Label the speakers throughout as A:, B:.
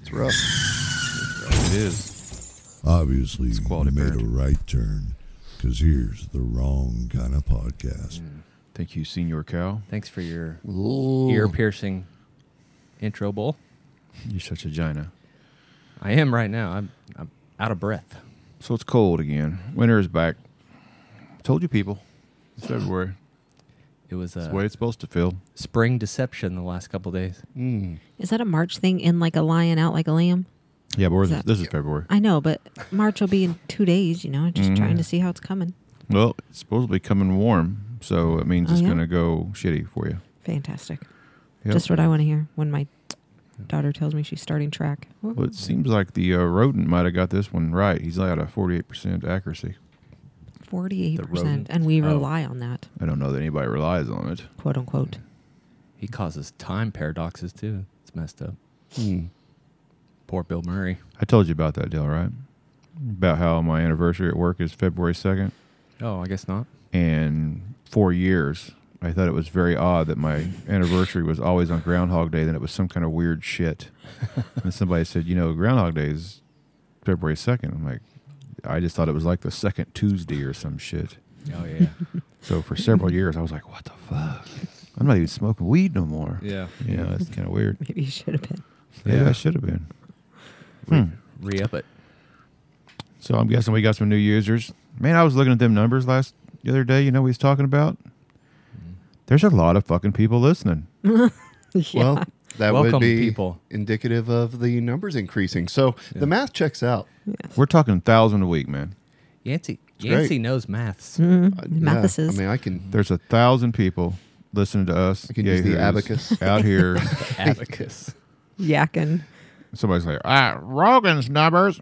A: It's rough.
B: It is.
C: Obviously,
B: It's quality
C: you made
B: parenting.
C: a right turn because here's the wrong kind of podcast.
B: Mm. Thank you, Senior Cow.
D: Thanks for your
A: Ooh.
D: ear piercing intro, Bull.
B: You're such a gina.
D: I am right now. I'm, I'm out of breath.
B: So it's cold again. Winter is back. Told you people. It's February.
D: It was
B: It's
D: uh,
B: the way it's supposed to feel.
D: spring deception the last couple days.
A: Mm.
E: Is that a March thing? In like a lion, out like a lamb.
B: Yeah, but
E: Is that-
B: this is February.
E: I know, but March will be in two days. You know, I'm just trying to see how it's coming.
B: Well, it's supposed to be coming warm, so it means
E: Oh,
B: it's
E: yeah?
B: gonna go shitty for you.
E: Fantastic.
B: Yep.
E: Just what I want to hear when my daughter tells me she's starting track.
B: Well, it seems like the uh, rodent might have got this one right. He's at a 48% accuracy.
E: Forty-eight
D: rodent?
E: percent, and we
D: Oh.
E: rely on that,
B: I don't know that anybody relies on it.
E: quote unquote.
D: He causes time paradoxes too. It's messed up. Poor Bill Murray.
B: I told you about that deal, right? About how my anniversary at work is February 2nd.
D: Oh, I guess not.
B: And four years, I thought it was very odd that my anniversary was always on Groundhog Day, that it was some kind of weird shit. and somebody said, you know, Groundhog Day is February 2nd. I'm like, I just thought it was like the second Tuesday or some shit.
D: Oh yeah,
B: So for several years, I was like, what the fuck? I'm not even smoking weed no more.
D: yeah.
B: Yeah, that's kind of weird.
E: Maybe you should have been.
B: Yeah,
D: Yeah.
B: I should have been. Hmm.
D: Re up it.
B: So I'm guessing we got some new users. Man, I was looking at them numbers last the other day. You know, we was talking about. There's a lot of fucking people listening.
A: Well, that
D: Welcome,
A: would be
D: people.
A: indicative of the numbers increasing. So the math checks out.
B: We're talking thousand a week, man.
D: Yancy
A: great.
D: Yancy knows maths.
E: Mm-hmm.
A: Uh,
E: Mathesis.
A: I mean, I can.
B: There's a thousand people listening to us.
A: I could use the
B: yahoos,
A: abacus.
B: out here.
D: Abacus.
E: Yakin.
B: Somebody's like, ah, Rogan's numbers.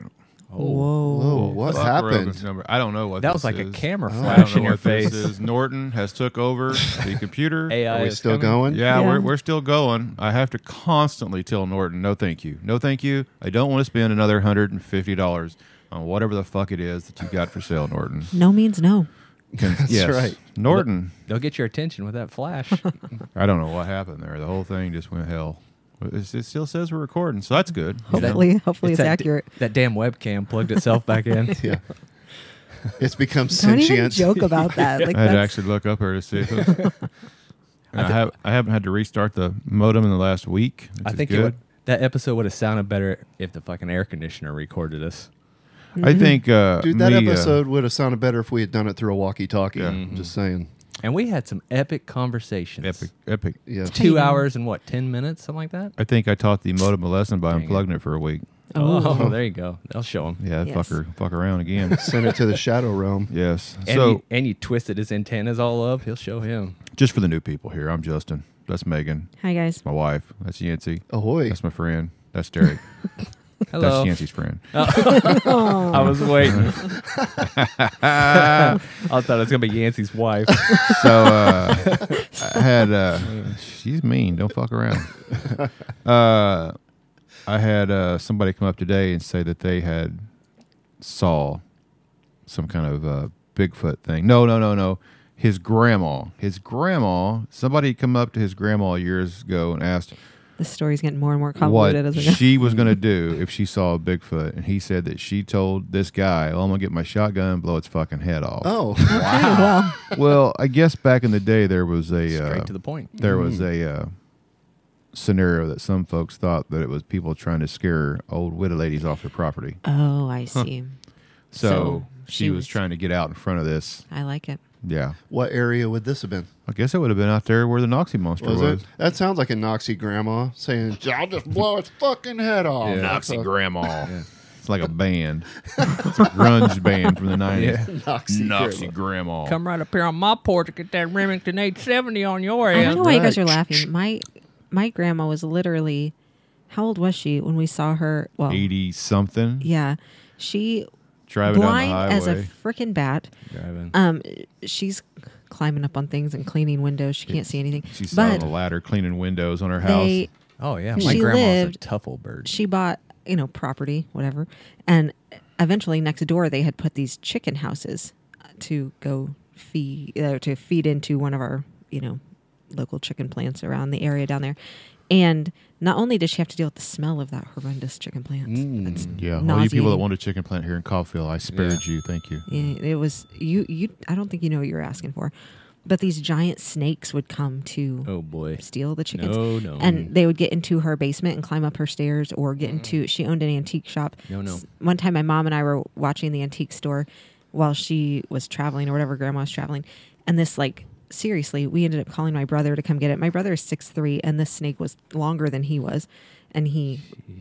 E: Whoa.
A: Whoa, what
B: Fuck Rogan's
A: happened?
B: number. I don't know what Oh,
D: That
B: this
D: was like a
B: is.
D: camera
B: I don't
D: flash
B: know
D: in your
B: what this
D: face.
B: is. Norton has took over the computer.
D: AI
A: Are we
D: is
A: still
D: coming.
A: going?
B: Yeah,
E: Yeah.
B: We're, we're still going. I have to constantly tell Norton, no, thank you. No, thank you. I don't want to spend another $150 on whatever the fuck it is that you got for sale, Norton.
E: No means no.
B: Can-
A: That's right.
B: Norton,
D: They'll get your attention with that flash.
B: I don't know what happened there. The whole thing just went hell. It it still says we're recording, so that's good. you know?
E: Hopefully, hopefully it's,
D: that d-
E: accurate.
D: that damn webcam plugged itself back in.
A: Yeah. It's become
E: Don't even
A: sentient.
E: joke about that. Like
B: I had to
E: that's,
B: actually look up here to see if it was. And I, have, I haven't had to restart the modem in the last week. Which
D: I
B: is
D: think it
B: good.
D: would, that episode would have sounded better if the fucking air conditioner recorded us.
B: I think. Uh,
A: Dude, that
B: me, uh,
A: episode would have sounded better if we had done it through a walkie-talkie. I'm just saying.
D: And we had some epic conversations.
B: epic, epic.
A: Yeah.
D: Two
E: Hey.
D: hours and what, 10 minutes, something like that?
B: I think I taught the modem a lesson by
D: Dang it.
B: unplugging it for a week.
D: Oh, there you go. They'll show them.
B: Yeah,
E: Yes.
B: fucker, fuck around again.
A: Send it to the shadow realm.
B: yes.
D: And,
B: so,
D: you, and you twisted his antennas all up. He'll show him.
B: just for the new people here, I'm Justin. That's Megan.
E: hi guys.
B: My wife. That's Yancy.
A: Ahoy.
B: That's my friend. That's Derek.
D: Hello.
B: That's Yancy's friend.
D: I was waiting. I thought it was going to be Yancey's wife.
B: So uh, I had. Uh, she's mean. Don't fuck around. Uh, I had uh, somebody come up today and say that they had saw some kind of uh, Bigfoot thing. No, no, no, no. His grandma. His grandma. Somebody come up to his grandma years ago and asked,
E: This story's getting more and more
B: what
E: convoluted as we go.
B: she was going to do if she saw a Bigfoot. And he said that she told this guy, well, I'm going to get my shotgun and blow its fucking head off.
A: Oh,
E: well,
B: Well, I guess back in the day, there was a.
D: Straight
B: Uh,
D: to the point.
B: there was a. Uh, Scenario that some folks thought that it was people trying to scare old widow ladies off their property.
E: oh, I see.
B: So,
E: So,
B: she,
E: she
B: was,
E: was-
B: trying to get out in front of this.
E: I like it.
B: Yeah,
A: what area would this have been?
B: I guess it would have been out there where the Noxie monster was.
A: Was it? That sounds like a Noxie grandma saying, "I'll just blow its fucking head off." That's a
B: grandma. It's like a band. it's a grunge band from the nineties.
A: Noxie, grandma.
B: grandma.
D: Come right up here on my porch and get that Remington 870 on your
E: I don't
D: ass.
E: know why you guys
A: right.
E: are laughing. My my grandma was literally how old was she when we saw her? Well,
B: Eighty something.
E: yeah, she
B: Driving
E: blind
B: down the
E: as a
B: highway.
E: freaking bat.
D: Driving.
E: Um, she's climbing up on things and cleaning windows. She can't see anything.
B: She's on
E: but
B: the ladder cleaning windows on her house.
E: they
D: Oh, yeah. My
E: She
D: grandma's
E: lived-
D: a tough old bird.
E: she bought you know property whatever and eventually next door they had put these chicken houses uh, to go feed uh, to feed into one of our you know local chicken plants around the area down there And not only does she have to deal with the smell of that horrendous chicken plant, that's
B: Mm, Yeah. All you
E: nauseating.
B: people that want a chicken plant here in Coffeeville, I spared you. Thank you.
E: Yeah, it was you. You. I don't think you know what you're asking for, but these giant snakes would come to
D: Oh boy.
E: steal the chickens.
D: No, no. Mm-hmm.
E: And they would get into her basement and climb up her stairs, or get into. She owned an antique shop.
D: No, no.
E: S- One time, my mom and I were watching the antique store while she was traveling or whatever. Grandma was traveling, and this like seriously, we ended up calling my brother to come get it. My brother is six three, and this snake was longer than he was, and he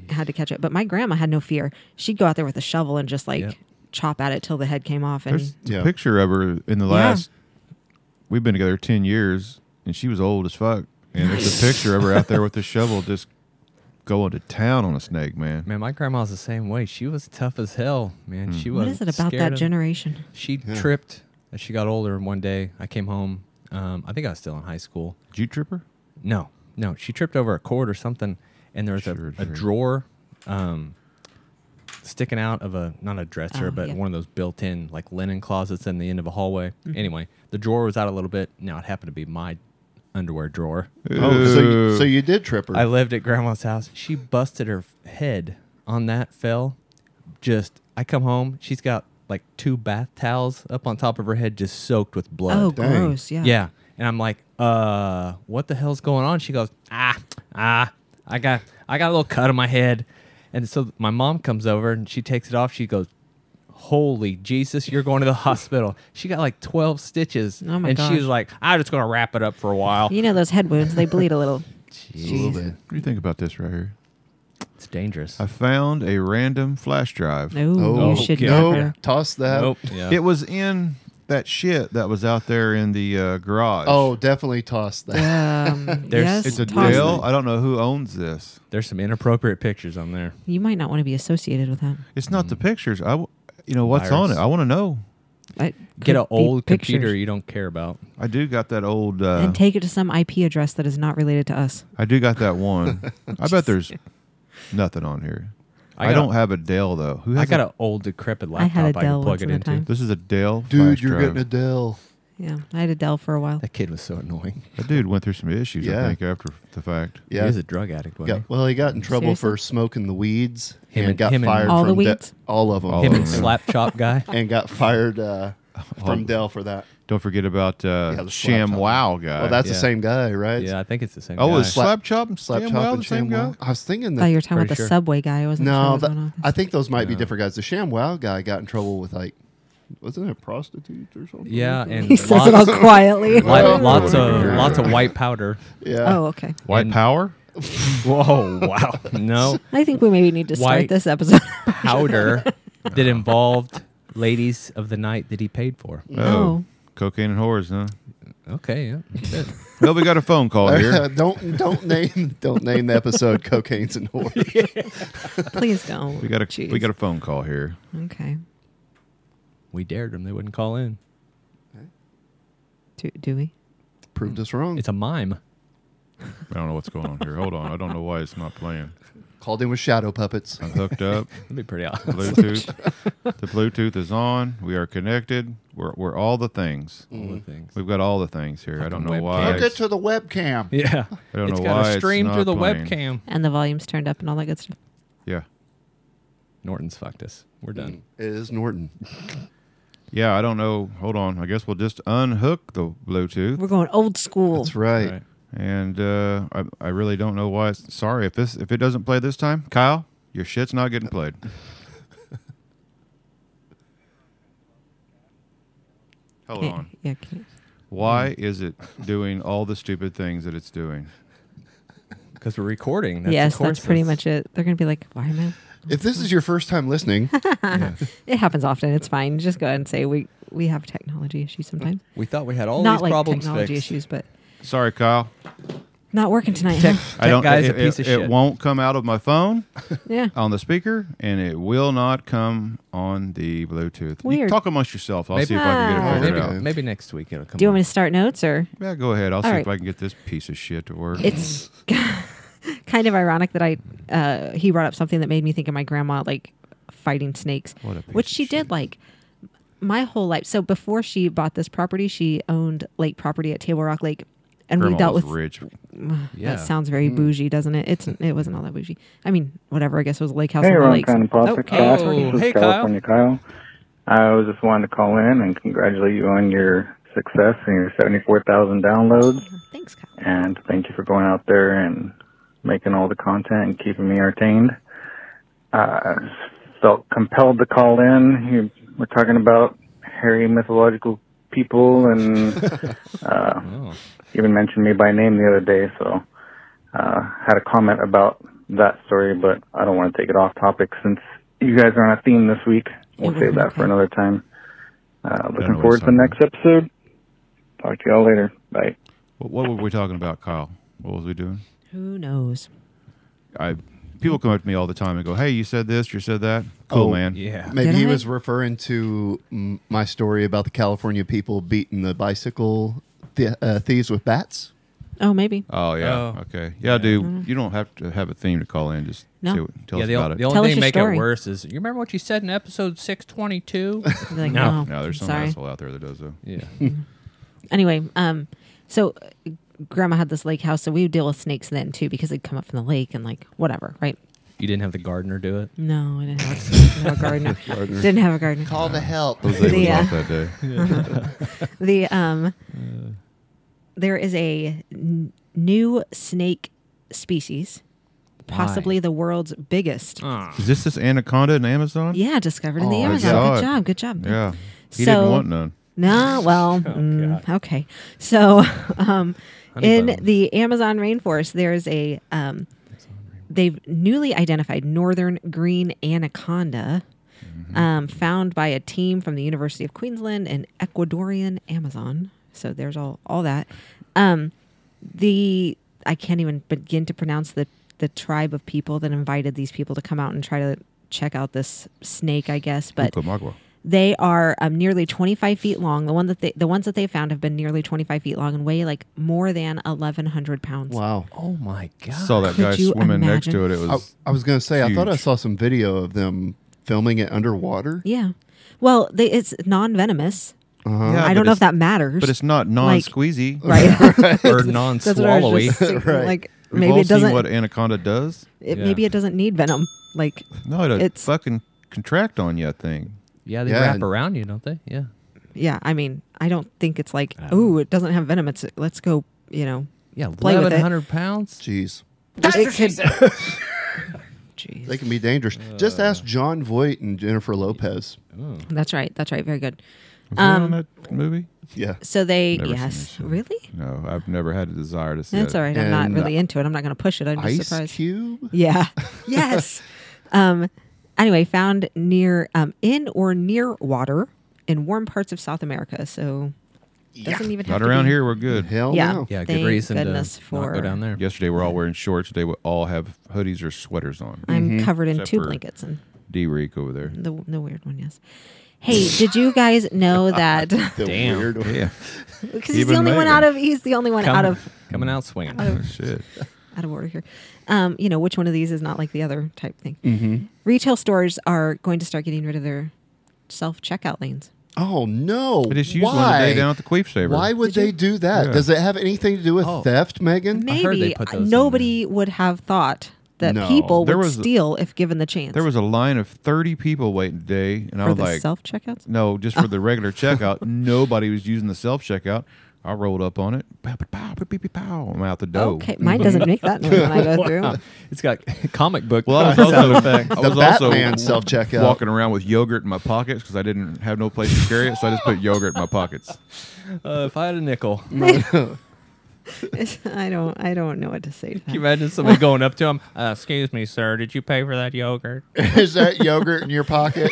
E: had to catch it. But my grandma had no fear. She'd go out there with a shovel and just like.
D: Yep.
E: Chop at it till the head came off, and
B: There's
A: Yeah.
B: a picture of her in the last. We've been together ten years, and she was old as fuck. And there's a picture of her out there with the shovel, just going to town on a snake, man.
D: Man, my grandma's the same way. She was tough as hell,
B: Hmm.
D: man. She was.
E: What is it about that generation?
D: She tripped as she got older, and one day I came home. Um, I think I was still in high school.
B: Jeep tripper.
D: No, no, she tripped over a cord or something, and there was
B: Sure
D: a, a
B: did.
D: drawer um, sticking out of a not a dresser,
E: Oh,
D: but
E: yeah.
D: one of those built-in like linen closets in the end of a hallway.
E: Mm-hmm.
D: Anyway, the drawer was out a little bit. Now it happened to be my underwear drawer.
A: Oh, so you,
B: Ew.
A: so you did trip her.
D: I lived at grandma's house. She busted her f- head on that fell. Just I come home, she's got like two bath towels up on top of her head, just soaked with blood.
E: Oh,
A: Dang.
E: gross. Yeah.
D: Yeah. And I'm like, uh, what the hell's going on? She goes, ah, ah, I got, I got a little cut on my head. And so my mom comes over and she takes it off. She goes, holy Jesus, you're going to the hospital. She got like 12 stitches.
E: Oh my
D: and
E: gosh.
D: she was like, I'm just going to wrap it up for a while.
E: You know those head wounds, they bleed a little.
B: What do you think about this right here?
D: It's dangerous.
B: I found a random flash drive.
E: No,
A: oh,
E: you should
A: no,
E: never.
A: toss that.
D: nope. Yeah.
B: It was in that shit that was out there in the uh, garage.
A: Oh, definitely toss that.
E: Um,
D: There's-
E: yes,
B: it's a
E: toss
B: Dell.
E: them.
B: I don't know who owns this.
D: There's some inappropriate pictures on there.
E: You might not want to be associated with that.
B: It's not the
A: Mm.
B: pictures. I, w- you know, what's on it?
D: Virus.
B: I want to know.
E: It
D: Get
E: could
D: an
E: be
D: old
E: pictures.
D: computer you don't care about.
B: I do got that old. Uh,
E: and take it to some IP address that is not related to us.
B: I do got that one. I bet there's nothing on here. I,
D: got
B: don't
D: a-
B: have a Dell though. Who
D: I
B: has
D: got
B: a,
D: an old decrepit
E: I had
D: laptop I,
E: a Dell
D: could plug
E: once
D: it
E: in a
D: into.
E: time.
B: This is a Dell.
A: Dude,
B: flash
A: you're
B: drive.
A: getting a Dell.
E: Yeah, I had a Dell for a while.
D: That kid was so annoying.
B: That dude went through some issues.
A: Yeah.
B: I think after the fact.
A: Yeah.
D: He was a drug addict, wasn't
A: Yeah, well, he got in trouble
E: Seriously?
A: for smoking the weeds
D: Him
A: and,
D: and-
A: got
D: him and-
A: fired
E: All the
A: from Dell.
E: weeds?
A: all of them,
B: All
D: he? Him
B: Oh,
D: and
B: yeah.
D: Slap Chop Guy.
A: and got fired uh, from Dell for that.
B: Don't forget about uh,
A: Yeah, the slap
B: Sham
A: top.
B: Wow guy.
A: Well, that's
D: yeah.
A: the same guy, right?
D: Yeah, I think it's the same.
B: oh,
D: guy.
B: is Slap Chop and
A: Slap
B: Sham
A: Chop
B: Wow
A: and
B: the same
A: Sham
B: guy?
A: Wow. I was thinking
E: I thought
A: that.
E: you were talking about
D: pretty
E: the
D: sure.
E: subway guy. I wasn't sure.
A: no,
E: what was
A: that-
E: going on.
A: I think those might be different guys. The Sham Wow guy got in trouble with like, wasn't it prostitutes or something?
D: Yeah,
A: Like that?
D: and
E: he says it all
D: lots,
E: quietly.
D: li- lots of lots of white powder.
A: yeah.
E: oh, okay.
B: White
D: And-
B: Power.
D: Whoa, wow. No
E: I think we maybe need to start
D: White-
E: this episode.
D: powder that involved ladies of the night that he paid for. Oh.
E: No.
B: Oh, cocaine and whores, huh?
D: Okay, yeah. that's it.
B: No, we got a phone call
D: Oh,
B: here.
A: don't don't name don't name the episode "Cocaines and Whores."
E: Please don't.
B: We got a
E: Jeez.
B: we got a phone call here.
E: Okay.
D: We dared them; they wouldn't call in.
E: Do, do we?
A: Proved us wrong.
D: It's a mime.
B: I don't know what's going on here. Hold on, I don't know why it's not playing.
A: Called in with shadow puppets.
D: Oh,
B: I'm hooked up.
D: That'd be pretty awesome.
B: Bluetooth. the Bluetooth is on. We are connected. We're we're all the things.
D: All the things.
B: We've got all the things here. I don't know
D: Fucking
B: why.
D: webcam.
A: Hook
B: it's-
A: it to the webcam.
D: Yeah,
B: I don't
D: it's
B: know
D: got
B: why
D: a
B: it's
D: stream through
B: not
D: the
B: playing.
D: webcam.
E: And the volume's turned up and all that good stuff.
B: Yeah,
D: Norton's fucked us. We're done.
A: It is Norton.
B: yeah. I don't know. Hold on. I guess we'll just unhook the Bluetooth.
E: We're going old school.
A: That's right.
D: All right.
B: And uh, I I really don't know why. It's, sorry if this if it doesn't play this time, Kyle. Your shit's not getting played. Hold
E: Yeah,
B: on.
E: yeah, can-
B: Why
D: Mm.
B: is it doing all the stupid things that it's doing?
D: Because we're recording. That's
E: yes,
D: of course
E: that's pretty much it. They're going to be like, why, man?
A: If this is your first time listening,
E: It happens often. It's fine. Just go ahead and say we we have technology issues sometimes.
D: We thought we had all
E: not
D: these
E: like
D: problems
E: technology
D: fixed.
E: issues, but
B: Sorry, Kyle.
E: not working tonight.
D: Tech,
E: huh?
B: I don't.
D: guy's
B: it,
D: a piece
B: it-
D: of shit.
B: It won't come out of my phone
E: yeah.
B: on the speaker, and it will not come on the Bluetooth. You
E: Weird.
B: talk amongst yourself. I'll
D: Maybe-
B: see if I can get
E: Ah.
B: it figured
D: maybe,
B: out.
D: maybe next week it'll come.
E: Do you
D: on.
E: want me to start notes or?
B: Yeah, go ahead. I'll see
E: All
B: if
E: right.
B: I can get this piece of shit to work.
E: It's kind of ironic that I uh, he brought up something that made me think of my grandma like fighting snakes,
B: What a piece
E: which
B: of
E: she
B: shit.
E: did like my whole life. So before she bought this property, she owned lake property at Table Rock Lake, and
B: Grandma
E: we dealt
B: was
E: with
B: rich.
D: Yeah.
E: That sounds
F: Hmm.
E: very bougie, doesn't it? It's it wasn't all that bougie. I mean, whatever. I guess it was Lake House.
F: Hey,
E: on the
F: Ron
E: lake.
F: Kind
E: oh,
F: Podcast. Kyle.
D: oh,
F: This is
D: hey, Kyle.
F: California Kyle. I was just wanted to call in and congratulate you on your success and your 74,000 downloads.
E: thanks, Kyle.
F: And thank you for going out there and making all the content and keeping me entertained. Uh, felt compelled to call in. You we're talking about hairy mythological people and uh,
D: Oh.
F: even mentioned me by name the other day, so uh, had a comment about that story, but I don't want to take it off topic since you guys are on a theme this week. We'll
E: Yeah,
F: save that
E: okay.
F: for another time. Uh,
B: know
F: looking
B: what
F: forward
B: he's
F: to the next episode. Talk to y'all later. Bye.
B: What, what were we talking about, Kyle? What was we doing?
E: Who knows?
B: I people come up to me all the time and go, "Hey, you said this, you said that." Cool,
A: Oh,
B: man.
D: Yeah.
A: Maybe he
E: Did I?
A: was referring to mm, my story about the California people beating the bicycle th- uh, thieves with bats.
E: Oh, maybe.
B: Oh yeah.
D: Oh.
B: Okay. Yeah, dude. You don't have to have a theme to call in. Just
E: Mm-hmm. No.
B: say what, tell
D: yeah,
B: us
D: the,
B: about
D: o-
B: it.
D: the only
E: Tell us
D: thing
E: your
D: make
E: story.
D: it worse is you remember what you said in episode 622?
E: I'd be like,
D: No.
E: oh,
B: no, there's some
E: sorry.
B: asshole out there that does though.
D: yeah.
E: anyway, um, so uh, Grandma had this lake house, so we would deal with snakes then too because they'd come up from the lake and like whatever, right?
D: You didn't have the gardener do it?
E: No, I didn't have, didn't have a gardener. Didn't have a gardener.
A: Call the help.
B: Jose was
E: Yeah.
B: off that day.
E: The um, there is a n- new snake species, possibly the world's biggest.
D: Ah.
B: Is this this anaconda in Amazon?
E: Yeah, discovered in
A: Oh,
E: the
A: I
E: Amazon.
B: saw
E: Good
B: it.
E: job. Good job.
B: Yeah. He
E: So-
B: didn't want none.
D: Oh,
E: No, well, mm, okay. So, um,
D: Honey
E: in
D: bun.
E: the Amazon rainforest, there's a um, they've newly identified northern green anaconda,
D: Mm-hmm.
E: um, found by a team from the University of Queensland and Ecuadorian Amazon. So there's all all that. Um, the I can't even begin to pronounce the the tribe of people that invited these people to come out and try to check out this snake, I guess. But
B: Cucamagua.
E: they are um, nearly 25 feet long. The one that they, the ones that they found have been nearly 25 feet long and weigh like more than 1,100 pounds.
A: Wow.
D: Oh my god.
B: Saw that
E: Could
B: guy
E: you
B: swimming next to it. It
E: imagine?
A: I,
B: was
A: I was going to say, I thought I
B: Huge.
A: saw some video of them filming it underwater.
E: Yeah. Well, they, it's non-venomous.
B: Yeah,
E: I
B: but
E: don't know
B: it's-
E: if that matters.
B: But it's not non squeezy.
E: right.
D: or non
E: That's what I was
D: swallowy.
E: just thinking,
A: Right.
E: Like
B: We've
E: maybe
B: all
E: it doesn't.
B: seen what anaconda does.
E: it,
D: Yeah.
E: Maybe it doesn't need venom. Like
B: No, it'll
E: It's-
B: fucking contract on you, I think.
D: Yeah, they
A: Yeah,
D: wrap
A: and-
D: around you, don't they? Yeah.
E: yeah. I mean, I don't think it's like
D: I don't
E: ooh, it doesn't have venom. It's let's go. You know.
D: Yeah,
E: Play with it.
D: 1100 pounds?
A: Jeez.
E: That's what she said. Jeez.
A: They can be dangerous. Just ask John Voight and Jennifer Lopez.
E: That's right. That's right. Very good.
B: Was
E: Um,
B: that on that movie?
A: Yeah.
E: So they
B: Never seen that
E: yes
B: show.
E: really.
B: No, I've never had a desire to see
E: That's
B: it.
E: all right. I'm not
A: And uh,
E: really into it. I'm not going to push it. I'm just
A: Ice
E: surprised.
A: Cube?
E: Yeah. yes. Um, anyway, found near um, in or near water in warm parts of South America. So doesn't even have
B: Not
E: to
B: around
E: be-
B: here. We're good.
A: Hell
E: Yeah.
A: no.
D: Yeah, good
E: Thank
D: reason to
E: goodness
D: not
E: for-
D: go down there.
B: Yesterday, we're all wearing shorts. Today, we all have hoodies or sweaters on.
E: I'm
A: Mm-hmm.
E: covered in
B: Except
E: two
B: for-
E: blankets and
B: D Reek over there.
E: the the weird one. Yes. Hey, did you guys know that?
A: The
D: Damn.
A: weird-
B: Yeah.
E: Because he's the
B: Even
E: only one
B: Megan.
E: out of he's the only one out
D: Coming-
E: of
D: coming out swinging.
B: Oh, shit.
E: out of order here. Um, you know, which one of these is not like the other type thing.
A: Mm-hmm.
E: Retail stores are going to start getting rid of their self checkout lanes.
A: Oh no!
B: I just used one
A: Why?
B: today down at the Queef Saver.
A: Why would they do that?
B: Yeah.
A: Does it have anything to do with
D: Oh.
A: theft, Megan?
D: I heard they
E: maybe
D: put
E: uh,
D: those in
E: nobody would have thought that
A: No.
E: people
B: There
E: would
B: was-
E: steal if given the chance.
B: There was a line of 30 people waiting today, and I
E: for
B: was
E: the
B: like,
E: self checkouts.
B: no, just for the regular checkout. Nobody was using the self checkout. I rolled up on it. Pow, pow, pow, pow, pow, pow. I'm out the door.
E: Okay, mine doesn't make that noise when I go through.
D: It's got comic book. uh,
B: Well, I was also, I
A: The
B: was also
A: Batman self-checkout.
B: walking around with yogurt in my pockets because I didn't have no place to carry it, so I just put yogurt in my pockets.
D: uh, if I had a nickel, can
E: I don't. I don't know what to say. To
D: you
E: that.
D: imagine somebody going up to him? Uh, excuse me, sir. Did you pay for that yogurt?
A: Is that yogurt in your pocket?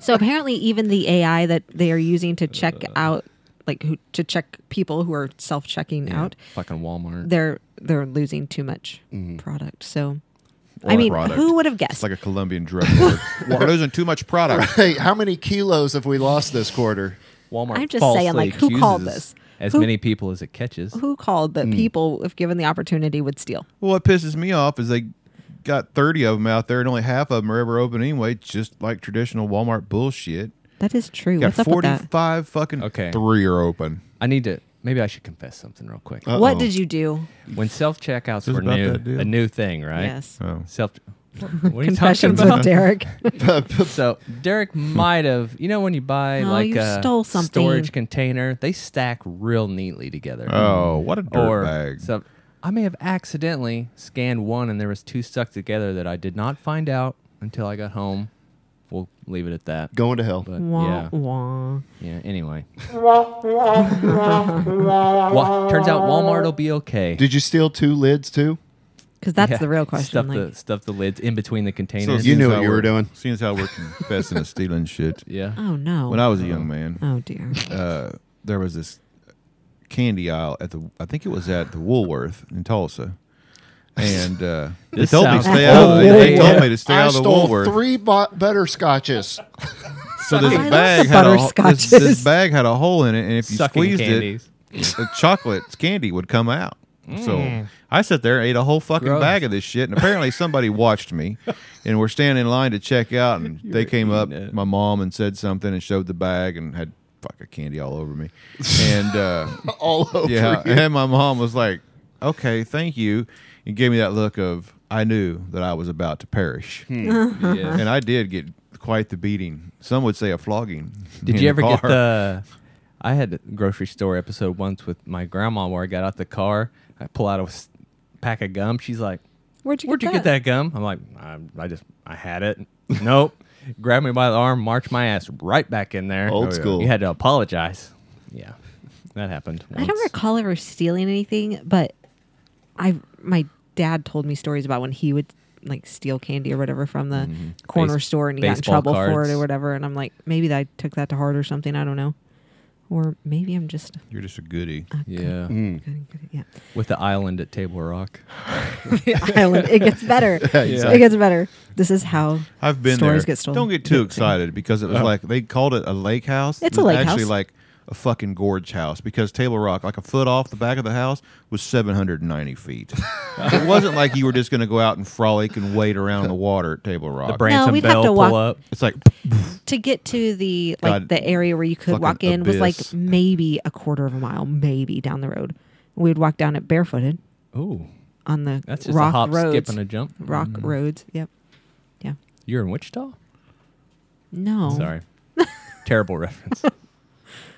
E: So apparently, even the AI that they are using to check
B: Uh.
E: out, like who, to check people who are self checking out,
D: Fucking Walmart.
E: they're they're losing too much product. So, I mean,
B: Mm. product.
E: who would have guessed?
B: It's like a Colombian drug lord. We're losing too much product.
A: hey, how many kilos have we lost this quarter?
D: Walmart.
E: I'm just
D: falsely
E: saying, like, who called
D: accuses
E: this?
D: As
E: Who-
D: many people as it catches.
E: who called that
B: Mm.
E: people, if given the opportunity, would steal?
B: Well, what pisses me off is they got 30 of them out there and only half of them are ever open anyway, just like traditional Walmart bullshit.
E: That is true.
B: Got
E: What's up with that?
B: 45 fucking
D: Okay.
B: three are open.
D: I need to. maybe I should confess something real quick.
A: Uh-oh.
E: What did you do?
D: when self checkouts
B: This is
D: were
B: Uh, about
D: new,
B: that deal.
D: a new thing, right?
E: Yes.
B: Oh.
D: Self. What are you talking
E: Confessions with
D: about?
E: Derek.
D: so Derek might have, you know, when you buy
E: Oh,
D: like
E: you
D: a
E: stole something.
D: storage container, they stack real neatly together.
B: Oh, what a dirt
D: or
B: bag.
D: so I may have accidentally scanned one, and there was two stuck together that I did not find out until I got home. We'll leave it at that.
A: Going to hell.
D: But
E: wah,
D: yeah,
E: wah.
D: yeah. Anyway, Wa- turns out Walmart will be okay.
A: Did you steal two lids too?
E: Because that's
D: Yeah.
E: the real question.
D: Stuff
E: like,
D: the stuff the lids in between the containers.
A: you
B: seeing
A: knew
B: as
A: what
B: how
A: you were
B: we're-
A: doing.
B: Seeing as how we're confessing to stealing shit.
D: yeah.
E: oh no.
B: When I
A: Uh-huh.
B: was a young man,
E: oh dear.
B: uh, there was this candy aisle at the I think it was at the Woolworth in Tulsa, and uh, they
D: This
B: told me to
D: sounds
B: stay out. Of, they
D: old.
B: told me to stay
A: I
B: out of the
A: stole
B: Woolworth.
A: three bu- better scotches.
B: So this
E: I love
B: bag
E: the
B: had a this, this
E: butterscotches.
B: bag had a hole in it, and if you
D: Sucking
B: squeezed
D: candies. Mm.
B: it, the chocolate candy would come out. So I sat there and ate a whole fucking
D: Gross.
B: bag of this shit, and apparently somebody watched me, and we're standing in line to check out, and they came up,
D: eating it.
B: my mom, and said something, and showed the bag, and had fucking candy all over me, and uh,
A: All over
B: yeah,
A: you.
B: and my mom was like, "Okay, thank you," and gave me that look of I knew that I was about to perish,
E: Hmm.
D: yeah.
B: and I did get quite the beating. Some would say a flogging.
D: Did
B: in
D: you ever get
B: car.
D: the? I had a grocery store episode once with my grandma where I got out the car. I pull out a s- pack of gum. She's like,
E: Where'd you
D: "Where'd you get that gum?" I'm like, I, "I just I had it." nope. Grabbed me by the arm, marched my ass right back in there. Oh,
A: Old
B: yeah.
A: school.
D: You had to apologize. Yeah, that happened. Once.
E: I don't recall ever stealing anything, but I my dad told me stories about when he would like steal candy or whatever from the corner
D: Base-
E: store and he got in
D: baseball
E: trouble for
D: cards.
E: it or whatever. And I'm like, maybe I took that to heart or something. I don't know. Or maybe I'm just
B: You're just a goody.
D: Yeah,
B: Mm.
E: yeah.
D: with the island at Table Rock.
E: Island. It gets better. It gets better. This is how
B: I've been
E: stories
B: there.
E: get stolen. Oh.
B: Don't get too excited because it was like they called it a lake house.
E: It's
B: It
E: a
B: was
E: lake
B: actually
E: house.
B: like a fucking gorge house because Table Rock, like a foot off the back of the house, was 790 feet. it wasn't like you were just going to go out and frolic and wade around in the water at Table Rock.
D: The Branson
E: we'd have
D: Bell
E: to
D: pull
E: walk-
D: up.
B: it's like
E: to get to the like
B: God,
E: the area where you could
B: fucking
E: walk in was
B: abyss.
E: like maybe a quarter of a mile, maybe down the road. We'd walk down it barefooted
D: Ooh,
E: on the
D: that's just
E: rock
D: a hop,
E: roads.
D: skip, and a Mm. jump.
E: rock roads. Yep. Yeah.
D: You're in Wichita.
E: No.
D: Sorry. Terrible reference.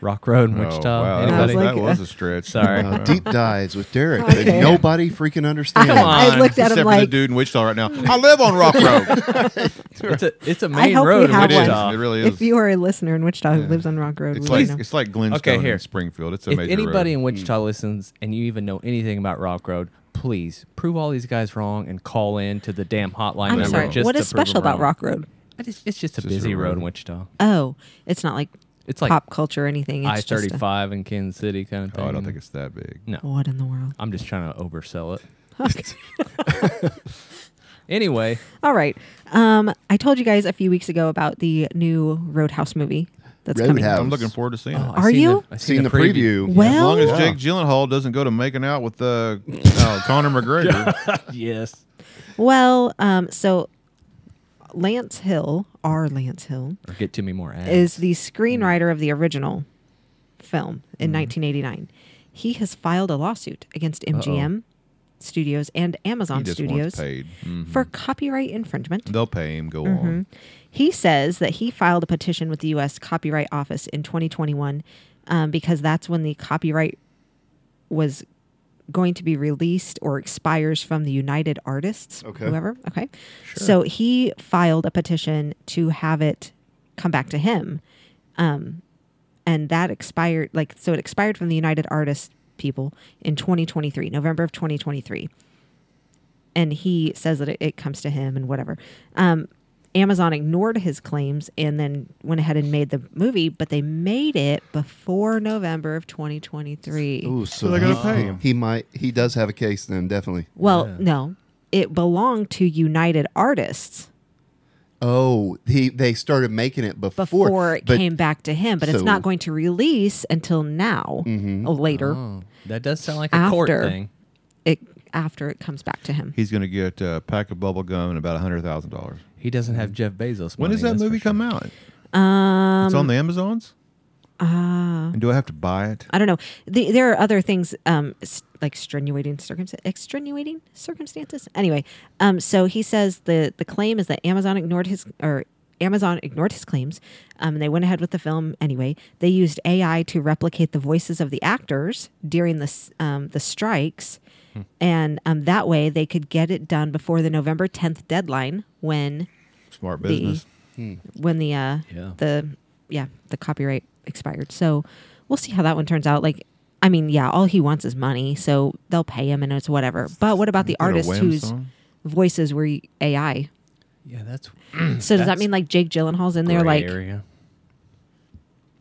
D: Rock Road, in
B: Oh,
D: Wichita.
B: wow, that, was,
D: Anybody?
E: I was
B: that
E: like,
B: was
E: uh,
B: a stretch.
D: Sorry.
A: Uh, deep dives with Derek
E: Okay.
A: that nobody freaking understands.
D: Come on.
E: I looked
B: Except
E: at him
B: for the
E: like
B: dude in Wichita right now. I live on Rock Road.
D: it's a it's a
E: I
D: main
E: hope we
D: road in
E: have
B: it is.
D: Wichita.
B: It really is.
E: if you are a listener in Wichita who lives on Rock Road,
B: it's
E: we
B: like
E: know.
B: it's like Glenstone
D: here.
B: in Springfield. It's a
D: If
B: major
D: anybody
B: road.
D: in
E: Hmm.
D: Wichita listens and you even know anything about Rock Road, please prove all these guys wrong and call in to the damn hotline.
E: I'm
D: number
E: sorry.
D: just
E: What
D: to
E: is
D: prove 'em
E: special about
D: wrong.
E: Rock Road?
D: I just- it's just a
B: just a
D: busy road
B: road.
D: in Wichita.
E: Oh, it's not like
D: It's like
E: pop culture or anything. It's
D: I
E: just a-
D: thirty five in Kansas City kind of thing.
B: Oh, I don't think it's that big.
D: no.
E: What in the world?
D: I'm just trying to oversell it.
E: Okay.
D: Anyway,
E: All right. Um, I told you guys a few weeks ago about the new Roadhouse movie that's coming.
A: Roadhouse.
B: I'm looking forward to seeing it.
D: I
E: Oh, Are
D: seen
E: you?
D: The, I
A: Seen the preview.
B: As
E: Well,
B: long as Jake Gyllenhaal doesn't go to making out with uh, uh, Conor McGregor.
D: yes.
E: well. Um, so Lance Hill, our Lance Hill,
D: Or get to me more ads.
E: is the
B: Mm.
E: screenwriter of the original film in 1989. He has filed a lawsuit against MGM Studios and
B: he
E: Amazon
B: just
E: Studios
B: wants Mm. paid. Mm.
E: for copyright infringement.
B: They'll pay him. Go
E: Mm-hmm.
B: on.
E: He says that he filed a petition with the U.S. Copyright Office in 2021 um, because that's when the copyright was going to be released or expires from the United Artists,
A: Okay.
E: whoever. Okay. So he filed a petition to have it come back to him. Um, and that expired, like, so it expired from the United Artists people in 2023, November of 2023 and he says that it, it comes to him and whatever. Um, Amazon ignored his claims and then went ahead and made the movie, but they made it before November of 2023.
A: Ooh, so
B: they're gonna
A: he-
B: pay him.
A: He might. He does have a case then, definitely.
E: Well, no, it belonged to United Artists
A: Oh, he they started making it before,
E: before it
A: but
E: came back to him, but it's
A: so- Mm-hmm.
E: not going to release until now, or later,
D: Oh, that does sound like a court
E: After.
D: thing.
E: it, after it comes back to him.
B: He's going to get uh, a pack of bubble gum and about a hundred thousand dollars.
D: He doesn't have Jeff Bezos.
B: When does
D: money,
B: that
D: that's
B: movie
D: for sure.
E: Um,
B: come out? it's on the Amazon's.
E: uh,
B: And do I have to buy it?
E: I don't know. The, there are other things um, s- like strenuating circumstances, extenuating circumstances. Anyway, um, so he says the the claim is that Amazon ignored his or Amazon ignored his claims. Um, and they went ahead with the film anyway. They used AI to replicate the voices of the actors during the s- um, the strikes, and um, that way they could get it done before the November 10th deadline when
B: Smart business.
E: when the uh
D: Yeah.
E: the yeah the copyright expired so we'll see how that one turns out like i mean yeah all he wants is money so they'll pay him and it's whatever but what about the
B: Is it a
E: artist
B: Wham
E: whose
B: song?
E: voices were ai
D: Yeah, that's
E: so does that
D: That's
E: mean like jake gyllenhaal's in there like
D: area.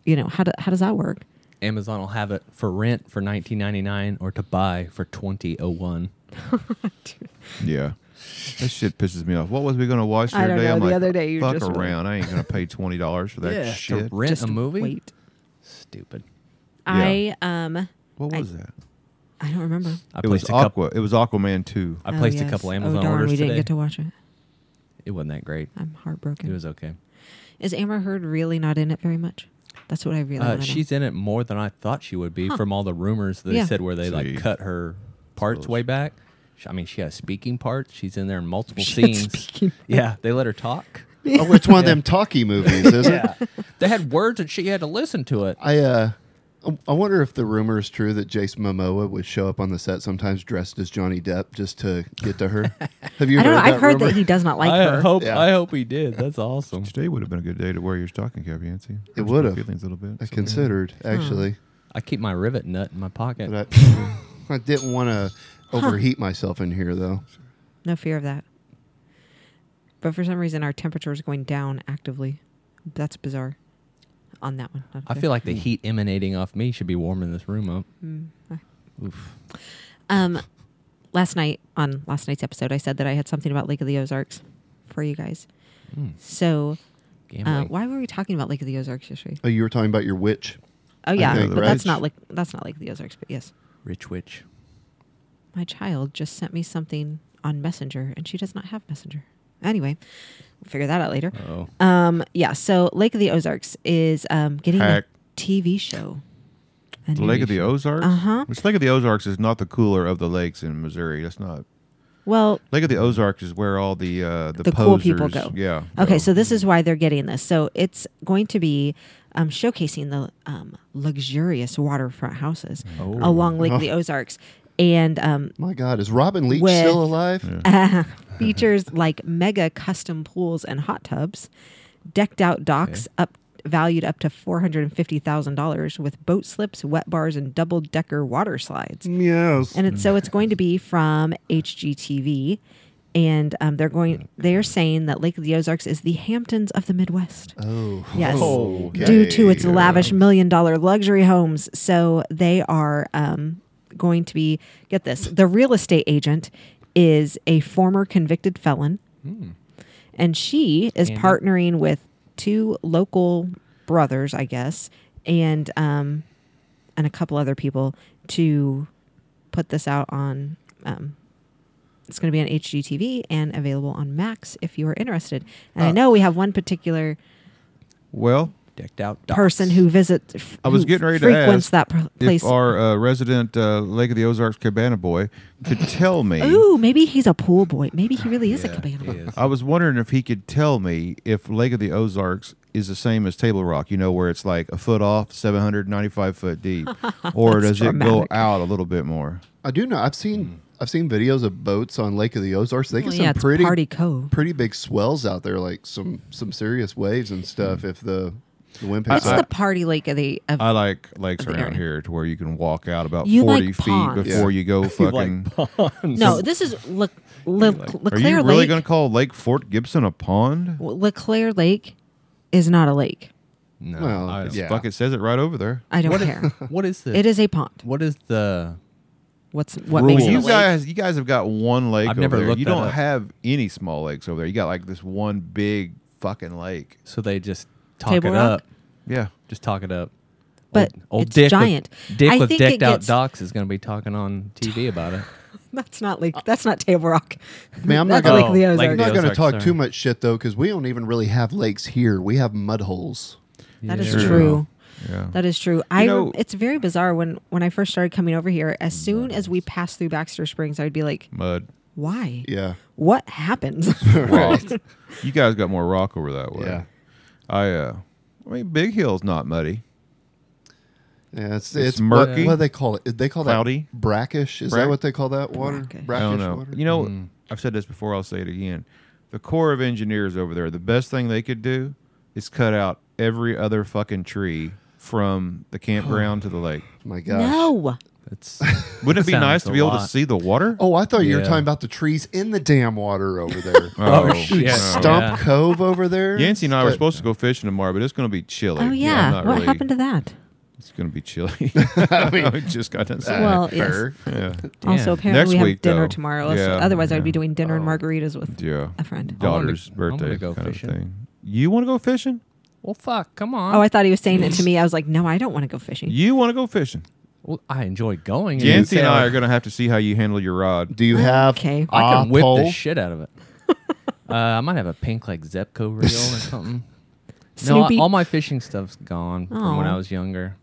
E: you know how, do, how does that work
D: Amazon will have it for rent for 19.99 or to buy for 2001.
B: Yeah. That shit pisses me off. What was we gonna watch the
E: I
B: other
E: don't
B: day?
E: know.
B: I'm
E: The
B: like,
E: other day you
B: fuck
E: just were-
B: around. I ain't gonna pay twenty dollars for that
D: to
B: shit.
D: rent
E: Just
D: a movie.
E: wait
D: Stupid.
E: i um
B: What was that?
E: i don't remember
D: I
B: It was
D: placed a couple.
B: Aqua. It was Aquaman two.
D: I
E: Oh,
D: placed
E: yes.
D: a couple
E: Oh,
D: Amazon
E: darn,
D: orders
E: we didn't
D: today.
E: get to watch it
D: it wasn't that great.
E: i'm heartbroken
D: It was okay.
E: is amber heard really not in it very much that's what i really
D: Uh,
E: wanna know.
D: she's in it more than I thought she would be from all the rumors that
E: Yeah.
D: they said where they
B: See.
D: like cut her parts way back. Sh- I mean, she has speaking parts. She's in there in multiple
E: She had
D: scenes.
E: speaking
D: Yeah, they let her talk.
A: Oh, it's one of them talkie movies, is it?
D: they had words and she had to listen to it.
A: I uh, I- I wonder if the rumor is true that Jason Momoa would show up on the set sometimes dressed as Johnny Depp just to get to her. Have you
E: i don't know
A: heard that
E: i've heard
A: rumor?
E: that he does not like
D: I uh,
E: her
D: hope
A: Yeah.
D: I hope he did. That's awesome.
B: Today would have been a good day to wear your stocking cap, Yancy. Hurts my
A: would've.
B: feelings a little bit.
A: I
B: So-
A: considered
E: Hmm.
A: actually,
D: I keep my rivet nut in my pocket.
A: but I, I didn't want to overheat myself in here though.
E: No fear of that. But for some reason, our temperature is going down actively. That's bizarre. On that one,
D: I feel like the heat emanating off me should be warming this room up.
E: Um, last night on last night's episode, I said that I had something about Lake of the Ozarks for you guys.
D: Hmm.
E: So, uh,
D: Gambling.
E: why were we talking about Lake of the Ozarks yesterday?
A: Oh, you were talking about your witch.
E: Oh yeah,
A: know the
E: but that's
A: rage.
E: not like that's not Lake of the Ozarks. But yes,
D: Rich witch.
E: my child just sent me something on Messenger, and she does not have Messenger. Anyway, we'll figure that out later.
D: Oh,
E: Um, yeah. So Lake of the Ozarks is um, getting
B: Hack.
E: a TV show. A
B: The
E: new-
B: Lake of the Ozarks.
E: Uh-huh.
B: Which Lake of the Ozarks is not the cooler of the lakes in Missouri. That's not.
E: well,
B: Lake of the Ozarks is where all the uh, the,
E: the cool people
B: posers-
E: go.
B: Yeah.
E: Okay,
B: go.
E: so this is why they're getting this. So it's going to be um, showcasing the um, luxurious waterfront houses
B: Oh.
E: along Lake of the Ozarks, and um,
A: My God, is Robin Leach
E: With-
A: still alive?
E: Mm-hmm. features like mega custom pools and hot tubs, decked out docks up valued up to four hundred and fifty thousand dollars, with boat slips, wet bars, and double decker water slides.
A: Yes.
E: and it's so it's going to be from HGTV, and um, they're going they're saying that Lake of the Ozarks is the Hamptons of the Midwest.
A: oh,
E: Yes.
A: Okay.
E: Due to its lavish million dollar luxury homes. So they are um, going to be, get this, the real estate agent is a former convicted felon. And she is
D: Andy.
E: partnering with two local brothers, I guess, and um, and a couple other people to put this out on. Um, it's going to be on HGTV and available on Max if you are interested. And I know we have one particular
B: Well,
D: decked out.
E: person
D: docks.
E: who visits. f-
B: I was
E: who
B: getting ready to
E: frequents
B: ask
E: that pr- place.
B: if our uh, resident uh, Lake of the Ozarks cabana boy could tell me.
E: Ooh, maybe he's a pool boy. Maybe he really is a cabana.
D: he
E: boy.
D: is.
B: I was wondering if he could tell me if Lake of the Ozarks is the same as Table Rock, you know, where it's like a foot off, 795 foot deep, or does it
E: dramatic.
B: go out a little bit more?
A: I do know. I've seen
B: Hmm.
A: I've seen videos of boats on Lake of the Ozarks. They get
E: Well,
A: some
E: yeah, it's
A: pretty
E: Party Cove.
A: pretty big swells out there, like some some serious waves and stuff.
B: Hmm.
A: If the the wind
E: It's
A: picks up,
E: the party lake of the. Of,
B: I like lakes
E: The
B: around
E: area.
B: here to where you can walk out about
E: You
B: 40
E: like
B: feet
E: ponds.
B: before you go fucking.
E: no, this is Le, Le,
B: Are
E: Leclaire
B: you really
E: Lake.
B: going to call Lake Fort Gibson a pond?
E: W- Leclaire Lake is not a lake.
D: No.
A: Well,
B: Uh,
D: I-
A: yeah.
B: Fuck, it says it right over there.
E: I don't care.
D: What is the?
E: it is a pond.
D: What is the?
E: What's
B: Well,
E: what makes it a
B: you
E: lake?
B: guys, you guys have got one lake
D: I've
B: over
D: never
B: there.
D: looked
B: You
D: that
B: don't
D: up.
B: have any small lakes over there. You got like this one big fucking lake.
D: So they just talk
E: Table
D: it
E: Rock?
D: up.
B: Yeah.
D: Just talk it up.
E: But
D: old, old
E: it's
D: Dick
E: giant.
D: With, Dick
E: I
D: with
E: think
D: decked
E: it
D: out
E: gets-
D: docks is going to be talking on TV about it.
E: That's not lake. That's not Table Rock.
A: man, I'm not
E: That's
A: gonna,
E: Lake
D: Oh,
E: of the
D: Lake of
E: Ozarks.
A: I'm not gonna
D: Ozarks,
A: talk
D: sorry.
A: too much shit though, because we don't even really have lakes here. We have mud holes.
E: That is
B: Yeah.
E: true.
B: Yeah.
E: That is true. I
B: know- Oh
E: it's very bizarre when when I first started coming over here. As soon as we passed through Baxter Springs, I'd be like,
B: Mud.
E: "Why?
A: Yeah.
E: What happened?"
B: Rock. you guys got more rock over that way.
A: Yeah.
B: I uh I mean Big Hill's not muddy.
A: Yeah, it's,
B: It's
A: it's, what-
B: murky.
A: What, do they call it? They call
B: Cloudy.
A: that brackish. Is
B: Brack-
A: that what they call that water?
E: Brackish.
A: Brackish,
B: I don't know.
A: water.
B: You know,
D: Mm-hmm.
B: I've said this before, I'll say it again. The Corps of Engineers over there, the best thing they could do is cut out every other fucking tree from the campground to the lake.
A: my gosh.
E: no, Oh,
D: It's
B: Wouldn't it be
D: Sounds
B: nice to
D: a
B: be able to
D: lot.
B: see the water?
A: Oh, I thought you were
D: Yeah.
A: talking about the trees in the damn water over there.
B: Oh,
A: Dude,
D: yeah.
A: Stump
D: Yeah.
A: Cove over there.
B: Yancey and I were
A: But-
B: supposed to go fishing tomorrow, but it's going to be chilly.
E: oh yeah,
B: I'm not
E: what
B: really-
E: happened to that?
B: It's going to be chilly. I
A: mean,
B: just got done saying.
E: Well, yes.
A: Fair.
B: Uh, yeah.
E: Also,
D: Damn.
E: apparently
B: Next
E: we have
B: week,
E: dinner
B: though.
E: tomorrow.
B: Yeah,
E: so otherwise,
B: yeah. Oh.
E: I'd be doing dinner and margaritas with
B: Yeah.
E: a friend.
D: wanna-
B: Daughter's
D: I wanna
B: birthday
D: go
B: kind
D: fishing.
B: of thing. You want to go fishing?
D: well, fuck. Come on.
E: Oh, I thought he was saying it to me. I was like, "No, I don't want to go fishing."
B: You want to go fishing?
D: well, I enjoy going. and
B: Yancy
D: you
B: and
D: say,
B: I are going to have to see how you handle your rod.
A: Do you have
E: Okay.
A: a
D: I can whip
A: pole?
D: the shit out of it. uh, I might have a pink like Zepco reel or something.
E: Snoopy.
D: No, all my fishing stuff's gone from when
E: Aw.
D: I was younger.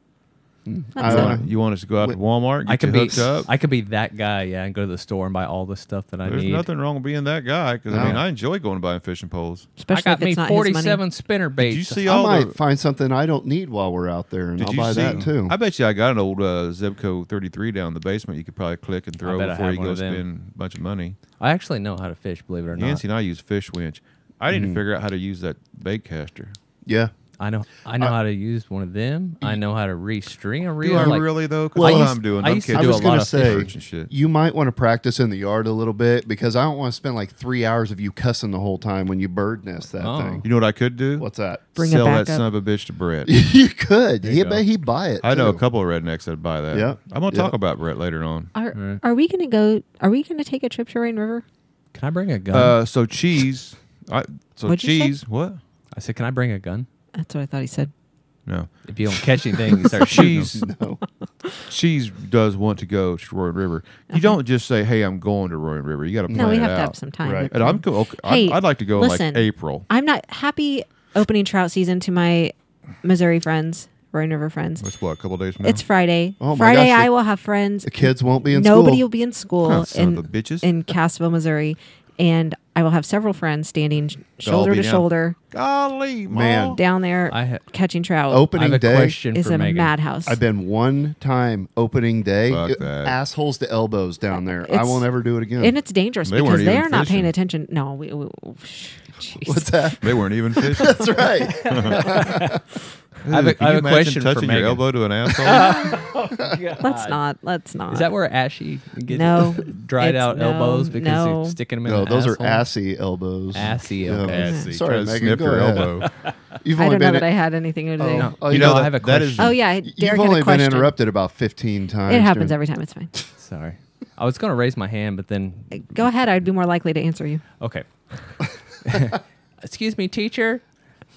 A: I don't know.
B: You want us to go out to Walmart? Get
D: Uh, I could
B: you
D: be
B: hooked up?
D: I could be that guy, yeah, and go to the store and buy all the stuff that I
B: There's
D: need.
B: nothing wrong with being that guy because I mean
A: No.
B: I enjoy going and buying fishing poles.
D: I
E: Especially
D: got
E: if it's
D: me
E: not his money.
D: forty-seven spinner baits.
B: Did you see
A: I
B: all
A: might
B: the?
A: find something I don't need while we're out there, and
B: Did
A: I'll
B: you
A: buy
B: see?
A: that too.
B: I bet you I got an old uh, Zebco 33 down in the basement. You could probably click and throw
D: bet I
B: before
D: have
B: you
D: one
B: go
D: of them.
B: spend a bunch of money.
D: I actually know how to fish, believe it or not.
B: Yancy and I use fish winch. I need
D: Mm.
B: to figure out how to use that bait caster.
A: yeah.
D: I know I know how to use one of them. I know how to restring a reel.
B: Do I
D: like-
B: really though? Because
A: Well,
B: what
A: I
B: I'm
A: used-
B: doing,
D: I
B: I'm
D: used to
B: catching
D: do
A: I was
D: a lot
A: gonna
D: of
A: say,
B: fish and shit.
A: you might want to practice in the yard a little bit because I don't want to spend like three hours of you cussing the whole time when you bird nest that
D: Oh.
A: thing.
B: You know what I could do?
A: What's that?
E: Bring it
B: Sell
E: back
B: that
E: up.
B: son of a bitch to Brett.
A: you could. He
D: go.
A: bet he'd buy it.
B: I know a
A: too.
B: couple of rednecks that'd buy that.
A: Yep.
B: I'm gonna
A: Yep.
B: talk about Brett later on.
E: Are are we gonna go? Are we gonna take a trip to Rain River?
D: Can I bring a gun?
B: Uh, so cheese. I so
E: What'd you say?
B: cheese. What?
D: I said, Can I bring a gun?
E: That's what I thought he said.
B: No.
D: If you don't catch anything, you start shooting. 'em.
B: Cheese. Cheese does want to go to Roaring River. You don't just say, "Hey, I'm going to Roaring River." You got to plan
E: No, we
B: it
E: have
B: out.
E: to have some time.
A: Right.
E: but-
B: And I'm go- okay, I'd-
E: Hey,
B: I'd, like to go in
E: listen.
B: like April.
E: I'm not happy opening trout season to my Missouri friends, Roaring River friends.
B: That's what a couple days from now.
E: It's Friday.
A: Oh my
E: Friday,
A: gosh,
E: I
A: the-
E: will have friends.
A: The kids won't be in
E: Nobody
A: school.
E: will be in school
B: Oh, son
E: in,
B: of a bitches.
E: in Cassville, Missouri, and I will have several friends standing sh-
B: They'll all
E: shoulder
B: be
E: to
B: down.
E: shoulder
B: Golly,
A: Man.
B: Ma.
E: down there
D: I ha-
E: catching trout.
D: I have
A: Opening
D: a
A: day.
D: question
E: is
D: for
E: a
D: Megan.
E: madhouse.
A: I've been one time opening day,
B: Fuck
A: It-
B: that.
A: assholes to elbows down there. I
E: It's-
A: won't ever do it again.
E: and it's dangerous
B: They
E: because
B: weren't
E: they
B: even
E: are not paying
B: fishing.
E: attention. No, we, we, jeez.
A: What's that?
B: They weren't even fishing.
A: That's right.
D: I have a,
B: Can
D: I
B: you
D: have a
B: imagine
D: question for
B: touching
D: Megan.
B: your elbow to an asshole?
E: Let's not. Let's not.
D: Is that where ashy gets
E: No,
D: dried
E: it's-
D: out
E: no,
D: elbows because
E: no.
D: you're sticking them in?
A: No,
D: the
A: those
D: asshole?
A: are assy elbows.
D: Assy
A: Yeah.
D: elbows.
B: Assy.
A: Sorry,
B: Try to
A: Megan,
B: snip
A: go
B: your
A: ahead.
B: elbow.
A: You've
E: I
A: only
E: don't know
A: been
E: that I
A: in-
E: had anything to do.
A: Oh, oh,
B: You
A: you
B: know,
A: know,
B: that-
D: I have a
B: that is-
D: question.
E: Oh yeah, Derek
A: you've
E: had a
A: only been
E: question.
A: interrupted about 15 times.
E: It happens
A: during-
E: every time. It's fine.
D: Sorry. I was going to raise my hand, but then.
E: Go ahead. I'd be more likely to answer you.
D: Okay. Excuse me, teacher.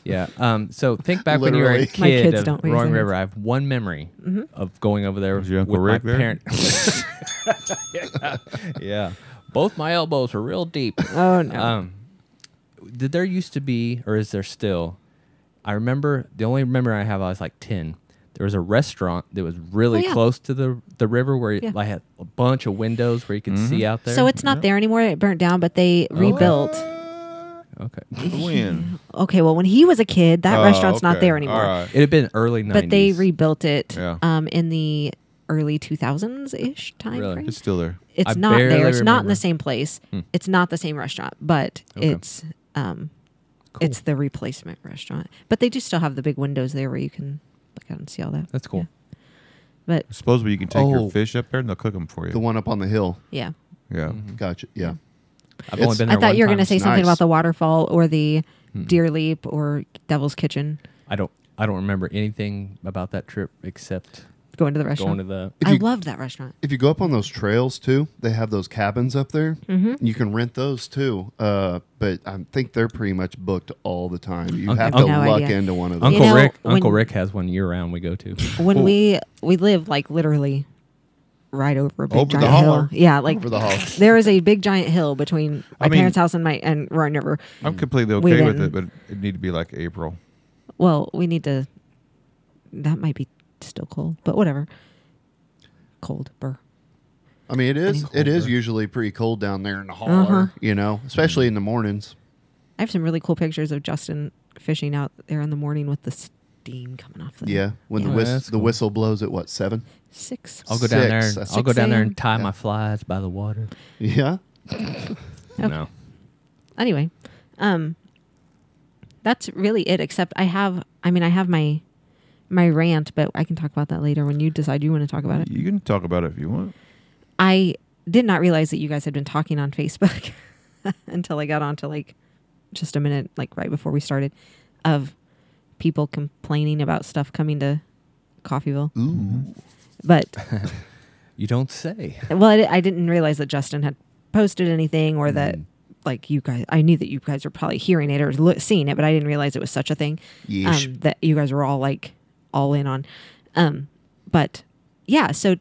D: Yeah. Um, so think back when you were a
A: Literally.
D: kid
E: My kids
D: of
E: don't raise
D: Roaring
E: their
D: River. I have one memory of going over there
B: your Uncle
D: with my
B: Rick there?
D: parents. yeah. yeah. Both my elbows were real deep.
E: Oh no.
D: Um, did there used to be, or is there still? I remember the only memory I have. I was like ten. There was a restaurant that was really
E: Oh, yeah.
D: close to the the river where it
E: Yeah.
D: like had a bunch of windows where you could see out there. Oh.
E: so it's not there anymore. It burnt down, but they rebuilt.
D: okay.
B: When?
E: Okay, well, when he was a kid, that
B: Oh,
E: restaurant's not
B: okay.
E: there anymore.
B: All right.
D: It had been early nineties,
E: But they rebuilt it
B: Yeah.
E: um, in the early 2000s ish time
D: Really?
E: frame.
B: It's still there.
E: It's
D: I
E: not there.
D: barely
E: It's not in
D: remember.
E: the same place. It's not the same restaurant, but it's um, it's the replacement restaurant. But they do still have the big windows there where you can look out and see all that.
D: That's cool.
E: But
B: Supposedly you can take
A: Oh.
B: your fish up there and they'll cook them for you.
A: The one up on the hill.
E: yeah,
B: yeah.
A: Gotcha. Yeah.
D: Mm-hmm. I've
A: It's-
D: only been
E: I
D: there
E: thought
D: one
E: you were going to
D: time.
E: say
A: It's
E: something
A: nice.
E: about the waterfall or the deer leap or Devil's Kitchen.
D: I don't. I don't remember anything about that trip except
E: Going to the
D: going
E: restaurant.
D: to the.
A: If
E: I
A: you-
E: loved that restaurant.
A: If you go up on those trails too, they have those cabins up there. Mm-hmm. You can rent those too. Uh, but I think they're pretty much booked all the time. You have to
E: Uncle- No
A: luck
E: idea.
A: into one of them.
D: Uncle
E: know,
D: Rick.
E: when-
D: Uncle Rick has one year round. We go to.
E: When we we live like literally right over a big
B: Over the
E: giant
B: holler.
E: hill. Yeah, like
A: Over the holler.
E: there is a big giant hill between my
B: I mean-
E: parents' house and my and Roaring River.
B: I'm completely
E: We
B: okay with it,
E: didn't-
B: but it need to be like April.
E: Well, we need to that might be still cold, but whatever. Cold burr.
A: I mean, it is. It is usually pretty cold down there in the holler.
E: Uh-huh.
A: You know, especially in the mornings.
E: I have some really cool pictures of Justin fishing out there in the morning with the steam coming off the
A: Yeah, when the
D: Yeah,
A: whist-
D: that's
A: the whistle blows at what seven?
E: six.
D: I'll go down there.
A: Six,
D: And,
A: that's
D: I'll go
E: six
D: down there
E: AM.
D: and tie
A: Yeah.
D: my flies by the water.
A: Yeah,
E: Okay.
D: No,
E: anyway, um, that's really it. Except I have, I mean, I have my my rant, but I can talk about that later when you decide you want to talk about it.
B: You can talk about it if you want.
E: I did not realize that you guys had been talking on Facebook until I got onto like just a minute, like right before we started, of people complaining about stuff coming to Coffeeville.
A: ooh,
E: But
D: you don't say.
E: well, I, di- I didn't realize that Justin had posted anything or
A: Mm.
E: that. Like you guys, I knew that you guys were probably hearing it or lo- seeing it, but I didn't realize it was such a thing.
A: yeesh.
E: um, that you guys were all like all in on. Um, but yeah, so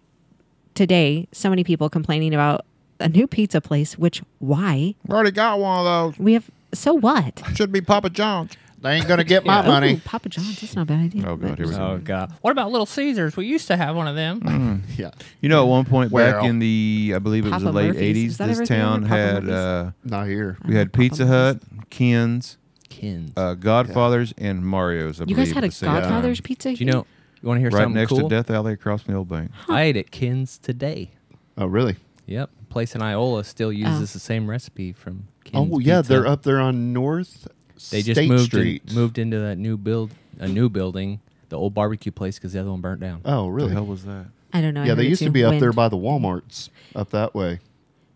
E: today, so many people complaining about a new pizza place, which why?
B: We already got one of
E: We have, so what?
B: those. Should be Papa John's.
A: they ain't gonna get my
E: Ooh,
A: money.
E: Papa John's, that's not a bad idea.
B: Oh, God,
E: But-
B: here we go.
D: Oh God! What about Little Caesars? We used to have one of them.
A: Yeah,
B: You know, at one point back
A: Well.
B: in the, I believe it was
E: Papa
B: the late
E: Murphy's. Is that
B: 80s, this
E: everything
B: town
E: under Papa
B: had,
E: Murphy's?
B: uh,
A: not here.
B: we had
E: Papa
B: Pizza Hut, Ken's,
D: Kins.
B: uh, Godfather's, and Mario's. I
E: You guys
B: believe,
E: had
B: at
E: a
B: the same time.
E: Godfather's pizza?
D: Do you know? You want to hear
B: Right
D: something
B: next
D: cool?
B: to Death Alley across from the old bank.
D: I ate at Kins today.
A: Oh, really?
D: Yep, a place in Iola
E: Oh.
D: still uses the same recipe from. Kins
A: oh, yeah,
D: Pizza.
A: they're up there on North.
D: They just
A: State
D: moved in-
A: Street.
D: moved into that new build, a new building, the old barbecue place because the other one burnt down.
A: Oh,
B: What
A: really?
B: the hell was that?
E: I don't know. I
A: yeah, they
E: heard it
A: used to
E: too.
A: be up there
E: Wind.
A: by the WalMarts up that way.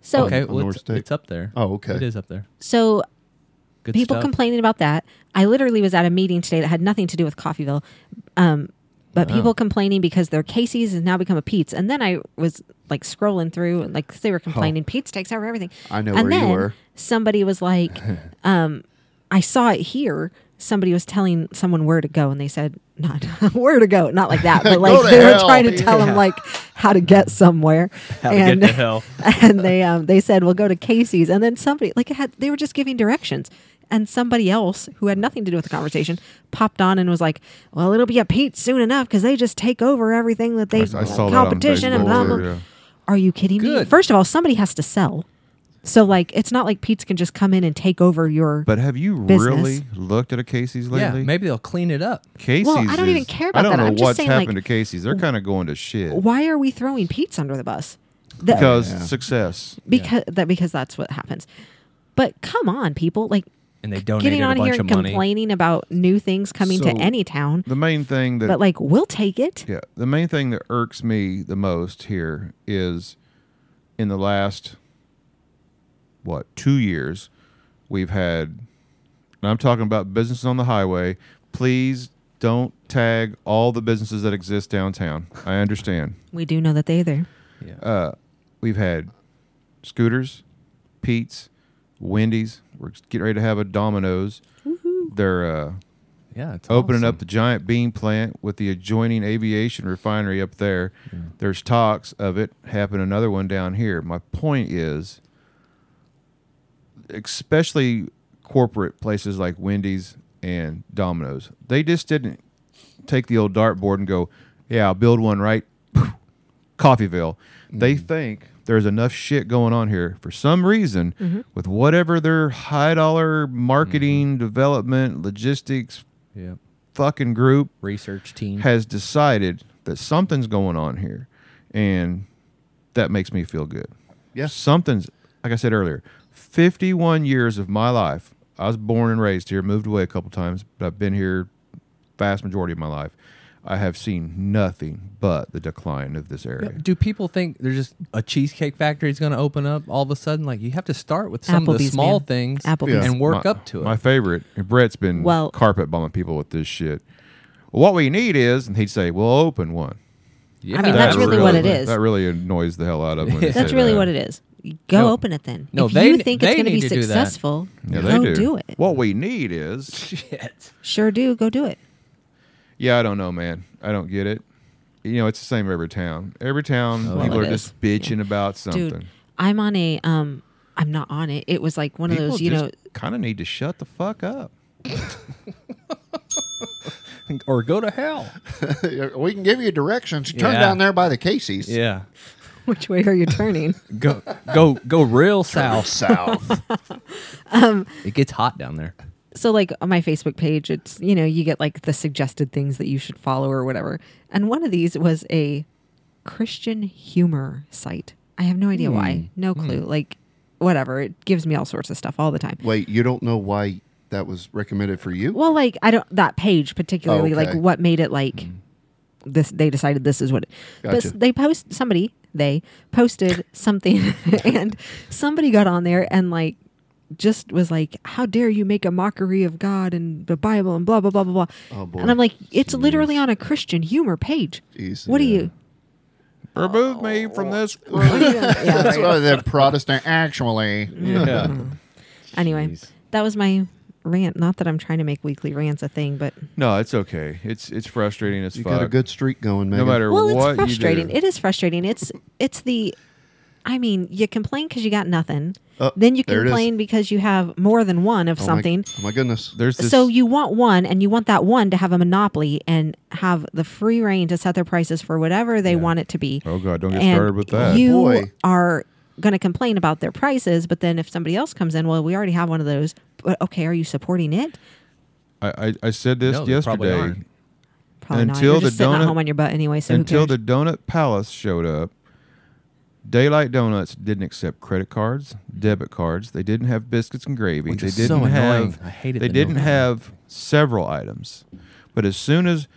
E: So,
D: okay,
A: on
D: well,
A: North
D: it's,
A: State.
D: it's up there.
A: Oh, okay.
D: it is up there.
E: so
D: Good
E: people
D: stuff.
E: complaining about that. I literally was at a meeting today that had nothing to do with Coffeeville, um, but people complaining because their Casey's has now become a Pete's. And then I was like scrolling through, and like they were complaining, Pete's takes over everything.
A: I know
E: and
A: where you
E: then
A: were.
E: Somebody was like, um, I saw it here. Somebody was telling someone where to go, and they said, "Not where to go, not like that, but like
A: to
E: they were
A: hell,
E: trying to
A: Peter.
E: tell them like how to get somewhere."
D: How to get to hell.
E: and they um, they said we'll go to Casey's, and then somebody like it had they were just giving directions, and somebody else who had nothing to do with the conversation popped on and was like, "Well, it'll be a Pete soon enough because they just take over everything that they
B: I- I saw that on
E: competition and
B: Facebook
E: blah blah."
B: too, yeah.
E: Are you kidding me?
D: Good.
E: First of all, somebody has to sell, so like it's not like Pete's can just come in and take over your.
B: But have you
E: Business.
B: really looked at a Casey's
D: yeah,
B: lately?
D: maybe they'll clean it up.
B: Casey's.
E: Well, I don't even
B: is-
E: care
B: I
E: about
B: don't
E: that.
B: know
E: I'm just
B: what's
E: saying, like,
B: happened to Casey's. They're kind of going to shit
E: why are we throwing Pete's under the bus? The-
B: because success.
E: because that because that's what happens. But come on, people! Like
D: And they donated
E: getting
D: a
E: on
D: bunch
E: here and
D: of money.
E: complaining about new things coming
B: So-
E: to any town,
B: The main thing that
E: but like we'll take it.
B: Yeah. The main thing that irks me the most here is in the last, what, two years, we've had, and I'm talking about businesses on the highway. Please don't tag all the businesses that exist downtown. I understand.
E: We do know that they're there.
B: Uh, we've had scooters, Pete's, Wendy's. We're getting ready to have a Domino's. They're, uh,
D: Yeah, it's
B: opening
D: awesome.
B: up the giant bean plant with the adjoining aviation refinery up there. There's talks of it happening another one down here. My point is, especially corporate places like Wendy's and Domino's, they just didn't take the old dartboard and go, "Yeah, I'll build one right." Coffeeville. They think there's enough shit going on here for some reason with whatever their high dollar marketing, development, logistics,
D: Yep.
B: fucking group
D: research team.
B: has decided that something's going on here, and that makes me feel good.
A: Yeah.
B: something's like I said earlier. Fifty-one years of my life, I was born and raised here, moved away a couple times, but I've been here vast majority of my life. I have seen nothing but the decline of this area.
D: Do people think there's just a cheesecake factory is going to open up all of a sudden? Like you have to start with some of the
E: Applebee's,
D: small
E: man.
D: things
E: Applebee's.
D: and work
B: My-
D: up to it.
B: My favorite, and Brett's been
E: Well-
B: carpet bombing people with this shit. What we need is, and he'd say, "We'll open one."
D: yeah.
E: mean, that's
B: That
E: really what it is.
B: That really annoys the hell out of me.
E: That's really what it is. Go open it then.
D: No,
E: if
D: they
E: you
D: ne-
E: think it's
D: they
E: going to be
D: need to do that.
E: successful,
B: Yeah, they
E: go
B: do.
E: do. it.
B: What we need is,
D: Shit.
E: Sure do. Go do it.
B: yeah, I don't know, man. I don't get it. You know, it's the same every town. Every town,
E: Well,
B: people
E: it
B: are
E: is.
B: just bitching about something.
E: Dude, I'm on a um I'm not on it. It was like one
B: people
E: of those, you know,
B: kind of need to shut the fuck up.
D: or go to hell.
A: we can give you directions. Turn
D: Yeah.
A: down there by the Casey's.
D: Yeah.
E: Which way are you turning?
D: Go go go real south.
A: South.
D: It gets hot down there.
E: so like on my Facebook page, it's you know you get like the suggested things that you should follow or whatever. And one of these was a Christian humor site. I have no idea why, no clue. Like whatever, it gives me all sorts of stuff all the time.
A: Wait, you don't know why that was recommended for you?
E: Well, like I don't that page particularly, like
A: Oh, Okay. Mm-hmm.
E: what made it like this. They decided this is what. It,
A: Gotcha.
E: But they post somebody they posted something, and somebody got on there and like just was like, "How dare you make a mockery of God and the Bible and blah blah blah blah blah."
A: Oh, boy.
E: And I'm like, it's literally on a Christian humor page.
A: Jeez.
E: What do you?
B: Remove me from this.
E: what are you yeah,
A: That's
E: right.
A: why they're Protestant, actually.
D: Yeah.
E: Anyway,
D: Jeez.
E: that was my rant. Not that I'm trying to make weekly rants a thing, but
B: No, it's okay. It's it's frustrating as
A: You
B: fuck.
A: got a good streak going, man.
B: no matter
E: well,
B: what
E: it's frustrating.
B: you do.
E: It is frustrating. It's it's the, I mean, you complain because you got nothing.
A: Oh,
E: then you
A: there it is.
E: complain because you have more than one of
A: Oh my-
E: something.
A: oh my goodness.
B: There's this
E: So you want one, and you want that one to have a monopoly and have the free reign to set their prices for whatever they want it to be.
B: Oh god, don't get
E: and
B: started with that.
E: You
A: Boy.
E: are going to complain about their prices, but then if somebody else comes in, well, we already have one of those. But okay, are you supporting it?
B: I, I, I said this
D: No, they probably
B: yesterday.
D: aren't.
E: Probably
B: Until
E: not. You're
B: the
E: just sitting at
B: donut-
E: home on your butt anyway. So who
B: Until the
E: cares?
B: Donut Palace showed up, Daylight Donuts didn't accept credit cards, debit cards. They didn't have biscuits and gravy.
D: Which
B: they
D: is
B: didn't
D: so annoying.
B: have.
D: I hated
B: They
D: the
B: didn't
D: no-
B: have several items, but as soon as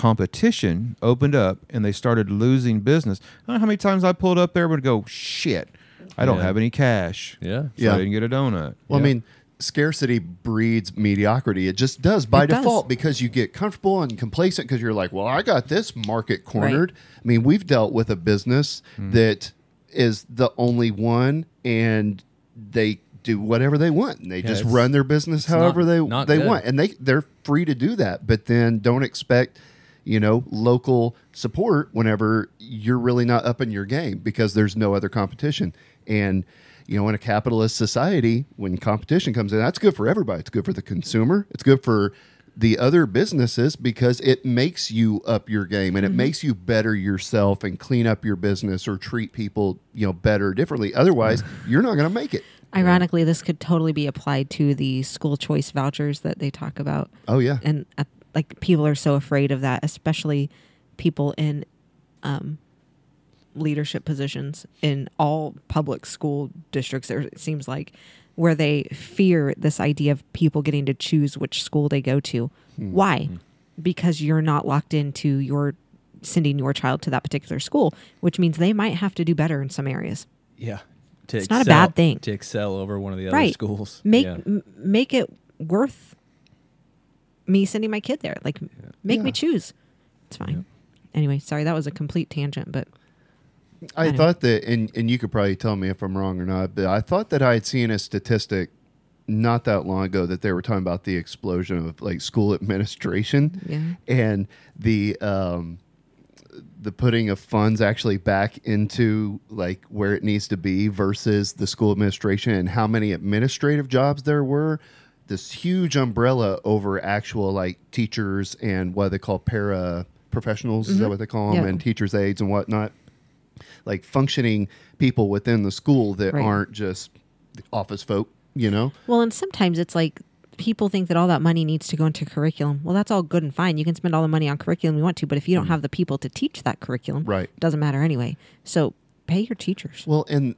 B: competition opened up and they started losing business, I don't know how many times I pulled up there and would go, "Shit, I don't
D: Yeah.
B: have any cash."
D: Yeah.
B: so
A: Yeah.
B: I didn't get a donut.
D: Yeah.
A: Well, I mean, scarcity breeds mediocrity. It just does by
E: It does.
A: default because you get comfortable and complacent because you're like, well, I got this market cornered. I mean, we've dealt with a business
E: Mm.
A: that is the only one and they do whatever they want and they just
D: it's-
A: run their business however
D: not-
A: they
D: not
A: they
D: good.
A: want and they they're free to do that but then don't expect you know local support whenever you're really not up in your game because there's no other competition and you know in a capitalist society when competition comes in that's good for everybody it's good for the consumer it's good for the other businesses because it makes you up your game
D: Mm-hmm.
A: and it makes you better yourself and clean up your business or treat people you know better differently otherwise you're not going to make it
E: Ironically, this could totally be applied to the school choice vouchers that they talk about.
A: oh yeah
E: and uh, like people are so afraid of that, especially people in um, leadership positions in all public school districts. Or it seems like where they fear this idea of people getting to choose which school they go to. Why? Because you're not locked into your sending your child to that particular school, which means they might have to do better in some areas.
D: Yeah. To
E: It's not a bad thing.
D: To excel over one of the other
E: Right.
D: schools.
E: Make
D: Yeah.
E: m- make it worth me sending my kid there. Like make me choose. It's fine. Anyway, sorry that was a complete tangent, but
A: I,
E: don't-
A: thought that, and, and you could probably tell me if I'm wrong or not, but I thought that I had seen a statistic not that long ago that they were talking about the explosion of like school administration
E: Yeah.
A: and the um, the putting of funds actually back into like where it needs to be versus the school administration and how many administrative jobs there were this huge umbrella over actual like teachers and what they call para professionals is that what they call them
E: Mm-hmm. Yeah.
A: and teachers aides and whatnot like functioning people within the school that
E: Right.
A: aren't just the office folk you know
E: well, and sometimes it's like people think that all that money needs to go into curriculum. Well, that's all good and fine. You can spend all the money on curriculum you want to, but if you don't have the people to teach that curriculum,
A: Mm-hmm. Right.
E: it doesn't matter anyway. So pay your teachers.
A: well and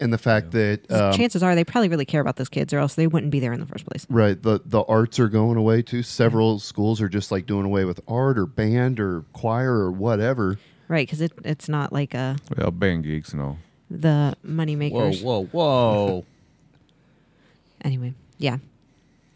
A: and the fact that
E: The
A: um,
E: Chances are they probably really care about those kids, or else they wouldn't be there in the first place.
A: Right. The the arts are going away too. Several schools are just like doing away with art or band or choir or whatever.
E: Right? Because it, it's not like uh,
B: Well, band geeks and all.
E: the money
D: Whoa,
E: makers.
D: whoa, whoa.
E: Anyway, yeah.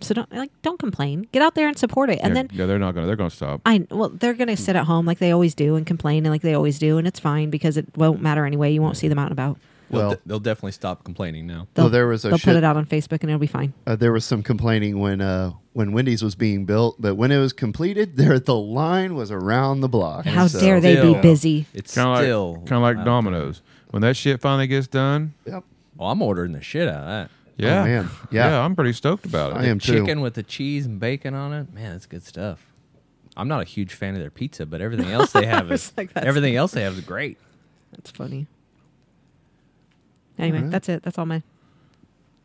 E: So don't like don't complain. Get out there and support it, and
B: yeah,
E: then
B: yeah, they're not gonna. They're gonna stop.
E: I well, they're gonna sit at home like they always do and complain and like they always do, and it's fine because it won't matter anyway. You won't see them out and about.
D: well,
A: Well-
D: they'll, de- they'll definitely stop complaining now.
E: They'll,
A: Well, there was a
E: they'll
A: shit-
E: put it out on Facebook and it'll be fine.
A: Uh, there was some complaining when uh, when Wendy's was being built, but when it was completed, there the line was around the block.
E: How
A: So-
E: dare they be
D: Still-
E: busy?
D: It's
B: Kind of
D: still
B: like kind of like Domino's. When that shit finally gets done,
A: Yep.
D: Oh, I'm ordering the shit out of that.
B: yeah,
A: man. Yeah.
B: I'm pretty stoked about it.
A: I am too.
D: Chicken with the cheese and bacon on it. Man, that's good stuff. I'm not a huge fan of their pizza, but everything else they have is
E: was like, that's-
D: everything else they have is great.
E: That's funny. Anyway,
A: Alright.
E: that's it. That's all my.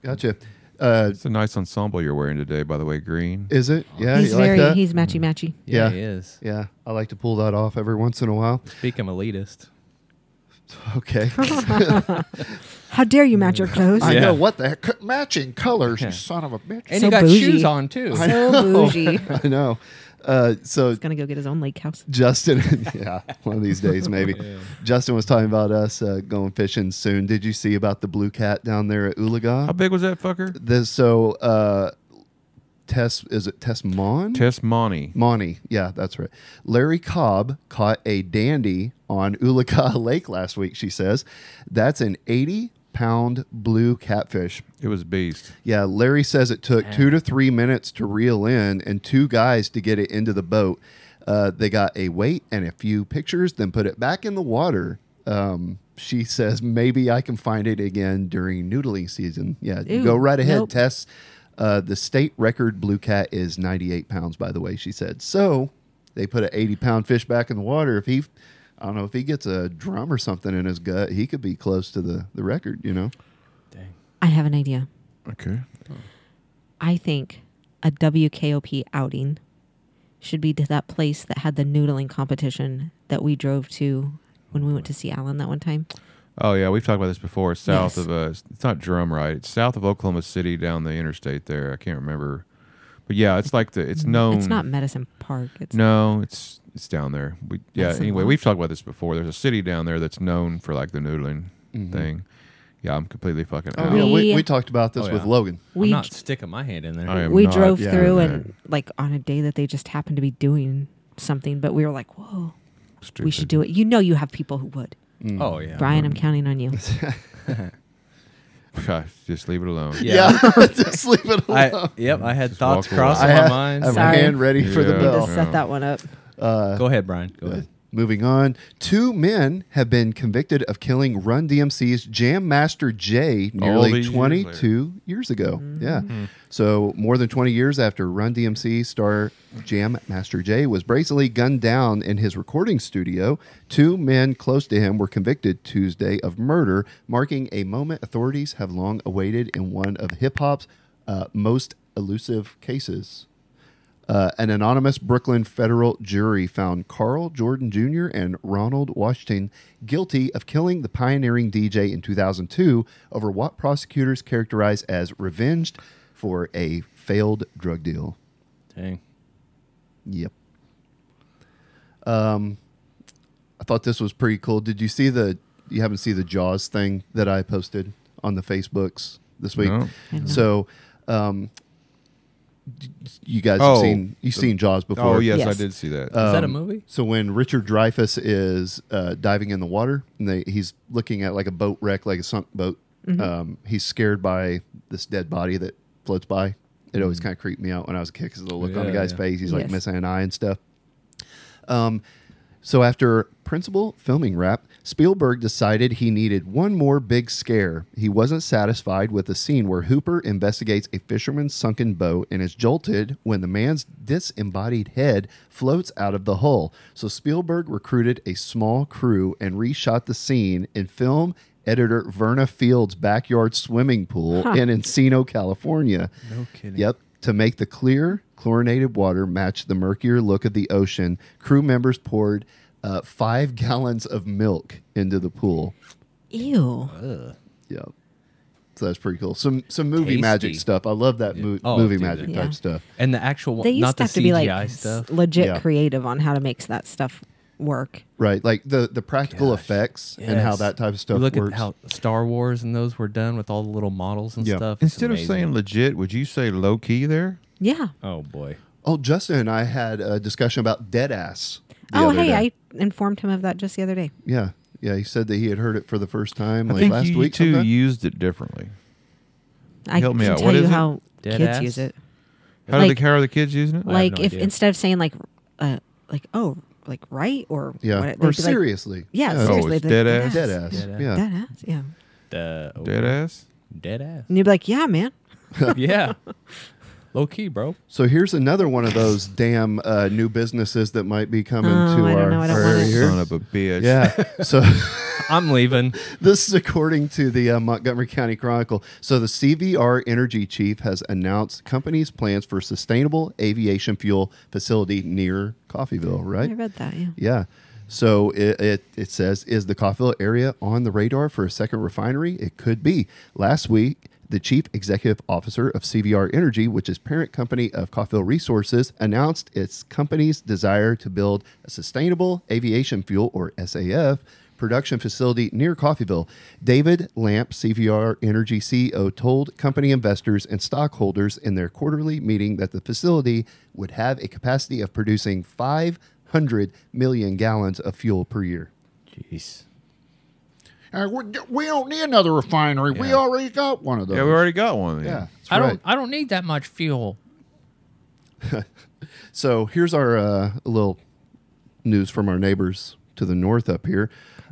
A: Gotcha. Uh,
B: It's a nice ensemble you're wearing today, by the way, green.
A: is it? Yeah,
E: he's
A: you like
E: very.
A: that? Mm.
E: he's matchy matchy.
A: Yeah.
D: it is.
A: yeah, I like to pull that off every once in a while.
D: Speaking of elitist,
A: Okay.
E: How dare you match your clothes?
A: I
D: Yeah.
A: know what the heck. Matching colors,
D: Yeah.
A: you son of a bitch.
D: and
E: So
D: you got
E: bougie.
D: shoes on too.
E: so bougie. He's
A: I know. Uh, so
E: gonna go get his own lake house.
A: Justin, yeah, one of these days maybe. Justin was talking about us uh, going fishing soon. Did you see about the blue cat down there at Ulaga?
B: How big was that fucker?
A: This, so uh, Tess is it Tess Mon?
B: Tess Monty.
A: Monty, yeah, that's right. Larry Cobb caught a dandy on Ulaga Lake last week. She says that's an eighty-pound blue catfish.
B: It was a beast.
A: Yeah, Larry says it took two to three minutes to reel in and two guys to get it into the boat. Uh, they got a weight and a few pictures, then put it back in the water. Um, she says maybe I can find it again during noodling season. Yeah,
E: Ew,
A: go right ahead,
E: nope.
A: Tess. Uh, the state record blue cat is 98 pounds, by the way, she said. So they put an 80 pound fish back in the water. If he, I don't know, if he gets a drum or something in his gut, he could be close to the, the record, you know?
E: I have an idea.
B: Okay.
E: I think a WKOP outing should be to that place that had the noodling competition that we drove to when we went to see Alan that one time.
B: Oh yeah, we've talked about this before. It's South
E: Yes.
B: of uh, it's not Drum Right. It's south of Oklahoma City, down the interstate there. I can't remember, but yeah, it's like the it's known.
E: It's not Medicine Park. It's
B: No, it's it's down there. We yeah.
E: That's in
B: anyway,
E: Lawrence.
B: we've talked about this before. There's a city down there that's known for like the noodling thing. Yeah, I'm completely fucking out.
A: yeah, we,
E: We-
A: we talked about this
D: Oh,
A: with
D: yeah.
A: Logan.
D: I'm
E: we
D: not sticking my hand in there.
B: I am
E: we
B: not
E: drove
A: yeah.
E: through
B: doing
E: and like on a day that they just happened to be doing something, but we were like, whoa,
B: that.
E: we
B: Stupid.
E: should do it. You know, you have people who would.
D: Oh yeah,
E: Brian, I'm counting on you.
B: Gosh, just leave it alone.
A: Yeah, just leave it alone.
D: I, yep, I had
B: Just
D: thoughts
B: walk away.
D: crossing
A: I
D: my
A: have,
D: mind.
A: I have
E: Sorry.
A: a hand ready for the
B: Yeah.
A: bell.
E: Just set that one up.
D: Go ahead, Brian. Go ahead.
A: Moving on, two men have been convicted of killing Run DMC's Jam Master Jay nearly
B: these years
A: 22 years, ago. Yeah. So, more than 20 years after Run DMC star Jam Master Jay was brazenly gunned down in his recording studio, two men close to him were convicted Tuesday of murder, marking a moment authorities have long awaited in one of hip hop's uh, most elusive cases. Uh, an anonymous Brooklyn federal jury found Carl Jordan Jr. and Ronald Washington guilty of killing the pioneering DJ in 2002 over what prosecutors characterized as revenge for a failed drug deal.
D: Dang.
A: Yep. Um, I thought this was pretty cool. Did you see the? You haven't seen the Jaws thing that I posted on the Facebooks this week.
B: No.
E: Mhm.
A: So, um, d- you guys
B: Oh,
A: have seen you've seen Jaws before.
B: Oh yes, I
E: Yes.
B: did see that.
D: Is that a
A: Um,
D: movie?
A: So when Richard Dreyfuss is uh, diving in the water, and they, he's looking at like a boat wreck, like a sunk boat.
D: Mm-hmm.
A: Um, he's scared by this dead body that floats by. It always kind of creeped me out when I was a kid because of the look on the
D: Mm. Yeah,
A: guy's
D: yeah.
A: face. He's like
E: Yes.
A: missing an eye and stuff. Um, so after principal filming wrap, Spielberg decided he needed one more big scare. He wasn't satisfied with the scene where Hooper investigates a fisherman's sunken boat and is jolted when the man's disembodied head floats out of the hull. So Spielberg recruited a small crew and reshot the scene in film editor Verna Field's backyard swimming pool in Encino, California.
D: No kidding.
A: Yep. To make the clear chlorinated water match the murkier look of the ocean, crew members poured uh, five gallons of milk into the pool.
E: Ew.
A: Yep. So that's pretty cool. Some some movie
D: Tasty.
A: magic stuff. I love that mo-
D: Oh,
A: movie
D: dude,
A: magic
E: yeah.
A: type stuff.
D: And the actual one,
E: They used
D: not the
E: to have
D: CGI
E: to be like
D: stuff.
E: s- legit
A: Yeah.
E: creative on how to make that stuff work.
A: Right. Like the the practical
D: Gosh.
A: effects and how
D: Yes.
A: that type of
D: You
A: stuff
D: look
A: works.
D: at how Star Wars and those were done with all the little models and
A: Yeah.
D: stuff. It's
B: Instead of
D: amazing.
B: saying legit, would you say low key there?
E: Yeah.
D: "Oh boy,"
A: oh, Justin and I had a discussion about Deadass. the
E: oh,
A: other
E: hey,
A: day.
E: I informed him of that just the other day.
A: Yeah. Yeah, he said that he had heard it for the first time
B: I
A: like
B: think
A: last
B: you
A: week.
B: two
A: sometime.
B: used it differently.
E: I
B: Help me
E: can
B: out.
E: tell
B: What
E: you
B: is it?
E: how
D: Dead
E: kids
D: ass?
E: use it.
B: How
E: Like-
B: do the how are the kids using it?
D: I have
E: Like
D: no
E: if
D: idea.
E: instead of saying like uh like oh like right or
A: yeah.
E: what, they'd
A: or
E: be like,
A: seriously.
E: yeah,
A: Yeah. Oh,
E: seriously
B: it's
E: they'd be
B: dead
E: like,
B: ass?
A: Dead ass.
D: Dead ass.
A: Yeah.
E: Dead ass, yeah.
D: the oh,
B: Dead ass.
D: dead ass.
E: And you'd be like, yeah, man.
D: yeah, Low key, bro.
A: So here's another one of those damn uh, new businesses that might be coming
E: Oh,
A: to
E: I don't
A: our
E: know. I don't
A: our
E: want
A: area
E: it.
A: here.
B: Son of a bitch.
A: Yeah. So
D: I'm leaving.
A: this is according to the uh, Montgomery County Chronicle. So the CVR Energy Chief has announced company's plans for sustainable aviation fuel facility near Coffeeville, right?
E: I read that. Yeah.
A: Yeah. So it, it, it says, is the Coffeyville area on the radar for a second refinery? It could be. Last week, the chief executive officer of CVR Energy, which is parent company of Coffeyville Resources, announced its company's desire to build a sustainable aviation fuel, or SAF, production facility near Coffeyville. David Lamp, CVR Energy CEO, told company investors and stockholders in their quarterly meeting that the facility would have a capacity of producing 500 million gallons of fuel per year.
D: Jeez.
G: Uh, we, we don't need another refinery. We already got one of those.
B: Yeah, we already got one.
A: Yeah, that's
D: I
A: right.
D: don't. I don't need that much fuel.
A: So here's our uh, little news from our neighbors to the north up here.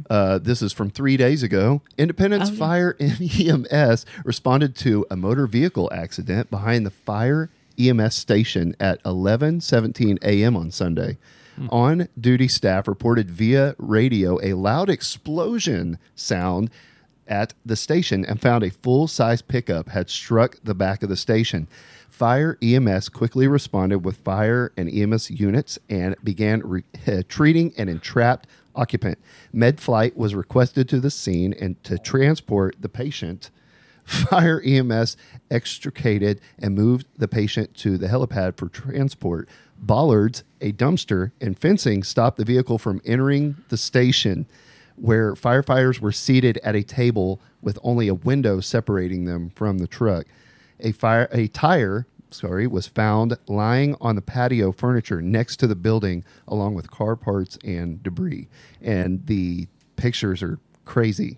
A: Uh, this is from three days ago. Independence
E: Oh, yeah.
A: Fire and EMS responded to a motor vehicle accident behind the fire EMS station at 11:17 a.m. on Sunday.
E: Hmm.
A: On duty staff reported via radio a loud explosion sound at the station and found a full size pickup had struck the back of the station. Fire EMS quickly responded with fire and EMS units and began re- treating an entrapped occupant. MedFlight was requested to the scene and to transport the patient. Fire EMS extricated and moved the patient to the helipad for transport. Bollards, a dumpster, and fencing stopped the vehicle from entering the station where firefighters were seated at a table with only a window separating them from the truck. A fire a tire, sorry, was found lying on the patio furniture next to the building along with car parts and debris. And the pictures are crazy.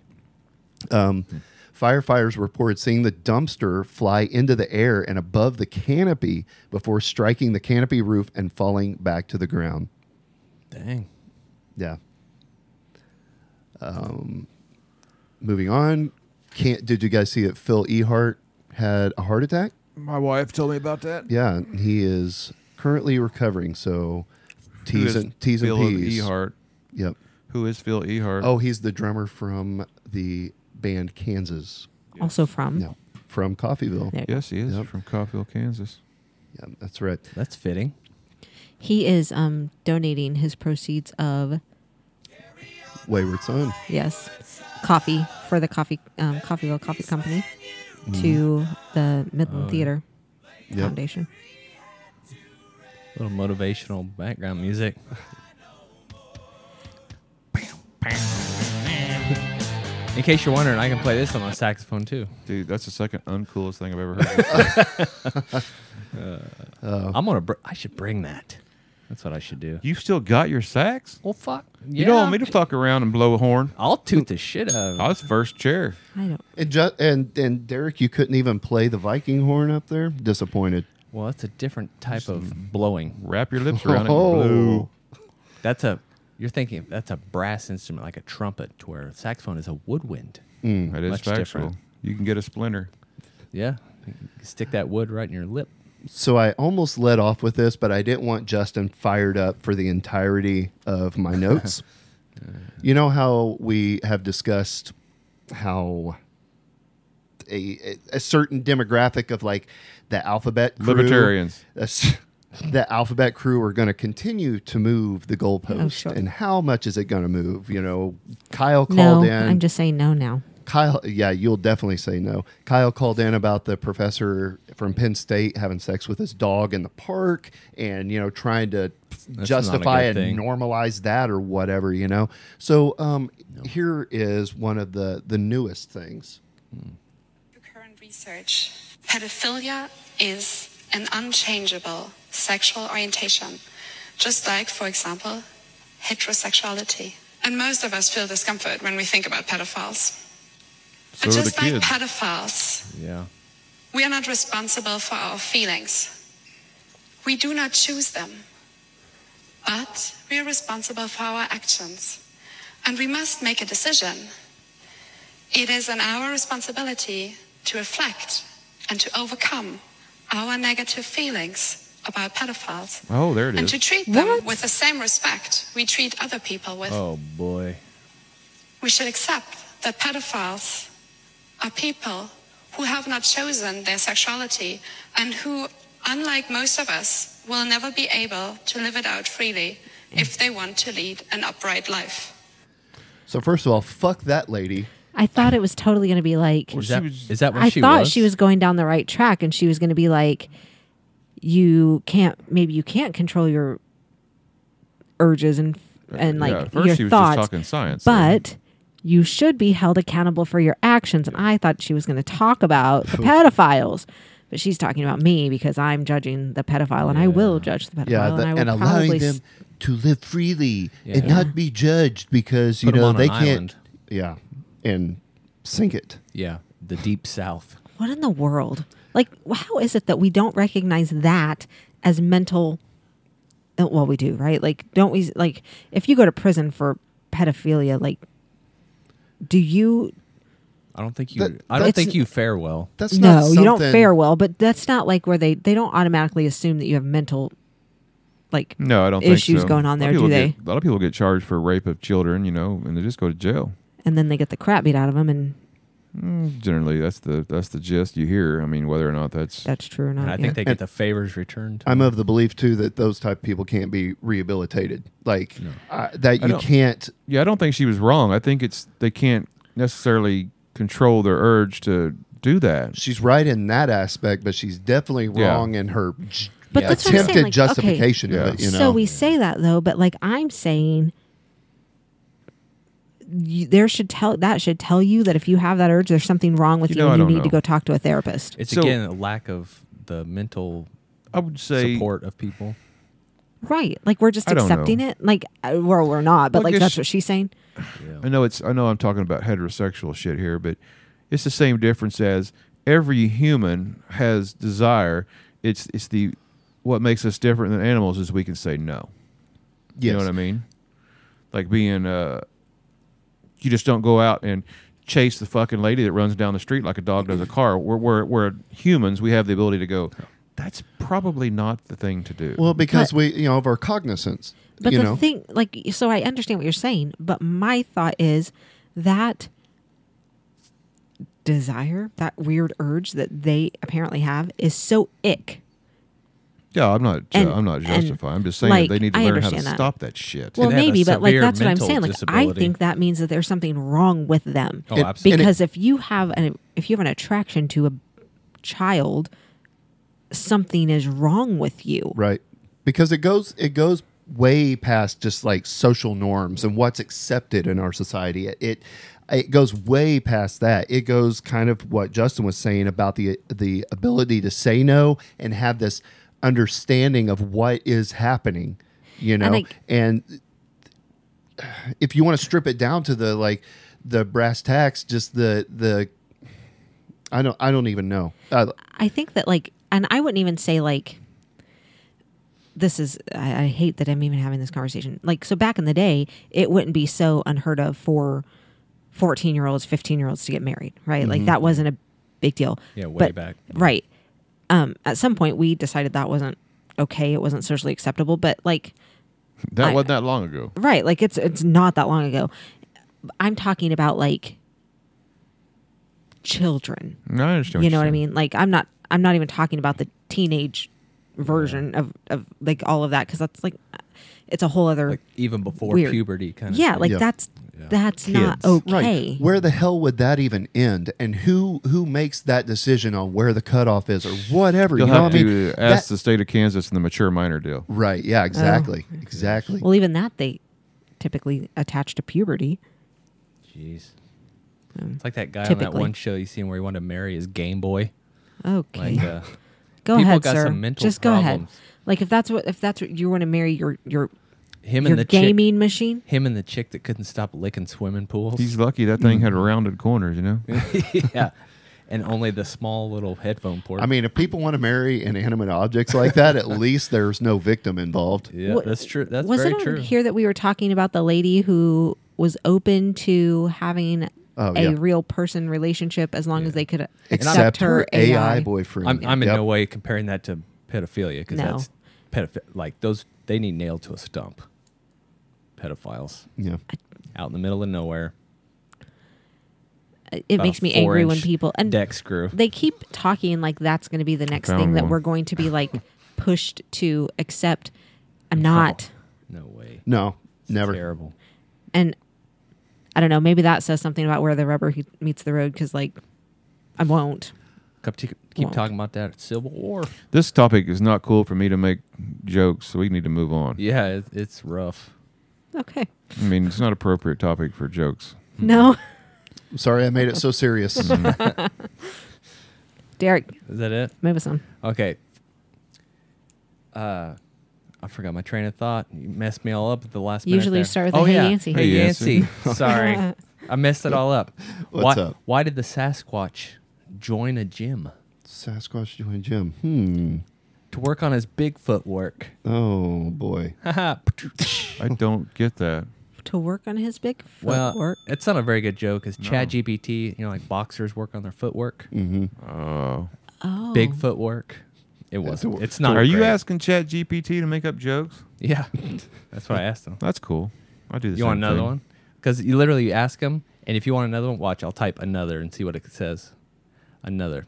A: Um, firefighters reported seeing the dumpster fly into the air and above the canopy before striking the canopy roof and falling back to the ground.
D: Dang.
A: Yeah. Um, moving on. Can't. Did you guys see that Phil Ehart had a heart attack?
H: My wife told me about that.
A: Yeah, he is currently recovering. So, T's and T's and
B: Phil
A: P's.
B: Ehart.
A: Yep.
B: Who is Phil Ehart?
A: Oh, he's the drummer from the band Kansas.
E: Also from.
A: No, from Coffeeville.
E: There.
B: yes, he is
A: Yep.
B: from Coffeeville, Kansas.
A: Yeah, that's right.
D: That's fitting.
E: He is um donating his proceeds of
A: Wayward Son.
E: yes coffee for the coffee um, Coffeeville Coffee Company to the
D: Oh,
E: Midland Theater Foundation.
D: A little motivational background music. In case you're wondering, I can play this on my saxophone too.
B: Dude, that's the second uncoolest thing I've ever heard.
D: I'm gonna. Br- I should bring that. That's what I should do.
B: you still got your sax?
D: Well, fuck.
B: You don't want me to fuck around and blow a horn.
D: I'll toot the shit out of
B: I
D: it.
B: was first chair.
E: I don't.
A: And ju- and and Derek, you couldn't even play the Viking horn up there. Disappointed.
D: Well, that's a different type of blowing.
B: Wrap your lips around it.
A: Oh.
B: Blow.
D: That's a. You're thinking that's a brass instrument like a trumpet, to where a saxophone is a woodwind.
B: That is
D: Much
B: factual.
D: different.
B: You can get a splinter.
D: Yeah, you can stick that wood right in your lip.
A: So I almost led off with this, but I didn't want Justin fired up for the entirety of my notes. you know how we have discussed how a, a certain demographic of like the alphabet crew,
B: Libertarians.
A: that's- the alphabet crew are going to continue to move the goalpost,
E: Oh, sure.
A: and how much is it going to move? You know, Kyle
E: No,
A: called in.
E: I'm just saying no now.
A: Kyle, yeah, you'll definitely say no. Kyle called in about the professor from Penn State having sex with his dog in the park and, you know, trying to
D: not a
A: justify
D: good
A: and
D: thing.
A: normalize that or whatever, you know. So um, here is one of the, the newest things.
I: Current research pedophilia is an unchangeable sexual orientation, just like, for example, heterosexuality. And most of us feel discomfort when we think about pedophiles.
B: So
I: but
B: are the
I: just like
B: kids.
I: pedophiles,
D: Yeah.
I: we are not responsible for our feelings. We do not choose them. But we are responsible for our actions. And we must make a decision it is an our responsibility to reflect and to overcome our negative feelings about pedophiles
B: Oh, there it
I: and to
B: is.
I: treat
E: What?
I: them with the same respect we treat other people with.
D: Oh boy.
I: We should accept that pedophiles are people who have not chosen their sexuality and who, unlike most of us, will never be able to live it out freely if they want to lead an upright life.
A: So first of all, fuck that lady.
E: I thought it was totally going to be like
D: Is that, is that what
E: I
D: she
E: thought
D: was?
E: she was going down the right track and she was going to be like, you can't, maybe you can't control your urges and, and like
B: Uh, yeah, at first
E: your
B: she was
E: thoughts.
B: just talking science. there.
E: but you should be held accountable for your actions. And I thought she was going to talk about the pedophiles. But she's talking about me because I'm judging the pedophile, and I will judge the pedophile,
A: Yeah,
E: and
A: that-
E: I
A: and,
E: will
A: allowing
E: probably
A: them
E: s-
A: to live freely and
D: Yeah.
A: not be judged because you
D: Put 'em
A: know
D: on
A: they
D: an
A: can't.
D: island.
A: Yeah, and sink it.
D: yeah, the deep south.
E: What in the world? Like, how is it that we don't recognize that as mental? uh, Well, we do, right? Like, don't we? Like, if you go to prison for pedophilia, like, do you?
D: I don't think you.
A: That-
D: I don't
E: that's-
D: think you fare well.
A: That's not
E: no, you don't
A: something-
E: fare well. But that's not like where they they don't automatically assume that you have mental, like,
B: No, I don't think
E: issues
B: so.
E: going on
B: A lot
E: there,
B: of people
E: do
B: get- a lot of people get charged for rape of children, you know, and they just go to jail.
E: and then they get the crap beat out of them, and
B: Generally, that's the that's the gist you hear. I mean, whether or not that's
E: that's true or not.
D: And I
E: yeah.
D: think they get the favors returned.
A: I'm of the belief too that those type of people can't be rehabilitated. Like uh, that,
B: I
A: you
B: don't-
A: can't.
B: yeah, I don't think she was wrong. I think it's they can't necessarily control their urge to do that.
A: She's right in that aspect, but she's definitely
B: Yeah.
A: wrong in her j-
E: But that's what I'm saying,
A: attempted
E: like, okay.
A: justification
B: Yeah.
A: of it. You know,
E: So we say that though, but like I'm saying, you, there should tell that should tell you that if you have that urge, there's something wrong with
B: You
E: you,
B: know, I
E: and you
B: don't
E: need to
B: know.
E: go talk to a therapist.
D: It's
B: So-
D: again a lack of the mental
B: I would say
D: support of people.
E: right? Like we're just
B: I don't
E: accepting
B: know.
E: it. Like uh, well, we're not, but
B: Well, I
E: like
B: guess-
E: that's what she's saying.
B: I know it's I know I'm talking about heterosexual shit here, but it's the same difference as every human has desire. It's it's the what makes us different than animals is we can say no.
A: yes.
B: You know what I mean? Like being uh you just don't go out and chase the fucking lady that runs down the street like a dog does a car. We're we're, we're humans, we have the ability to go, that's probably not the thing to do.
A: Well, because we, you know, of our cognizance.
E: But
A: you
E: the
A: know,
E: thing, like, so I understand what you're saying, but my thought is that desire, that weird urge that they apparently have, is so ick.
B: yeah, I'm not ju-
E: and-
B: I'm not
E: and,
B: justifying. I'm just saying
E: like,
B: that they need to
E: I
B: learn how to
E: understand that.
B: stop that shit.
E: Well,
D: they have a
E: maybe, but like
D: severe
E: that's what I'm
D: mental
E: saying. Like, I
D: disability.
E: think that means that there's something wrong with them.
D: Oh,
A: It-
D: absolutely.
A: and it-
E: because if you have an if you have an attraction to a child something is wrong with you
A: right? Because it goes, it goes way past just like social norms and what's accepted in our society. It, it, it goes way past that. It goes kind of what Justin was saying about the the ability to say no and have this understanding of what is happening. You know,
E: I-
A: and if you want to strip it down to the like the brass tacks, just the the. I don't. I don't even know. Uh,
E: i think that like and i wouldn't even say like this is I, I hate that i'm even having this conversation like so back in the day it wouldn't be so unheard of for 14 year olds 15 year olds to get married right like that wasn't a big deal
D: Yeah, way back.
E: right um at some point we decided that wasn't okay it wasn't socially acceptable but like
B: that
E: I-
B: wasn't that long ago.
E: Right. Like it's it's not that long ago. I'm talking about like children.
B: I understand.
E: You know what I
B: you're saying.
E: mean? Like I'm not I'm not even talking about the teenage version of of like all of that cuz that's like it's a whole other
D: Like even before
E: Weird.
D: puberty, kind of.
E: Yeah, like
A: Yeah.
E: that's that's not
B: Kids.
E: okay.
A: Right. Where the hell would that even end? And who who makes that decision on where the cutoff is or whatever?
B: You'll
A: you know
B: have
A: what I
B: to
A: mean?
B: ask
A: That-
B: the state of Kansas and the mature minor deal.
A: right. Yeah. Exactly. Exactly.
E: Well, even that they typically attach to puberty.
D: Jeez. It's like that guy on that
E: Um, Typically.
D: one show you seen where he wanted to marry his Game Boy.
E: Okay.
D: Like, uh,
E: go
D: people
E: ahead,
D: got
E: sir.
D: some mental
E: Just go ahead.
D: problems.
E: Like if that's what if that's what you want to marry your your
D: him
E: your
D: and the
E: gaming
D: chick,
E: machine,
D: him and the chick that couldn't stop licking swimming pools.
B: He's lucky that thing had rounded corners, you know?
D: Mm-hmm. yeah, and only the small little headphone port.
A: I mean, if people want to marry inanimate objects like that, at least there's no victim involved.
D: yeah,
E: Wa-
D: that's true. That's
E: was
D: very
E: it on
D: true.
E: here that we were talking about the lady who was open to having
A: Oh,
E: a
A: yeah.
E: real person relationship as long as they could accept,
A: Except
E: her,
A: her AI, boyfriend.
D: I'm, I'm in
A: Yep.
D: no way comparing that to pedophilia because
E: No.
D: that's pedoph- like those they need nailed to a stump. Pedophiles
A: Yeah.
D: out in the middle of nowhere.
E: It makes me angry when people and
D: deck screw.
E: they keep talking like that's going to be the next
B: Found
E: thing that
B: one.
E: we're going to be like pushed to accept. I'm not.
D: no way.
A: No, never.
D: Terrible.
E: and I don't know. Maybe that says something about where the rubber he- meets the road. Because like, I won't.
D: Keep, keep keep
E: Won't.
D: talking about that Civil War.
B: This topic is not cool for me to make jokes, so we need to move on.
D: Yeah, it, it's rough.
E: Okay.
B: I mean, it's not appropriate topic for jokes.
D: Hmm.
E: No,
A: Sorry, I made it so serious.
D: Mm-hmm.
E: Derek,
D: Is that it?
E: move us on.
D: Okay. Uh, I forgot my train of thought. You messed me all up at the last minute.
E: Usually you
D: there. Oh,
E: start with a hey, Yancy.
D: Hey,
B: Hey,
D: Yancy.
B: Yancy.
D: Sorry. I messed it all up.
A: What's
D: why,
A: up?
D: Why did the Sasquatch join a gym?
A: Sasquatch joined Jim. Hmm.
D: To work on his Bigfoot work.
A: Oh boy.
D: Haha.
B: I don't get that.
E: To work on his big
D: well,
E: footwork.
D: it's not a very good joke because Chat GPT, you know, like boxers work on their footwork,
B: Mm-hmm. Oh.
E: oh,
D: big footwork. It wasn't.
A: to-
D: It's not.
B: Are you
D: great.
B: asking Chat GPT to make up jokes?
D: Yeah. That's what I asked him.
B: That's cool. I do this.
D: You want another one? Because you literally ask him, and if you want another one, watch. I'll type another and see what it says. Another.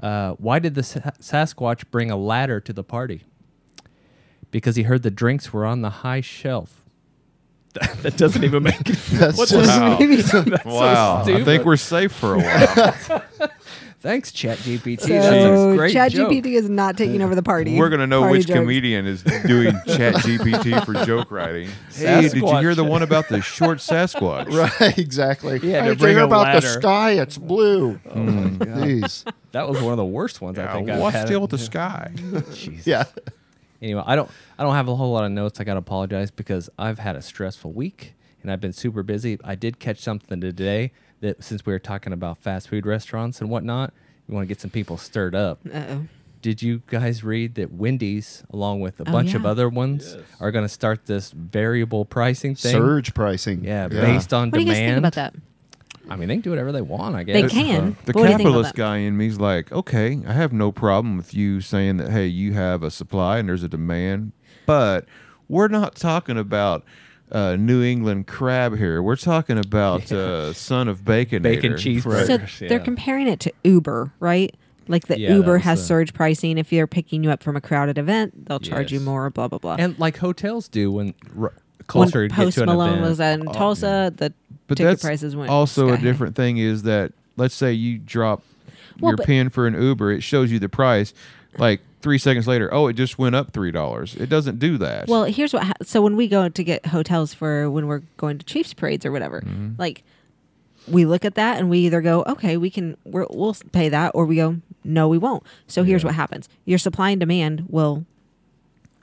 D: Uh, why did the Sa- Sasquatch bring a ladder to the party? Because he heard the drinks were on the high shelf. that doesn't even make it.
A: That's
D: What's
A: just
B: Wow.
D: That's so
B: Wow. I
D: stupid.
B: think we're safe for a while.
D: Thanks, ChatGPT. That's a
E: So
D: great joke.
E: ChatGPT is not taking over the party.
B: we're going to know
E: Party
B: which
E: jokes.
B: comedian is doing Chat GPT for joke writing. Hey, did you hear the
D: Sasquatch.
B: one about the short Sasquatch?
A: right. Exactly.
D: Yeah, to
G: Hey, did you
D: bring
G: hear
D: a
G: about the
D: ladder. Oh,
G: sky? It's blue.
A: Jeez.
D: That was one of the worst ones I
B: Yeah,
D: think I've
B: what's
D: had.
B: still with the sky?
D: Jesus.
A: Yeah.
D: Anyway, I don't I don't have a whole lot of notes. I gotta apologize because I've had a stressful week and I've been super busy. I did catch something today that since we were talking about fast food restaurants and whatnot, we want to get some people stirred up.
E: Uh-oh.
D: Did you guys read that Wendy's, along with a bunch of
E: Oh, yeah.
D: other ones, are going to start this variable pricing thing?
A: Surge pricing.
D: Yeah, based on
E: What do you
D: demand.
E: guys think about that?
D: I mean, they can do whatever they want. I guess
E: They can.
B: The
E: But what do you think about
B: capitalist
E: that?
B: guy in me's like, okay, I have no problem with you saying that, hey, you have a supply and there's a demand, but we're not talking about uh, New England crab here. We're talking about uh, son of bacon,
D: bacon cheeseburgers.
E: So
D: yeah.
E: they're comparing it to Uber, right? Like the
D: Yeah, that
E: Uber
D: was
E: has
D: the-
E: surge pricing. If they're picking you up from a crowded event, they'll charge you
D: Yes.
E: more. Blah blah blah.
D: and like hotels do when r-
E: when
D: closer to get
E: Post
D: to an event.
E: Malone
D: Oh,
E: was in Tulsa, the
B: But
E: ticket
B: that's
E: prices went
B: also
E: sky
B: a
E: high.
B: different thing is that let's say you drop
E: Well,
B: your
E: but-
B: pin for an Uber, it shows you the price. Like three seconds later, oh, it just went up three dollars. It doesn't do that.
E: Well, here's what. Ha- so when we go to get hotels for when we're going to Chiefs parades or whatever,
D: Mm-hmm.
E: like we look at that and we either go, okay, we can we're, we'll pay that, or we go, no, we won't. So here's what happens: your supply and demand will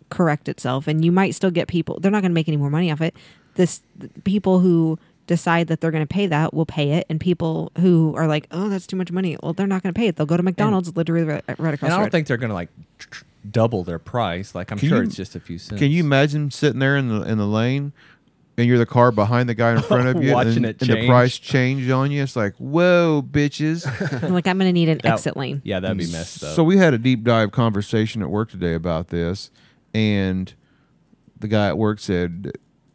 E: correct itself, and you might still get people. They're not going to make any more money off it. This the people who decide that they're going to pay that will pay it, and people who are like, oh, that's too much money. Well, they're not going to pay it. They'll go to McDonald's, literally right, right across.
D: And I
E: the
D: don't
E: road.
D: think they're going to like tr- tr- double their price. Like I'm
B: Can
D: sure
B: you-
D: it's just a few cents.
B: Can you imagine sitting there in the in the lane, and you're the car behind the guy in front of you,
D: Watching
B: and,
D: it
B: and the
D: change.
B: price change on you? It's like, whoa, bitches!
E: I'm like I'm going to need an
D: That-
E: exit lane.
D: Yeah, that'd be messed up.
B: Mm. so we had a deep dive conversation at work today about this, and the guy at work said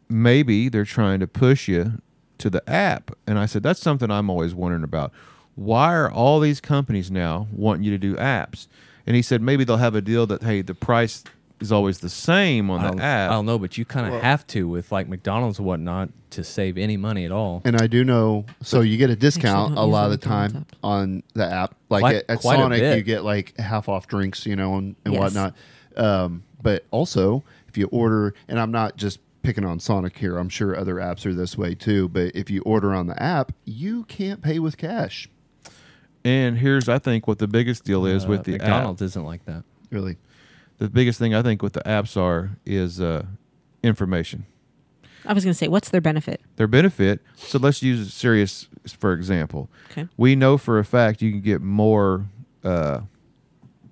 B: maybe they're trying to push you to the app, and I said that's something I'm always wondering about. Why are all these companies now wanting you to do apps? And he said maybe they'll have a deal that hey, the price is always the same on
D: I don't,
B: the app.
D: I don't know, but you kind of have to with like McDonald's and whatnot to save any money at all.
A: And I do know, so you get a discount
E: don't
A: a
E: use
A: lot
E: the
A: of the time
E: McDonald's
A: on the app. Like
D: Quite-
A: at, at
D: quite a
A: Sonic,
D: bit.
A: you get like half off drinks, you know, and, and
E: Yes.
A: whatnot. Um, but also, if you order, and I'm not just picking on Sonic here, I'm sure other apps are this way too. But if you order on the app, you can't pay with cash,
B: And here's, I think, what the biggest deal is with
D: Uh,
B: the app.
D: McDonald's isn't like that.
A: really.
B: The biggest thing I think with the apps are is uh, information.
E: I was going to say, what's their benefit?
B: Their benefit. So let's use Sirius for example.
E: Okay.
B: We know for a fact you can get more uh,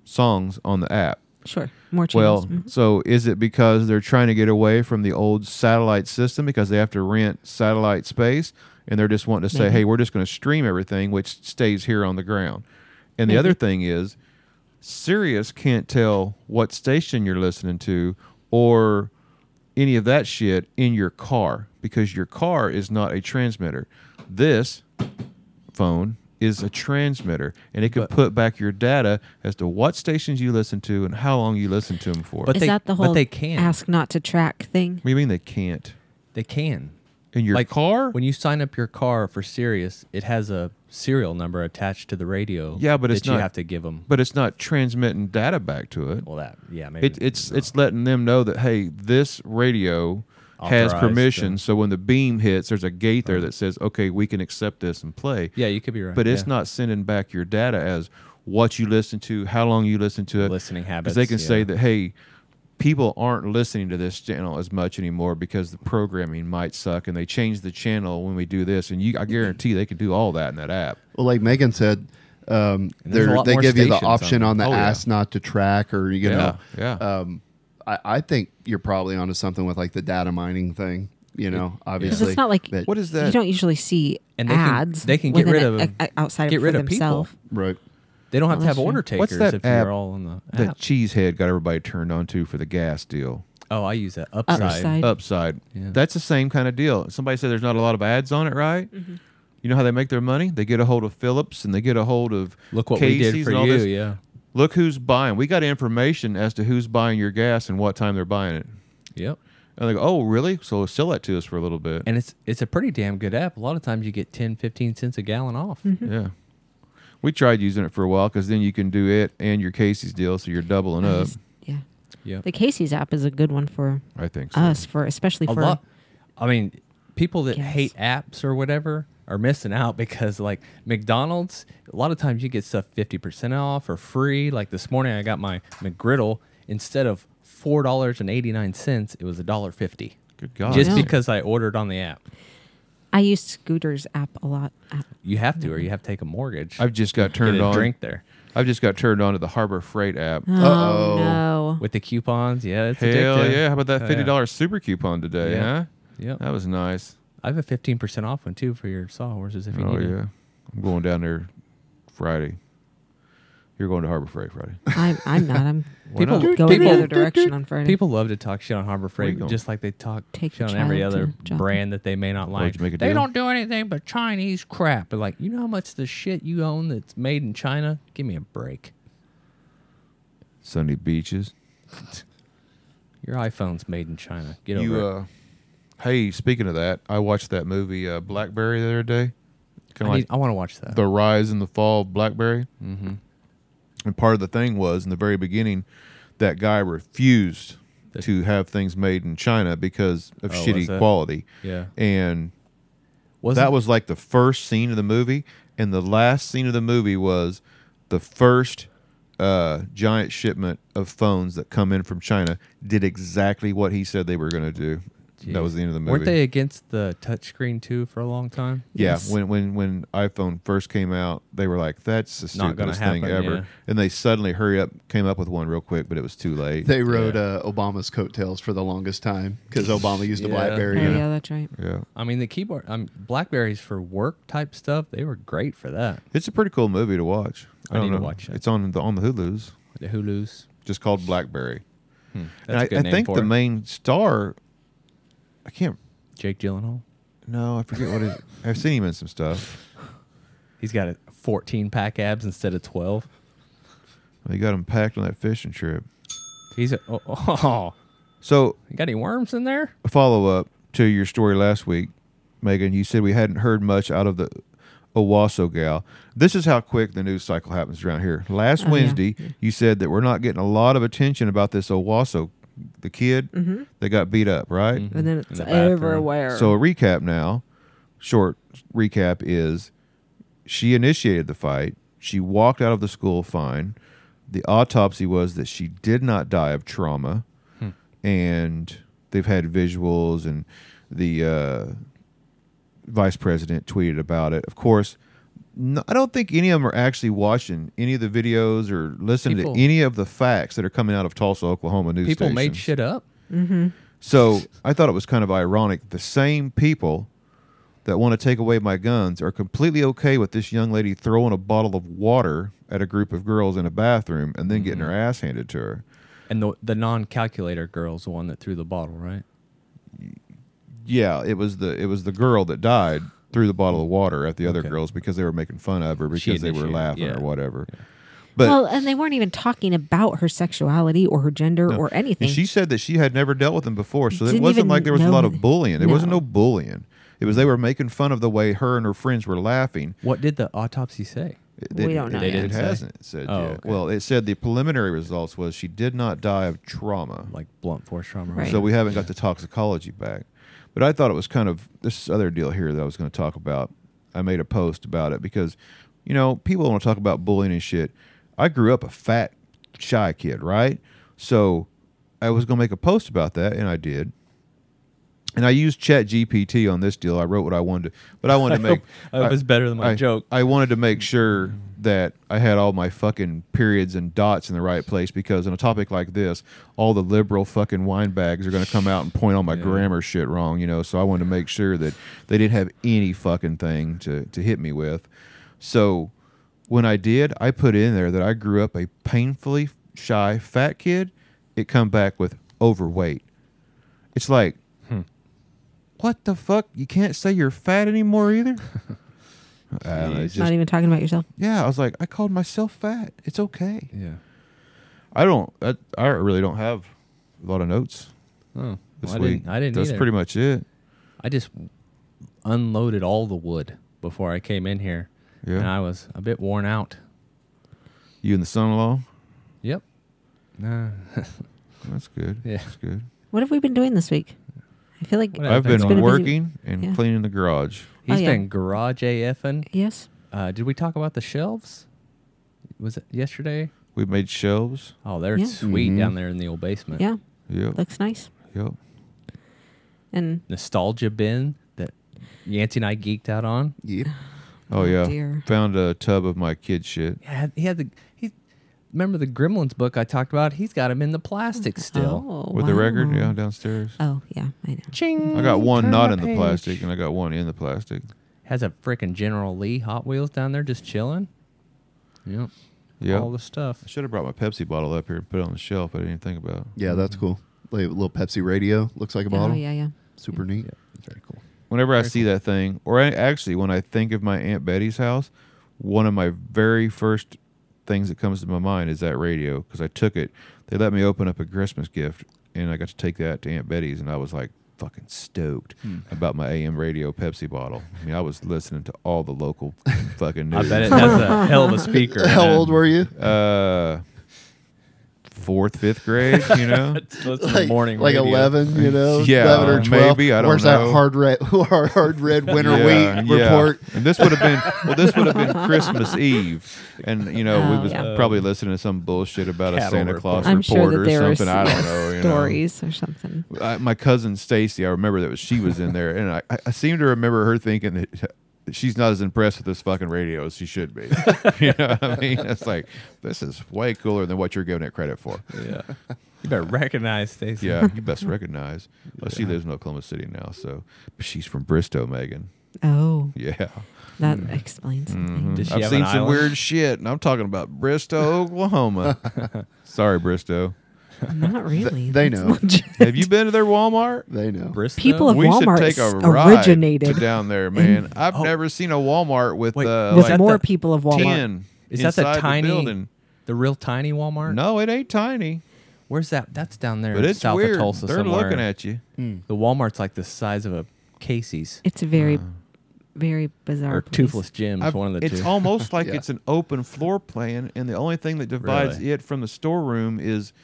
B: songs on the app.
E: Sure. More channels.
B: Well,
E: Mhm.
B: so is it because they're trying to get away from the old satellite system because they have to rent satellite space and they're just wanting to say,
E: Maybe.
B: hey, we're just going to stream everything, which stays here on the ground? And the other thing is, Sirius can't tell what station you're listening to or any of that shit in your car because your car is not a transmitter. This phone is a transmitter and it can put back your data as to what stations you listen to and how long you listen to them for.
D: But
E: Is
D: they-
E: that the
D: but
E: whole
D: they can.
E: ask not to track thing?
B: What do you mean they can't?
D: They can.
B: In your
D: like
B: car?
D: When you sign up your car for Sirius, it has a serial number attached to the radio.
B: yeah, but
D: that
B: it's
D: you
B: not.
D: have to give them.
B: But it's not transmitting data back to it.
D: well, that yeah, maybe
B: it it's it's letting them know that hey, this radio has
D: Authorized
B: permission.
D: to-
B: So when the beam hits, there's a gate there that says, okay, we can accept this and play.
D: yeah, you could be right.
B: But it's
D: yeah.
B: not sending back your data as what you listen to, how long you listen to it,
D: Listening
B: because they
D: habits,
B: can say
D: yeah.
B: that hey, people aren't listening to this channel as much anymore because the programming might suck, and they change the channel when we do this, and you,
D: Mm-hmm.
B: I guarantee they can do all that in that app.
A: Well, like Megan said, um,
D: And there's a
A: they're-
D: lot
A: they
D: more
A: give you the
D: stations on
A: option
D: there.
A: on the
B: Oh, yeah.
A: ask not to track, or you
B: Yeah,
A: know,
B: yeah.
D: Uh,
A: Um, I, I think you're probably onto something with like the data mining thing. You know,
E: Because
A: obviously,
E: it's not like
A: but-
B: What is
E: You
B: that?
E: don't usually see
D: And they can-
E: ads.
D: they can get
E: within
D: rid
E: a-
D: of-
E: a- e- outside
D: get
E: of
D: rid
E: for
D: of people.
E: themselves.
A: right.
D: they don't have to have
E: Unless you-
D: order
B: What's
D: takers
B: that
D: if
B: app
D: you're all on the
B: That
D: app.
B: cheesehead got everybody turned on to for the gas deal.
D: oh, I use that upside.
E: Upside.
B: Upside.
D: Yeah.
B: That's the same kind of deal. Somebody said there's not a lot of ads on it, right? You know how they make their money? They get a hold of Phillips and they get a hold of
D: Look what
B: Casey's
D: we did
B: and
D: for
B: all
D: you.
B: this.
D: Yeah,
B: Look who's buying. We got information as to who's buying your gas and what time they're buying it.
D: yep.
B: And they go, oh, really? So sell that to us for a little bit.
D: And it's it's a pretty damn good app. A lot of times you get 10, 15 cents a gallon off.
E: Mm-hmm.
B: yeah. We tried using it for a while because then you can do it and your Casey's deal. So you're
D: Uh,
B: doubling up.
E: Yeah.
D: Yeah,
E: The Casey's app is a good one for
B: I think so.
D: uh,
E: us for especially
D: a
E: for
D: lot. I mean, people that
E: Yes.
D: hate apps or whatever are missing out because, like McDonald's, a lot of times you get stuff fifty percent off or free. Like this morning, I got my McGriddle instead of four dollars and eighty nine cents, it was a dollar fifty.
B: Good God.
D: Just
E: Yeah.
D: because I ordered on the app,
E: I use Scooter's app a lot. Uh, App.
D: you have to, or you have to take a mortgage.
B: I've just got turned
D: get a
B: on.
D: drink Uh, there
B: I've just got turned on to the Harbor Freight app.
A: Uh-oh.
E: Oh no.
D: with the coupons. Yeah, it's
B: Hell
D: addictive.
B: yeah! How about that
D: Oh,
B: fifty dollars super coupon today?
D: Yeah.
B: Huh?
D: Yeah.
B: That was nice.
D: I have a fifteen percent off one too for your sawhorses if you
B: Oh
D: need
B: yeah,
D: it.
B: I'm going down there Friday. You're going to Harbor Freight Friday.
E: I'm I'm not. I'm
B: People-
E: people
B: not?
E: go
D: people-
E: the other direction on Friday.
D: People love to talk shit on Harbor Freight,
B: gonna-
D: just like they talk
E: Take
D: shit
E: the
D: on every
E: child
D: other
E: to Joppa.
D: brand that they may not like.
B: you make a
D: they
B: deal?
D: don't do anything but Chinese crap. But like, you know how much the shit you own that's made in China? Give me a break.
B: Sunday beaches.
D: Your iPhone's made in China. Get over
B: You
D: it.
B: uh, hey, speaking of that, I watched that movie uh, Blackberry the other day.
D: I,
B: Kind of like
D: need- I want to watch that.
B: the rise and the fall of BlackBerry. Mm-hmm. And part of the thing was in the very beginning, that guy refused to have things made in China because of
D: Oh, was
B: shitty
D: it?
B: quality.
D: Yeah.
B: and
D: Wasn't-
B: that was like the first scene of the movie, and the last scene of the movie was the first uh, giant shipment of phones that come in from China did exactly what he said they were going to do. That was the end of the movie.
D: Weren't they against the touchscreen too for a long time?
B: Yeah,
E: Yes.
B: when when when iPhone first came out, they were like, "That's the
D: Not gonna
B: stupidest thing
D: happen,
B: ever,"
D: yeah.
B: and they suddenly hurry up came up with one real quick, but it was too late.
A: They rode uh, Obama's coattails for the longest time because Obama used a
D: Yeah.
E: Oh
A: BlackBerry.
E: yeah.
A: and-
E: that's right.
B: yeah,
D: I mean, the keyboard, um, Blackberries for work type stuff, they were great for that.
B: it's a pretty cool movie to watch. I,
D: I
B: don't
D: need to
B: know.
D: watch it.
B: It's on the on the Hulu's,
D: The Hulu's.
B: just called BlackBerry.
D: That's
B: and I,
D: a good
B: I
D: name
B: think
D: for
B: the
D: it.
B: main star, I can't.
D: Jake Gyllenhaal.
B: No, I forget what it. I've seen him in some stuff.
D: He's got a 14 pack abs instead of 12.
B: They got him packed on that fishing trip.
D: He's a, oh, oh, oh.
B: So
D: You got any worms in there?
B: follow up to your story last week, Megan. You said we hadn't heard much out of the Owasso gal. This is how quick the news cycle happens around here. Last
E: yeah.
B: Wednesday, you said that we're not getting a lot of attention about this Owasso, the kid that got beat up,
D: Mm-hmm.
B: right?
E: And then it's
D: the bathroom.
E: everywhere.
B: So a recap now, short recap is she initiated the fight. She walked out of the school fine. The autopsy was that she did not die of trauma,
D: Hmm.
B: and they've had visuals and the uh, vice president tweeted about it. Of course, no, I don't think any of them are actually watching any of the videos or listening
D: People-
B: to any of the facts that are coming out of Tulsa, Oklahoma news
D: People made
B: stations.
D: shit up.
B: So I thought it was kind of ironic. The same people that want to take away my guns are completely okay with this young lady throwing a bottle of water at a group of girls in a bathroom and then
D: Mm-hmm.
B: getting her ass handed to her.
D: And the the non calculator girl's the one that threw the bottle, right?
B: Yeah, it was the it was the girl that died threw the bottle of water at the other
D: Okay.
B: girls because they were making fun of her
D: She
B: because they were
D: initiated,
B: laughing
D: yeah.
B: or whatever. But
E: well, and they weren't even talking about her sexuality or her gender or anything.
B: And she said that she had never dealt with them before, so it
E: Didn't
B: wasn't
E: even
B: like there was a
E: know
B: lot of
E: th-
B: bullying. There wasn't
E: no.
B: no bullying. It was they were making fun of the way her and her friends were laughing.
D: What did the autopsy say?
B: It-
E: We
B: it-
E: don't know
B: It,
E: They
B: it
D: didn't say?
B: hasn't said
D: Oh,
B: yet.
D: okay.
B: Well, it said the preliminary results was she did not die of trauma,
D: Like blunt force trauma.
E: Right.
B: so we haven't got the toxicology back. But I thought it was kind of this other deal here that I was going to talk about. I made a post about it because, you know, people want to talk about bullying and shit. I grew up a fat, shy kid, right? So I was going to make a post about that, and I did. And I used Chat GPT on this deal. I wrote what I wanted to, but I wanted to make.
D: I Oh, was better than my
B: I,
D: joke.
B: I wanted to make sure that I had all my fucking periods and dots in the right place because on a topic like this, all the liberal fucking wine bags are going to come out and point all my grammar shit wrong, you know. So I wanted to make sure that they didn't have any fucking thing to to hit me with. So when I did, I put in there that I grew up a painfully shy fat kid. It come back with overweight. It's like what the fuck? You can't say you're fat anymore either. Uh, I don't know, it
E: not
B: just-
E: even talking about yourself.
B: yeah, I was like, I called myself fat. It's okay.
D: Yeah.
B: I don't. I, I really don't have a lot of notes
D: Oh,
B: this
D: well, I
B: week.
D: didn't. I didn't
B: That's
D: either.
B: pretty much it.
D: I just unloaded all the wood before I came in here,
B: Yeah.
D: and I was a bit worn out.
B: You and the son-in-law.
D: Yep.
B: Oh,
D: Nah.
B: That's good.
D: Yeah.
B: That's good.
E: What have we been doing this week? I feel like
D: Whatever. Yeah,
B: I've been,
D: thanks. It's been a busy-
B: working and
E: Yeah.
B: cleaning the garage.
D: He's
E: yeah.
D: been garage AFing.
E: yes,
D: Uh, did we talk about the shelves? Was it yesterday?
B: We made shelves.
D: Oh, they're
E: Yeah.
D: sweet
A: Mhm.
D: down there in the old basement.
E: yeah,
B: Mm-hmm. Yep.
E: looks nice.
B: Yep.
E: And
D: Nostalgia bin that Yancey and I geeked out on.
A: Yep.
B: Oh yeah.
E: dear.
B: Found a tub of my kid shit.
D: Yeah, he had the he. Remember the Gremlins book I talked about? He's got him in the plastic still.
E: oh,
B: With the record,
E: wow. mm,
B: yeah, downstairs.
E: Oh yeah, I know.
D: Ching.
B: I got one
D: turn
B: not
D: the
B: in the
D: page.
B: plastic, and I got one in the plastic.
D: Has a freaking General Lee Hot Wheels down there just chilling. Yep.
B: Yeah.
D: All the stuff.
B: I should have brought my Pepsi bottle up here and put it on the shelf. I didn't even think about it.
A: Yeah, that's cool. Like a little Pepsi radio looks like a
E: Oh
A: bottle.
E: yeah, yeah.
A: Super neat.
D: Very cool.
B: Whenever I see that thing, or I, actually when I think of my Aunt Betty's house, one of my very first things that comes to my mind is that radio because I took it. They let me open up a Christmas gift, and I got to take that to Aunt Betty's, and I was like fucking stoked
D: Hmm.
B: about my AM radio Pepsi bottle. I mean, I was listening to all the local fucking
D: I
B: news.
D: bet it has a hell of a speaker.
A: How
D: man.
A: old were you?
B: uh, fourth, fifth grade, you know.
D: It's listening to
A: Like,
D: morning
A: like
D: radio.
A: eleven, you know,
B: Yeah,
A: eleven or twelve.
B: maybe, I don't
A: Where's
B: know.
A: that hard red, hard, hard red winter wheat report?
B: And this would have been well, this would have been Christmas Eve, and you know we
E: Oh,
B: was
E: yeah.
B: probably listening to some bullshit about a
D: Cattle
B: Santa Claus
D: report.
E: I'm
B: report
E: sure that
B: or
E: there were
B: something. I don't know. You know.
E: stories or something.
B: I, my cousin Stacy, I remember that was, she was in there, and I, I- I seem to remember her thinking that she's not as impressed with this fucking radio as she should be. you know what I mean? It's like this is way cooler than what you're giving it credit for.
D: Yeah. You better recognize Stacy.
B: Yeah, you best recognize. Well, she lives in Oklahoma City now, so but she's from Bristow, Megan.
E: Oh,
B: Yeah.
E: that
B: Mm.
E: explains something.
D: Does she
B: I've
D: have
B: seen
D: an
B: some
D: island?
B: weird shit, and I'm talking about Bristow, Oklahoma. Sorry, Bristow.
E: Not really.
A: they
E: That's
A: know.
E: legit.
B: Have you been to their Walmart?
A: They know.
D: Bristow?
E: People of
B: we
E: Walmart
B: should take a
E: s-
B: ride
E: originated. Oh.
B: to down there, man. I've never seen a Walmart with
D: Wait,
B: uh,
E: There's
B: like
E: more
D: that the
E: people of Walmart.
B: ten.
D: Is that the
B: inside
D: tiny-
B: building.
D: The real tiny Walmart?
B: No, it ain't tiny,
D: Where's that? That's down there
B: but
D: in
B: it's
D: south
B: weird.
D: of Tulsa
B: They're
D: somewhere.
B: looking at you.
D: The Walmart's like the size of a Casey's
E: It's a very,
B: Uh.
E: very bizarre.
D: or
E: place.
D: Toothless Jim's,
B: I've-
D: one of the
B: it's
D: two.
B: almost like
A: Yeah.
B: it's an open floor plan, and the only thing that divides
D: Really?
B: it from the storeroom is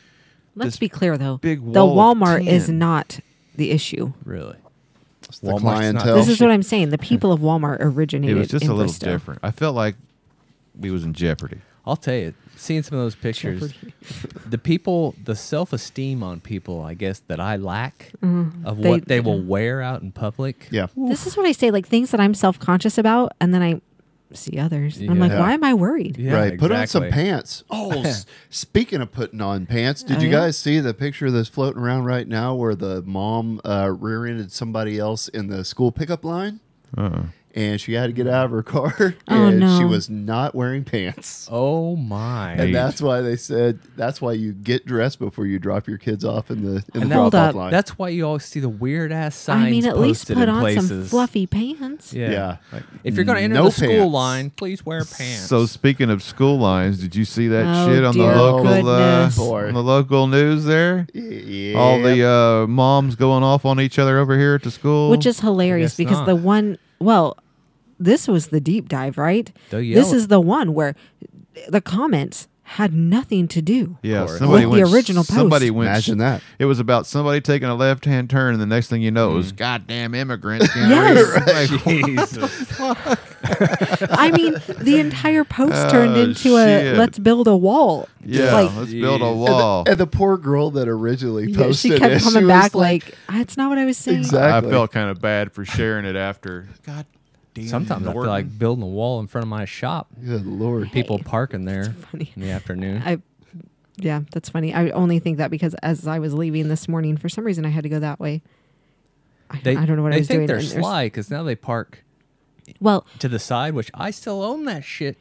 E: Let's
B: this
E: be clear though.
B: big
E: the
B: wall of
E: Walmart is
B: 10.
E: not the issue.
D: really?
A: It's
D: Walmart's
A: the
D: not-
A: clientele.
E: This is what I'm saying. The people of Walmart
B: it
E: originated
B: was just
E: in
B: a little
E: Bristow.
B: different. I felt like we was in jeopardy.
D: I'll tell you, seeing some of those pictures, the people, the self esteem on people, I guess, that I lack of
E: Mm-hmm. They-
D: what they will wear out in public.
A: yeah.
E: This is what I say. Like things that I'm self conscious about, and then I see others. And I'm like,
A: Yeah.
E: why am I worried?
D: Yeah,
A: right. Put on some
D: exactly.
A: pants. Oh, s- speaking of putting on pants, did
E: Oh,
A: you
E: yeah.
A: guys see the picture that's floating around right now where the mom uh, rear ended somebody else in the school pickup line?
D: Uh-uh.
A: And she had to get out of her car,
E: Oh,
A: and she
E: no.
A: was not wearing pants.
D: Oh my!
A: And
B: Hey.
A: that's why they said that's why you get dressed before you drop your kids off in the in the
D: And
E: Hold
A: drop
E: up.
A: off line.
D: That's why you always see the weird ass signs.
E: I mean, at least
D: posted
E: put
D: in
E: on
D: places.
E: some fluffy pants.
D: Yeah.
A: Yeah. Mm,
D: Like, if you're gonna enter
A: No
D: the school
A: pants.
D: line, please wear pants.
B: So speaking of school lines, did you see that
E: Oh,
B: shit on the
E: dear
B: local uh,
E: goodness.
A: Boy.
B: on the local news there?
A: yeah.
B: All the uh, moms going off on each other over here at the school.
E: Which is hilarious
D: guess
E: because
D: not.
E: the one, well, this was the deep dive, right?
D: They'll yell
E: This
D: at-
E: is the one where the comments had nothing to do.
B: yeah,
A: course.
B: somebody
E: With the
B: went,
E: original post.
B: Somebody went.
A: imagine that.
B: It was about somebody taking a left-hand turn, and the next thing you know, it was
A: Mm.
B: goddamn immigrants. down
E: Yes.
B: here." Like,
D: Jesus.
E: I mean, the entire post
B: Oh,
E: turned into
B: shit.
E: a let's build a wall.
B: yeah,
E: Like,
B: let's build a
D: Jeez.
A: And
B: wall.
A: the, and the poor girl that originally
E: yeah,
A: posted
E: she
A: it,
E: kept coming
A: was
E: back like, that's not what I was saying.
A: exactly.
B: I felt kind of bad for sharing it after. God damn.
D: Sometimes I feel
B: Norton.
D: like building a wall in front of my shop.
A: Good lord.
D: People parking there
E: funny.
D: in the afternoon.
E: I, yeah, that's funny. I only think that because as I was leaving this morning, for some reason I had to go that way. I,
D: They,
E: I don't know what
D: they
E: I was
D: think
E: doing.
D: They're
E: and there's-
D: sly because now they park
E: Well,
D: to the side, which I still own that shit.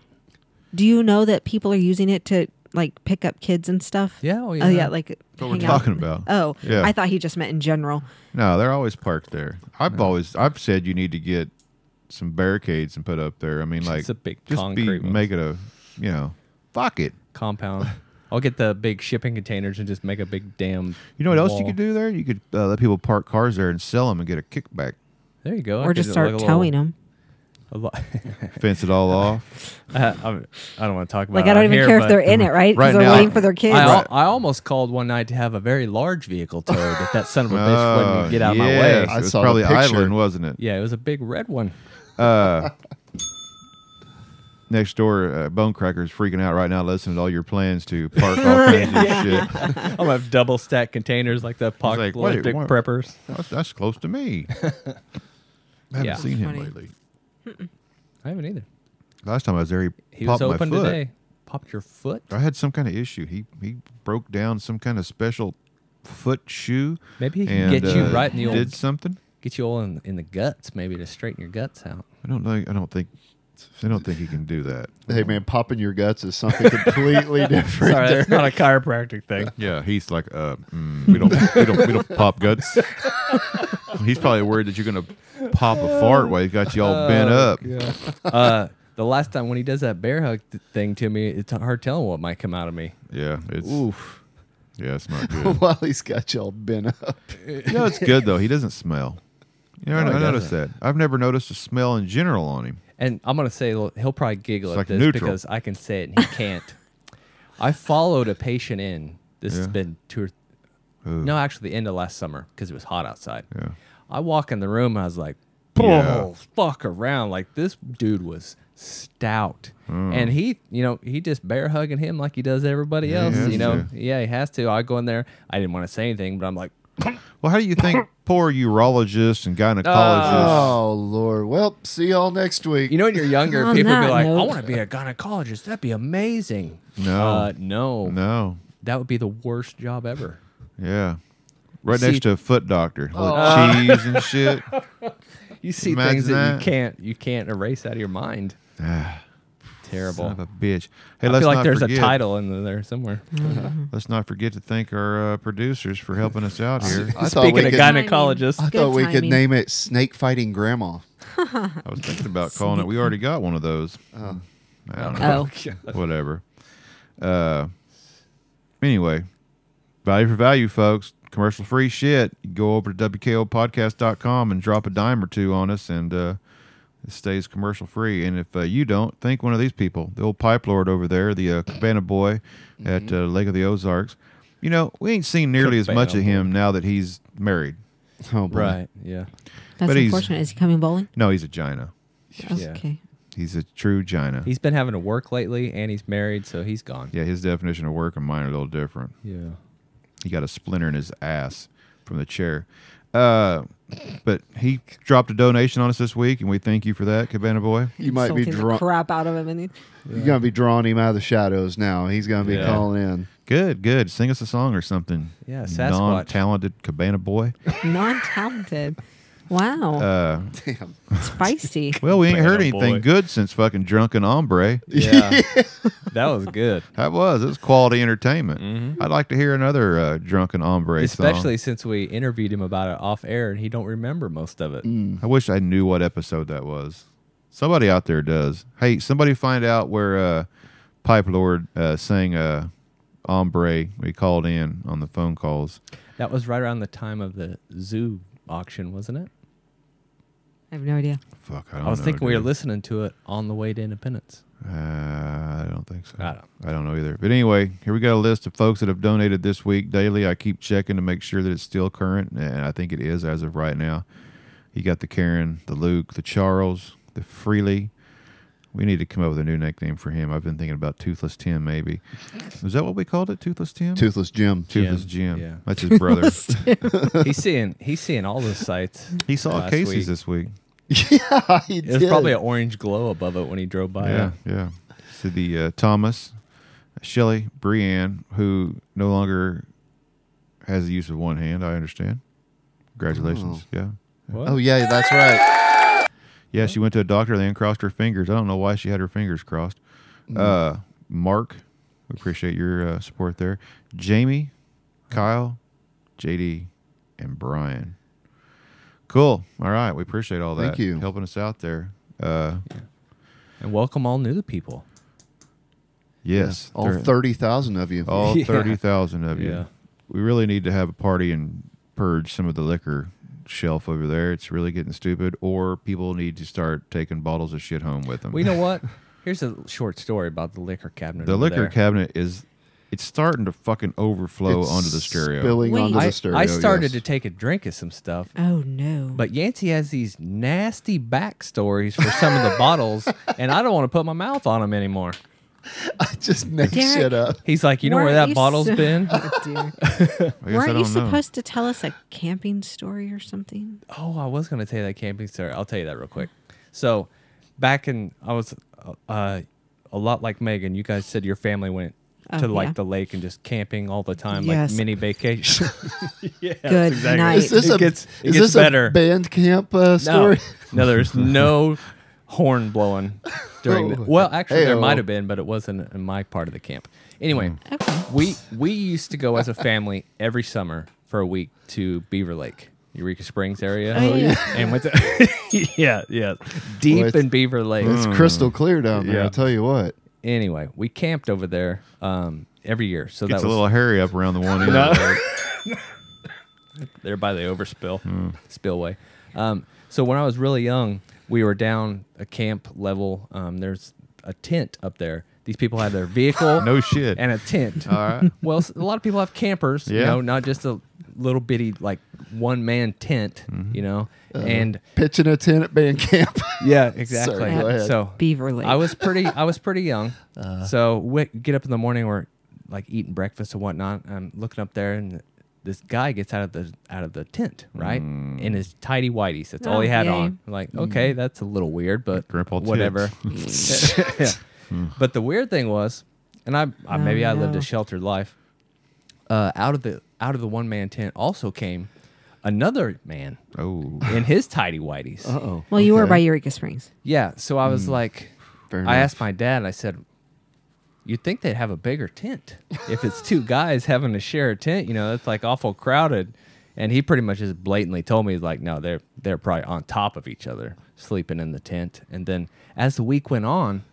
E: do you know that people are using it to like pick up kids and stuff?
D: Yeah, oh,
E: Oh
D: yeah.
E: yeah, like
B: what we're
E: hang out.
B: talking about.
E: Oh,
B: Yeah.
E: I thought he just meant in general.
B: No, they're always parked there. I've always I've said you need to get some barricades and put up there. I mean, like
D: a big
B: just be,
D: concrete one.
B: make it a you know, fuck it.
D: Compound. I'll get the big shipping containers and just make a big damn.
B: You know what else you
D: wall.
B: could do there? You could uh, let people park cars there and sell them and get a kickback.
D: There you go. I
E: or
D: could
E: just
D: do
E: start
D: like a
E: towing
D: little-
E: them.
D: a lo-
B: Fence it all off.
D: I, I'm- I don't want to talk about.
E: Like
D: it
E: I don't
D: on
E: even
D: here,
E: care if
D: but-
E: they're in it, right? Because
B: Right
E: they're
B: now-
E: waiting for their kids.
D: I, al- I almost called one night to have a very large vehicle towed, but that son of a bitch
B: Oh,
D: wouldn't get out
B: yes.
D: of my
A: I
D: way.
B: It was
A: saw the
B: probably
A: picture.
B: idling, wasn't it?
D: Yeah, it was a big red one.
B: Next door, uh, Bonecracker's freaking out right now listening to all your plans to park all kinds of shit.
D: I'm gonna have double stack containers like the
B: like, wait,
D: apocalyptic
B: what-
D: preppers.
B: That's, that's close to me. I haven't
D: Yeah.
B: seen him
E: Funny.
B: lately.
D: I haven't either.
B: Last time I was there, he,
D: He
B: popped
D: was open
B: my foot.
D: today. Popped your foot?
B: I had some kind of issue. He he broke down some kind of special foot shoe.
D: Maybe he can get you
B: uh,
D: right in the
B: did
D: old,
B: something.
D: get you all in, in the guts, maybe to straighten your guts out.
B: I don't know. I don't think. I don't think he can do that.
A: Hey man, popping your guts is something completely different.
D: Sorry,
A: there.
D: that's not a chiropractic thing.
B: Yeah, he's like, uh, mm, we don't, we don't, we don't pop guts. he's probably worried that you're gonna pop a fart while he got you all bent up.
D: Uh, the last time when he does that bear hug th- thing to me, it's hard telling what might come out of me.
B: Yeah, it's
D: Oof.
B: yeah, it's not good.
A: While he's got y'all bent up.
B: you know, it's good though. He doesn't smell. You know,
D: No,
B: I,
D: he
B: I noticed that. I've never noticed a smell in general on him.
D: And I'm gonna say look, he'll probably giggle
B: It's
D: at
B: like
D: this
B: neutral.
D: because I can say it and he can't. I followed a patient in. This has
B: Yeah.
D: been two or no, actually the end of last summer because it was hot outside.
B: Yeah.
D: I walk in the room. I was like, "Oh,
B: Yeah.
D: fuck around!" Like this dude was stout,
B: Mm.
D: and he, you know, he just bear hugging him like he does everybody else.
B: has
D: You know,
B: to.
D: yeah, he has to. I go in there. I didn't want to say anything, but I'm like,
B: Well, how do you think poor urologists and gynecologists?
A: Oh Lord. Well, see y'all next week.
D: you know, when you're younger,
E: On
D: people be
E: that
D: like, "I
E: note-
D: want to be a gynecologist. That'd be amazing."
B: No.
D: uh, no,
B: no,
D: that would be the worst job ever.
B: yeah, right
D: See-
B: next to a foot doctor, All the cheese and shit.
D: You see
B: Imagine
D: things that,
B: that.
D: you can't you can't erase out of your mind.
B: Ah.
D: Terrible.
B: Son of a bitch. Hey,
D: I
B: let's
D: feel like
B: not
D: there's
B: forget,
D: a title in there somewhere.
B: Let's not forget to thank our uh, producers for helping us out here.
A: I thought we
D: Speaking of
A: could,
E: gyne-
D: gynecologists,
A: I
E: Good
A: thought we could
E: timing.
A: name it Snake Fighting Grandma.
B: I was thinking about calling it. We already got one of those. Oh, I don't know.
E: Oh.
B: whatever. Uh, anyway, value for value, folks. Commercial free shit. Go over to WKOpodcast.com and drop a dime or two on us, and uh, it stays commercial free. And if uh, you don't, thank one of these people the old pipe lord over there, the uh, cabana boy at uh, Lake of the Ozarks. You know, we ain't seen nearly as much of
D: Cabana
B: him now that he's married.
A: Oh boy.
D: right? Yeah,
E: That's
B: But he's-
E: unfortunate. Is he coming bowling?
B: No, he's a Gina.
D: Yeah.
E: Okay.
B: He's a true Gina.
D: he's been having to work lately, and he's married, so he's gone.
B: yeah, his definition of work and mine are a little different.
D: Yeah.
B: He got a splinter in his ass from the chair. Uh, But he dropped a donation on us this week, and we thank you for that, Cabana Boy.
A: You might be
E: Insulting the
A: drunk.
E: crap out of him. And he-
A: You're gonna be drawing him out of the shadows now. He's gonna be
B: Yeah.
A: calling in.
B: Good, good. Sing us a song or something.
D: Yeah, Sasquatch.
B: Non-talented Cabana Boy.
E: non-talented. Wow,
B: Uh,
A: Damn.
E: feisty.
B: well, we ain't heard
D: Cabana
B: anything
D: Boy.
B: good since fucking Drunken Ombre.
D: Yeah. that was good.
B: That was. It was quality entertainment. I'd like to hear another uh, Drunken Ombre
D: Mm-hmm. Especially since we interviewed him about it off air and he don't remember most of it.
B: song. I wish I knew what episode that was. Somebody out there does. Hey, somebody find out where uh, Pipe Lord uh, sang uh, Ombre. We called in on the phone calls.
D: That was right around the time of the zoo auction, wasn't it?
E: I have no idea.
B: Fuck, I
D: I,
B: don't
D: was
B: know,
D: thinking we were
B: dude.
D: listening to it on the way to Independence.
B: Uh, I don't think so.
D: I don't.
B: know either. But anyway, here we got a list of folks that have donated this week daily. I keep checking to make sure that it's still current, and I think it is as of right now. You got the Karen, the Luke, the Charles, the Freely. We need to come up with a new nickname for him. I've been thinking about Toothless Tim, maybe. Is that what we called it? Toothless Tim?
A: Toothless Jim.
B: Toothless
D: Jim,
B: Jim.
D: yeah.
B: That's his brother.
D: he's seeing he's seeing all the sites.
B: he saw
D: last
B: Casey's
D: week.
B: this week.
A: yeah, he
D: There's
A: did.
D: probably an orange glow above it when he drove
A: Oh,
D: by.
B: yeah, yeah. So the uh, Thomas, Shelly, Brienne, who no longer has the use of one hand. I understand. Congratulations. Yeah.
D: What?
A: oh yeah, that's right.
B: Yeah, she went to a doctor. They uncrossed her fingers. I don't know why she had her fingers crossed.
A: Mm.
B: Uh, Mark, we appreciate your uh, support there. Jamie, Kyle, JD, and Brian. Cool. All right. We appreciate all that.
A: Thank you.
B: Helping us out there. Uh,
D: And welcome all new people.
B: yes.
A: All
B: They're-
A: thirty thousand of you.
B: All
D: Yeah.
B: thirty thousand of you.
D: Yeah.
B: We really need to have a party and purge some of the liquor shelf over there. It's really getting stupid. Or people need to start taking bottles of shit home with them.
D: Well, you know what? Here's a short story about the liquor cabinet.
B: the
D: over
B: liquor
D: there.
B: cabinet is it's starting to fucking overflow
A: It's
B: onto the stereo.
A: Spilling
E: Wait.
A: onto
D: I,
A: the stereo.
D: I started
A: oh, yes.
D: to take a drink of some stuff,
E: Oh no!
D: but Yancey has these nasty backstories for some of the bottles, and I don't want to put my mouth on them anymore.
A: I just make
E: Derek.
A: shit up.
D: He's like, you know where
E: Weren't
D: that
E: you
D: bottle's
E: so-
D: been?
E: Oh, dear.
B: I guess I
E: Weren't you
B: don't know.
E: supposed to tell us a camping story or something?
D: Oh, I was gonna tell you that camping story. I'll tell you that real quick. So, back in I was uh, a lot like Megan. You guys said your family went
E: Oh,
D: to like
E: yeah.
D: the lake and just camping all the time,
E: Yes.
D: like mini vacation.
E: Good night.
A: Is this
D: It
A: a
D: gets- it
A: is
D: gets
A: this
D: better.
A: a band camp uh,
D: no,
A: story?
D: no, there's no horn blowing during. The,
A: Oh.
D: well, actually, there
A: Hey-o.
D: might have been, but it wasn't in my part of the camp. Anyway,
E: Okay.
D: we we used to go as a family every summer for a week to Beaver Lake, Eureka Springs area,
E: Oh, yeah.
D: and went to yeah, yeah, deep
A: it's-
D: in Beaver Lake.
A: It's crystal clear down there.
D: Yeah.
A: I'll tell you what.
D: Anyway, we camped over there um, every year, so
B: Gets
D: that
B: a
D: was
B: little hairy up around the one end.
D: there by the overspill
B: Hmm.
D: spillway. Um, so when I was really young, we were down a camp level. Um, there's a tent up there. These people had their vehicle,
B: No shit.
D: and a tent.
B: All right.
D: Well, s- a lot of people have campers, you
B: Yeah.
D: know, not just a little bitty like one man tent,
B: Mm-hmm.
D: you know,
B: Uh-huh.
D: and
A: Pitching a tent at band camp.
D: yeah, exactly.
A: go ahead.
D: So
E: Beaver Lake.
D: I was pretty. I was pretty young. so we get up in the morning. We're like eating breakfast and whatnot. I'm looking up there, and this guy gets out of the out of the tent, right, in his tidy whities. That's all he had
E: Okay.
D: on. I'm like, okay, that's a little weird, but
B: Grandpa Tits.
D: whatever. Yeah. But the weird thing was, and I, I maybe I lived
E: no.
D: a sheltered life. Uh, out of the out of the one man tent also came another man
B: Oh.
D: in his tidy whities.
A: oh.
E: well, you were by Eureka Springs.
D: Yeah. So I was like,
A: Fair enough.
D: I asked my dad, I said, You'd think they'd have a bigger tent if it's two guys having to share a tent. You know, that's like awful crowded. And he pretty much just blatantly told me, he's like, no, they're they're probably on top of each other, sleeping in the tent. And then as the week went on,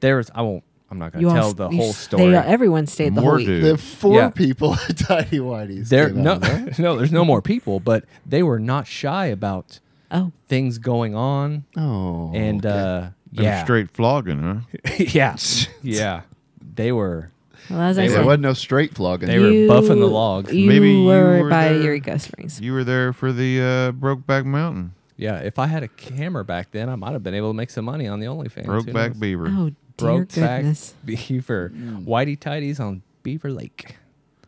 D: there was I won't I'm not gonna
E: You all
D: tell
E: s-
D: the
E: you
D: whole
E: s-
D: story.
E: They, everyone stayed the
B: More
E: whole week.
B: dude.
A: The four
D: Yeah.
A: people at Tidy Whitey's.
D: there
A: came out
D: no
A: of there.
D: no, there's no more people, but they were not shy about
E: Oh,
D: things going on
A: Oh.
D: and uh
B: Them
D: yeah,
B: Straight flogging, huh?
D: yeah, yeah. They were
E: well, as I
A: there
E: said,
A: wasn't no straight flogging.
D: They were buffing the logs.
E: You
B: Maybe you
E: were
B: were
E: by
B: there.
E: Eureka Springs.
B: You were there for the uh, Brokeback Mountain,
D: Yeah, if I had a camera back then, I might have been able to make some money on the OnlyFans. Who
B: Brokeback
D: knows?
B: Beaver.
E: oh dear
D: Broke
E: goodness!
B: Mm.
D: Beaver. Whitey tidies on Beaver Lake.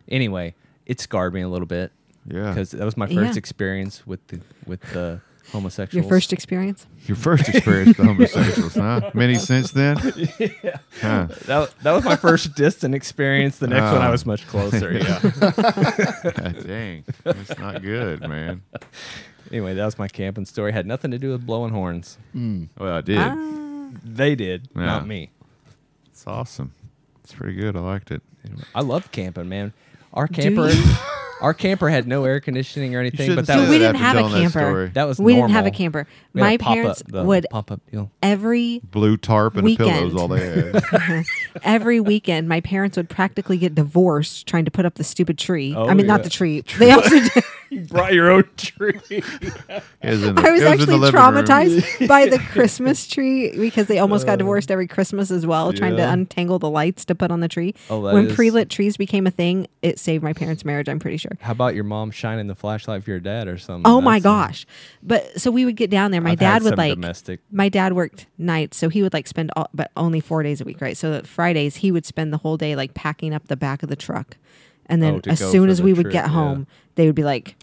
D: Anyway, it scarred me a little bit.
B: Yeah.
D: because that was my first
E: Yeah.
D: experience with the with the homosexuals.
E: Your first experience?
B: Your first experience with homosexuals, huh? Many since then? Huh.
D: that, that was my first distant experience. The next one I
B: Oh.
D: was much closer. Yeah.
B: Dang. That's not good, man.
D: anyway, that was my camping story. Had nothing to do with blowing horns.
B: Well, I did.
E: Ah,
D: They did,
B: Yeah.
D: not me.
B: It's awesome. It's pretty good. I liked it.
D: I love camping, man. Our camper,
E: you?
D: our camper had no air conditioning or anything,
B: shouldn't
D: but that
B: say
E: So
D: was
E: we
B: that
E: didn't
B: after
E: have a
B: telling that
E: camper.
B: story.
D: that was
E: we didn't have a
D: normal.
E: camper.
D: We had
E: My
D: a pop-up,
E: parents
D: the
E: would
D: pop up deal.
E: every
B: Blue tarp and
E: Weekend.
B: pillows all they had.
E: every weekend my parents would practically get divorced trying to put up the stupid tree.
D: Oh,
E: I mean
D: yeah.
E: not the tree. They also did.
D: You brought your own tree.
B: It was in the-
E: I was
B: it in the
E: actually
B: living room.
E: traumatized by the Christmas tree because they almost got divorced every Christmas as well, trying to untangle the lights to put on the tree.
D: Oh, that
E: when
D: is-
E: pre lit trees became a thing, it saved my parents' marriage, I'm pretty sure.
D: How about your mom shining the flashlight for your dad or something?
E: Oh my
D: That's a-
E: gosh. But so we would get down there. My
D: I've had
E: dad would
D: some
E: like
D: domestic.
E: my dad worked nights, so he would like spend all, but only 4 days a week, right? So Fridays he would spend the whole day like packing up the back of the truck. And then
D: Oh, to
E: as
D: go
E: soon
D: for
E: as
D: the
E: we would
D: trip,
E: get
D: yeah.
E: home, they would be like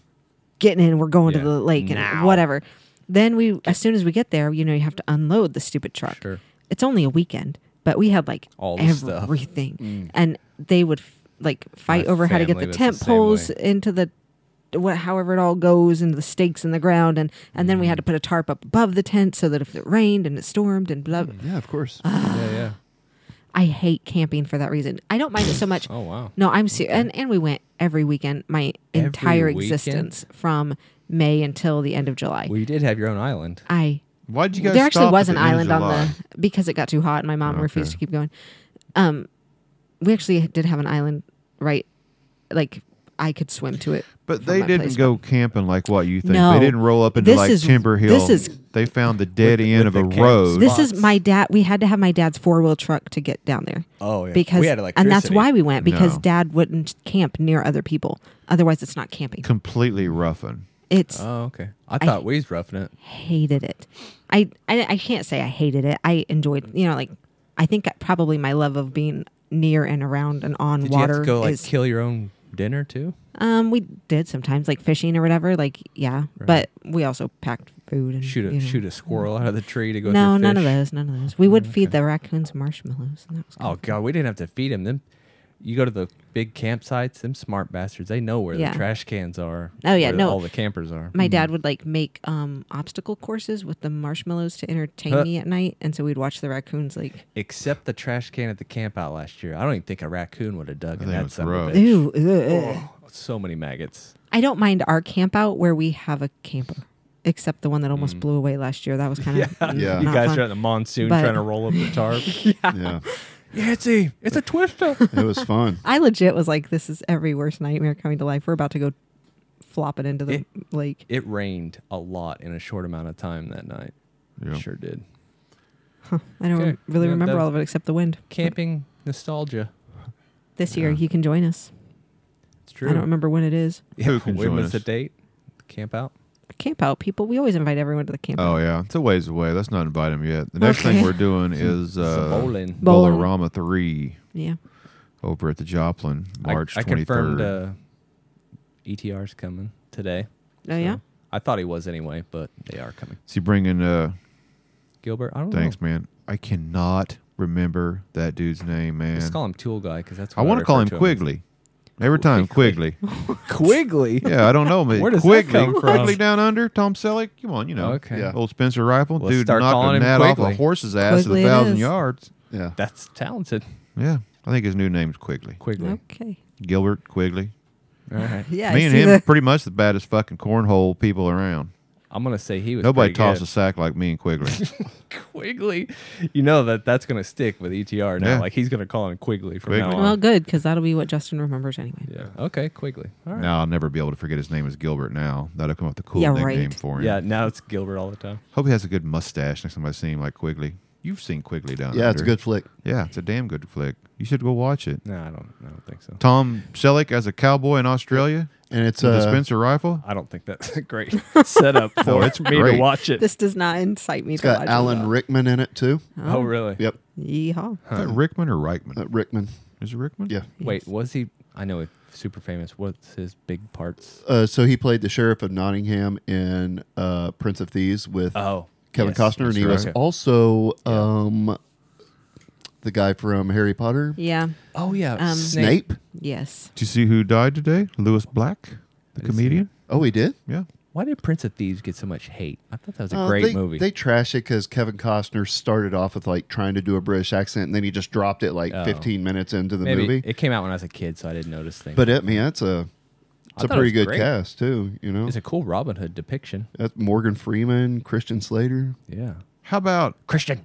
E: getting in, we're going
D: Yeah.
E: to the lake and
D: Now.
E: whatever. Then we as soon as we get there, you know, you have to unload the stupid truck.
D: Sure.
E: It's only a weekend, but we had like
D: All the stuff. Mm.
E: everything. And they would f- like fight
D: My
E: over how to get
D: family,
E: the
D: that's
E: tent
D: the same
E: poles
D: way.
E: into the what however it all goes into the stakes in the ground and and then we had
D: Mm-hmm.
E: to put a tarp up above the tent so that if it rained and it stormed and blah
A: Yeah, of course.
D: Mm, Yeah, yeah.
E: I hate camping for that reason. I don't mind it so much.
D: Oh wow.
E: No, I'm serious. And and we went every weekend my
D: Every
E: entire
D: weekend?
E: existence from May until the end of July.
D: Well, you did have your own island.
E: I
B: Why'd you guys
E: there actually
B: stop
E: was
B: at
E: an
B: the end of
E: island on
B: July?
E: the because it got too hot and my mom refused
B: Okay.
E: to keep going. Um, we actually did have an island, right? Like I could swim to it.
B: But
E: from
B: they
E: my
B: didn't
E: place,
B: go camping like what you think.
E: No.
B: They didn't roll up into
E: This
B: like
E: is-
B: Timber Hill.
E: this is-
B: they found the dead
D: the-
B: end of
D: with
B: a
D: the camp
B: road.
D: spot.
E: This is
D: spots.
E: my dad. We had to have my dad's four wheel truck to get down there.
D: Oh, yeah.
E: Because
D: We had
E: and that's
D: electricity.
E: why we went because
B: No.
E: dad wouldn't camp near other people. Otherwise, it's not camping.
B: completely roughing.
E: It's
D: Oh okay. I thought we was roughing it.
E: hated it. I, I I can't say I hated it. I enjoyed. You know, like I think I- probably my love of being near and around and on
D: Did you
E: water
D: have to go like
E: is.
D: kill your own dinner too?
E: um, we did sometimes like fishing or whatever. Like yeah, but we also packed food and
D: Shoot a
E: you know.
D: shoot a squirrel out of the tree to go.
E: No,
D: with your
E: none of
D: fish?
E: those. None of those. We would feed the raccoons marshmallows. And that was
D: Oh god, we didn't have to feed them. Them, you go to the big campsites. Them smart bastards. They know where
E: Yeah.
D: the trash cans are.
E: Oh, yeah,
D: where
E: no.
D: all the campers are.
E: my dad would like make um obstacle courses with the marshmallows to entertain
D: Huh.
E: me at night and so we'd watch the raccoons like
D: Except the trash can at the camp out last year. I don't even think a raccoon would have dug in
B: think it
D: that
B: was
D: son of a
B: rough.
D: bitch.
E: ooh ugh."
D: Oh. So many maggots.
E: i don't mind our camp out where we have a camper except the one that almost blew away last year that was kind of
A: Yeah.
E: yeah.
A: You
D: Mm. You guys are in the monsoon
E: But-
D: trying to roll up the tarp.
A: yeah,
D: Yancy, it's a twister.
A: it was fun.
E: i legit was like this is every worst nightmare coming to life we're about to go flop it into the
D: It-
E: lake
D: it rained a lot in a short amount of time that night.
B: Yeah.
D: Sure did.
E: i don't
D: Okay.
E: really
D: Yeah,
E: remember
D: that-
E: all of it except the wind
D: Camping nostalgia.
E: this year you can join us
D: It's true.
E: i don't remember when it is
B: Who can
D: When
B: join
D: was the
B: us?
D: date? Camp out.
E: camp out people we always invite everyone to the camp
B: Oh yeah, it's a ways away. Let's not invite him yet. The next thing
E: Okay.
B: we're doing is uh,
D: bowling.
E: Bowling.
B: Bowlerama three
E: yeah Oh,
B: over at the Joplin,
D: I-
B: March
D: I,
B: twenty
D: confirmed
B: third.
D: uh, ETR's coming today.
E: oh yeah
D: So, I thought he was anyway, but they are coming.
B: Is he bringing? Uh,
D: Gilbert, I don't
B: thanks,
D: know.
B: man. I cannot remember that dude's name, man.
D: Let's call him Tool Guy because that's.
B: I
D: What
B: want to call
D: refer
B: him
D: to
B: Quigley. Every time Quigley.
D: as. Quigley.
B: Yeah, I don't know. But
D: Where does that
B: Quigley,
D: come from?
B: Quigley down under. Tom Selleck. Come on, you know.
D: Okay.
A: Yeah.
B: Old Spencer rifle.
D: Let's
B: Dude
D: start
B: knocked
D: calling
B: a
D: him
B: gnat off a
D: Quigley.
B: horse's ass
E: Quigley
B: at
E: it
B: a thousand
E: is.
B: yards.
A: Yeah,
D: That's talented.
B: Yeah, I think his new name's Quigley.
D: Quigley.
E: okay
B: Gilbert Quigley.
D: All right.
E: yeah I
B: Me and
E: see
B: him,
E: the-
B: pretty much the baddest fucking cornhole people around.
D: I'm gonna say he was.
B: Nobody
D: pretty
B: tossed
D: good.
B: a sack like me and Quigley.
D: Quigley. You know that that's gonna stick with ETR now.
B: Yeah.
D: Like he's gonna call him Quigley from
B: Quigley.
D: now on.
E: Well, good because that'll be what Justin remembers anyway.
D: yeah. Okay. Quigley. All right.
B: now I'll never be able to forget his name is Gilbert. Now that'll come up the cool
E: Yeah,
B: nickname
E: right.
B: for him.
D: Yeah. Now it's Gilbert all the time.
B: Hope he has a good mustache next time I see him like Quigley. You've seen Quigley down there.
A: yeah, it's a good flick.
B: Yeah, it's a damn good flick. You should go watch it.
D: No, I don't. I don't think so.
B: Tom Selleck as a cowboy in Australia,
A: And it's
B: the
A: uh,
B: Spencer rifle.
D: I don't think that's a great setup for
B: it's
D: me
B: great.
D: to watch it.
E: This does not incite me
A: It's
E: to
A: got
E: watch
A: Alan Rickman in it too.
D: oh, really?
A: Yep,
E: it. Yeehaw!
D: Uh,
B: Is that Rickman or Reichman?
A: uh, Rickman.
B: Is it Rickman?
A: Yeah,
D: Wait, was he? I know he's super famous. What's his big parts?
A: Uh, so he played the sheriff of Nottingham in uh, Prince of Thieves with
D: Oh,
A: Kevin
D: yes,
A: Costner, and
D: that's
A: he
D: right.
A: was
D: Okay.
A: also um, the guy from Harry Potter,
E: Yeah.
D: Oh yeah,
E: Um,
A: Snape.
E: Yes.
B: Did you see who died today? Lewis Black, the
D: I
B: comedian.
A: Oh, he did.
B: Yeah.
D: Why did Prince of Thieves get so much hate? I thought that was a
A: Uh,
D: great
A: they,
D: movie.
A: They trash it because Kevin Costner started off with like trying to do a British accent, and then he just dropped it like
D: Oh.
A: 15 minutes into the
D: Maybe
A: movie.
D: it came out when I was a kid, so I didn't notice things.
A: but it, I mean, that's a
D: I
A: it's a
D: thought it was
A: pretty good
D: great.
A: cast too. You know,
D: it's a cool Robin Hood depiction.
A: that's Morgan Freeman, Christian Slater,
D: Yeah,
B: How about
D: Christian.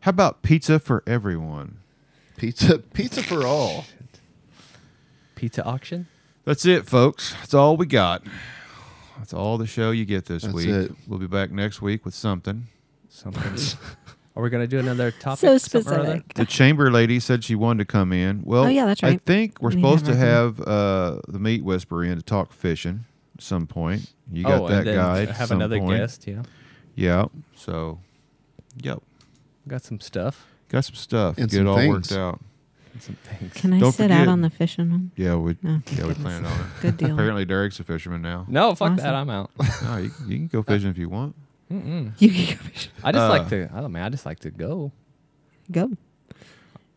B: how about pizza for everyone?
A: pizza, pizza for all.
D: Pizza auction.
B: That's it, folks. That's all we got. That's all the show you get this
A: That's
B: week.
A: it.
B: We'll be back next week with something.
D: Something. Are we gonna do another topic?
E: So
D: something or other?
E: specific.
B: The chamber lady said she wanted to come in. Well,
E: Oh, yeah, that's
B: I
E: right.
B: think we're
E: We
B: supposed to
E: never
B: have uh, the meat whisperer in to talk fishing at some point. You got
D: oh,
B: that
D: and then
B: guy. at
D: Have
B: some
D: another
B: point.
D: guest. Yeah,
B: Yeah. So, yep.
D: got some stuff
B: Got some stuff.
A: And
B: Get
A: some
B: all
A: things.
B: worked out.
D: and some things.
E: Can I
B: Don't
E: sit
B: forget-
E: out on the fishing one?
B: Yeah, we
E: No.
B: yeah we planned on it.
E: Good deal.
B: Apparently, Derek's a fisherman now.
D: No, fuck that.
E: Awesome.
D: I'm out.
B: No, you, you can go fishing if you want.
D: Mm-mm.
E: You can go fishing.
D: I just like
B: Uh,
D: to. I don't mean. I just like to go.
E: Go.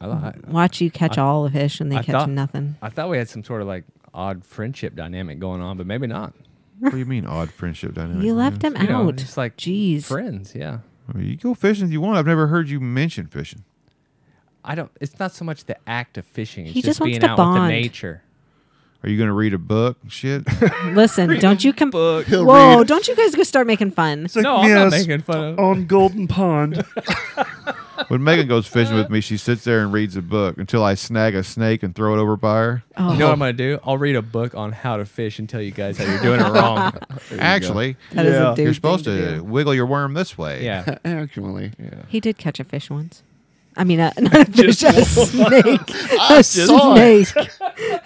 D: I, li-
E: Watch you catch all the fish and they
D: I
E: catch
D: thought-
E: nothing.
D: I thought we had some sort of like odd friendship dynamic going on, but maybe not.
B: What do you mean odd friendship dynamic?
E: You left them
D: You know,
E: out.
D: just like
E: Jeez.
D: Friends, yeah.
B: I mean, you go fishing if you want. I've never heard you mention fishing.
D: I don't. It's not so much the act of fishing. It's
E: He
D: just,
E: just wants
D: being
E: to
D: out with
E: bond.
D: the nature.
B: Are you going to read a book? and Shit.
E: Listen, don't you come.
A: He'll
E: Whoa,
A: read-
E: don't you guys go start making fun.
D: No, I'm not making fun
B: Oh,
D: of.
A: on Golden Pond.
B: when Megan goes fishing with me, she sits there and reads a book until I snag a snake and throw it over by her.
E: Oh,
D: You know what I'm gonna do? I'll read a book on how to fish and tell you guys how you're doing it wrong.
B: Actually,
E: that is a dude
B: you're supposed
E: thing
B: to,
E: do.
B: wiggle your worm this way.
D: yeah.
A: Actually,
E: He did catch a fish once. I mean, a, not a fish, a snake. A
A: saw it.
E: snake.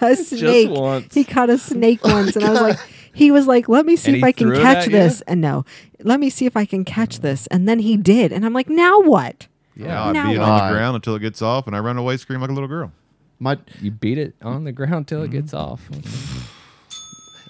E: A snake.
D: once. Oh
E: He caught a snake once, and I was like, he was like, let me see
D: And
E: if
D: he
E: I can
D: threw it
E: catch
D: at
E: this.
D: you?
E: And no, let me see if I can catch this. And then he did. And I'm like, now what?
B: Yeah, I
E: Now
B: beat it on
A: what?
B: the ground until it gets off, and I run away screaming like a little girl.
A: my
D: You beat it on the ground till it gets off.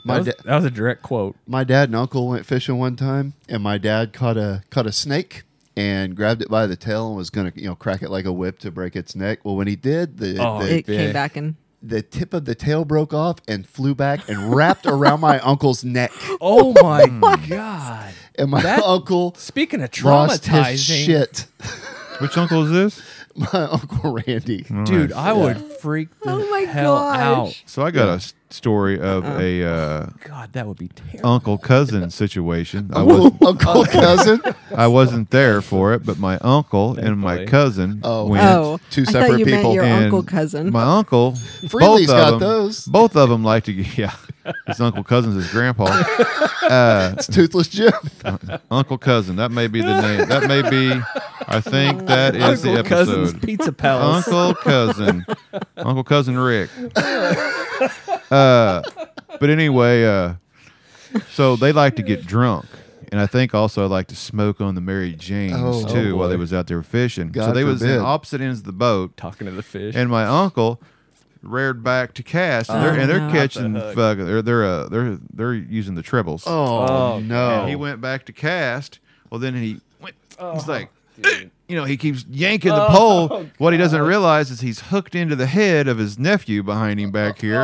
A: my
D: that, was,
A: da-
D: that was a direct quote.
A: my dad and uncle went fishing one time, and my dad caught a caught a snake and grabbed it by the tail and was gonna you know crack it like a whip to break its neck. Well, when he did, the
D: Oh,
A: the,
E: It
D: yeah.
E: came back and
A: the tip of the tail broke off and flew back and wrapped around my uncle's neck,
D: Oh my god!
A: and my
D: That
A: uncle
D: Speaking of
A: lost his
D: traumatizing,
A: shit.
B: Which uncle is this?
A: My uncle Randy.
D: dude, I would freak the
E: Oh my
D: hell
E: gosh.
B: So I got a s- story of
E: Uh-uh.
B: a uh,
D: out. God, that would be terrible.
B: uncle cousin situation. I was
A: Uncle, uncle cousin.
B: I wasn't there for it, but my uncle and my
D: Thankfully.
B: cousin
A: Oh.
B: went.
E: oh,
A: two
E: I thought
A: separate
E: you
A: people.
E: meant your
B: and
E: uncle cousin.
B: My uncle. both
A: Freely's
B: of
A: got
B: them,
A: those.
B: Both of them like to get. Yeah, his uncle cousin's his grandpa. Uh,
A: It's Toothless Jim.
B: uncle cousin. That may be the name. That may be. I think that Oh, is the
D: Uncle Cousin's
B: episode.
D: Pizza Palace.
B: Uncle cousin. Uncle cousin Rick. Uh, but anyway, uh, so they like to get drunk. And I think also like to smoke on the Mary Janes
A: Oh.
B: too
D: Oh,
B: while they
D: boy.
B: was out there fishing. so
A: God
B: they was in
A: forbid.
B: opposite ends of the boat.
D: Talking to the fish.
B: and my uncle reared back to cast, and they're, and they're
E: no.
B: catching
D: Off the hook.
B: fucking, they're they're uh, they're they're using the trebles.
A: Oh,
D: Oh,
A: no!
B: And he went back to cast. Well, then he went. he's like, you know, he keeps yanking the pole. What he doesn't realize is he's hooked into the head of his nephew behind him back here.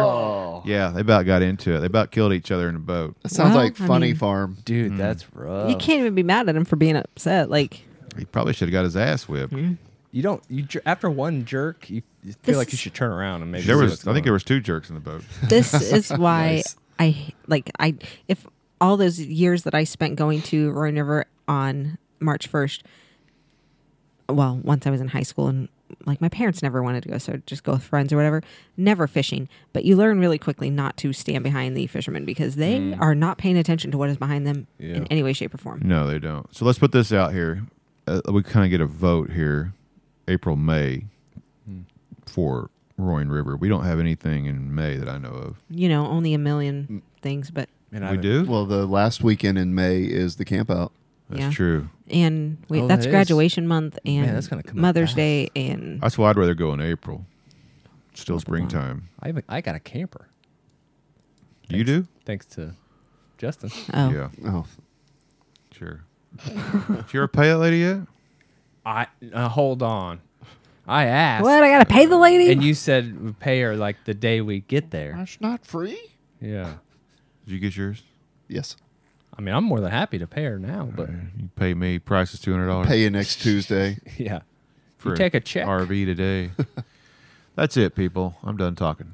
B: Yeah, they about got into it. They about killed each other in the boat.
A: that sounds
E: Well,
A: like
E: I
A: Funny
E: mean-
A: Farm.
D: Dude,
B: Mm.
D: that's rough.
E: you can't even be mad at him for being upset. Like,
B: He probably should have got his ass whipped.
D: You don't. You jer- after one jerk, you, you feel
E: This
D: like you
E: is-
D: should turn around and maybe.
B: There
D: see
B: was,
D: what's
B: I think,
D: going
B: there was two jerks in the boat.
E: this is why
D: Nice.
E: I like I if all those years that I spent going to Roaring River on March first. Well, once I was in high school and like my parents never wanted to go, so I'd just go with friends or whatever. Never fishing, but you learn really quickly not to stand behind the fishermen because they
D: Hmm.
E: are not paying attention to what is behind them in any way, shape, or form.
B: No, they don't. So let's put this out here. Uh, we kind of get a vote here, April, May, Hmm. for Roaring River. We don't have anything in May that I know of.
E: You know, only a million
D: Mm.
E: things, but
D: on. And I
B: we
D: don't-
B: do.
A: Well, the last weekend in May is the camp out.
B: That's
E: yeah.
B: true.
E: and wait,
D: Oh,
E: that's
D: that is.
E: graduation month and
D: that's gonna come up Uh,
E: Mother's
D: fast.
E: Day and
B: That's why I'd rather go in April. Still springtime.
D: I even I got a camper
B: You do?
D: thanks to Justin.
E: Oh,
B: Yeah,
A: Oh,
B: sure. Did you ever pay that lady yet?
D: I uh, hold on. I asked,
E: what? I gotta pay the lady.
D: and you said we pay her like the day we get there.
G: That's not free.
D: Yeah,
B: Did you get yours?
A: yes.
D: I mean I'm more than happy to pay her now, but
B: You pay me. Price is two hundred dollars.
A: Pay you next Tuesday.
D: yeah,
B: for
D: take a check.
B: RV today. That's it, people. I'm done talking.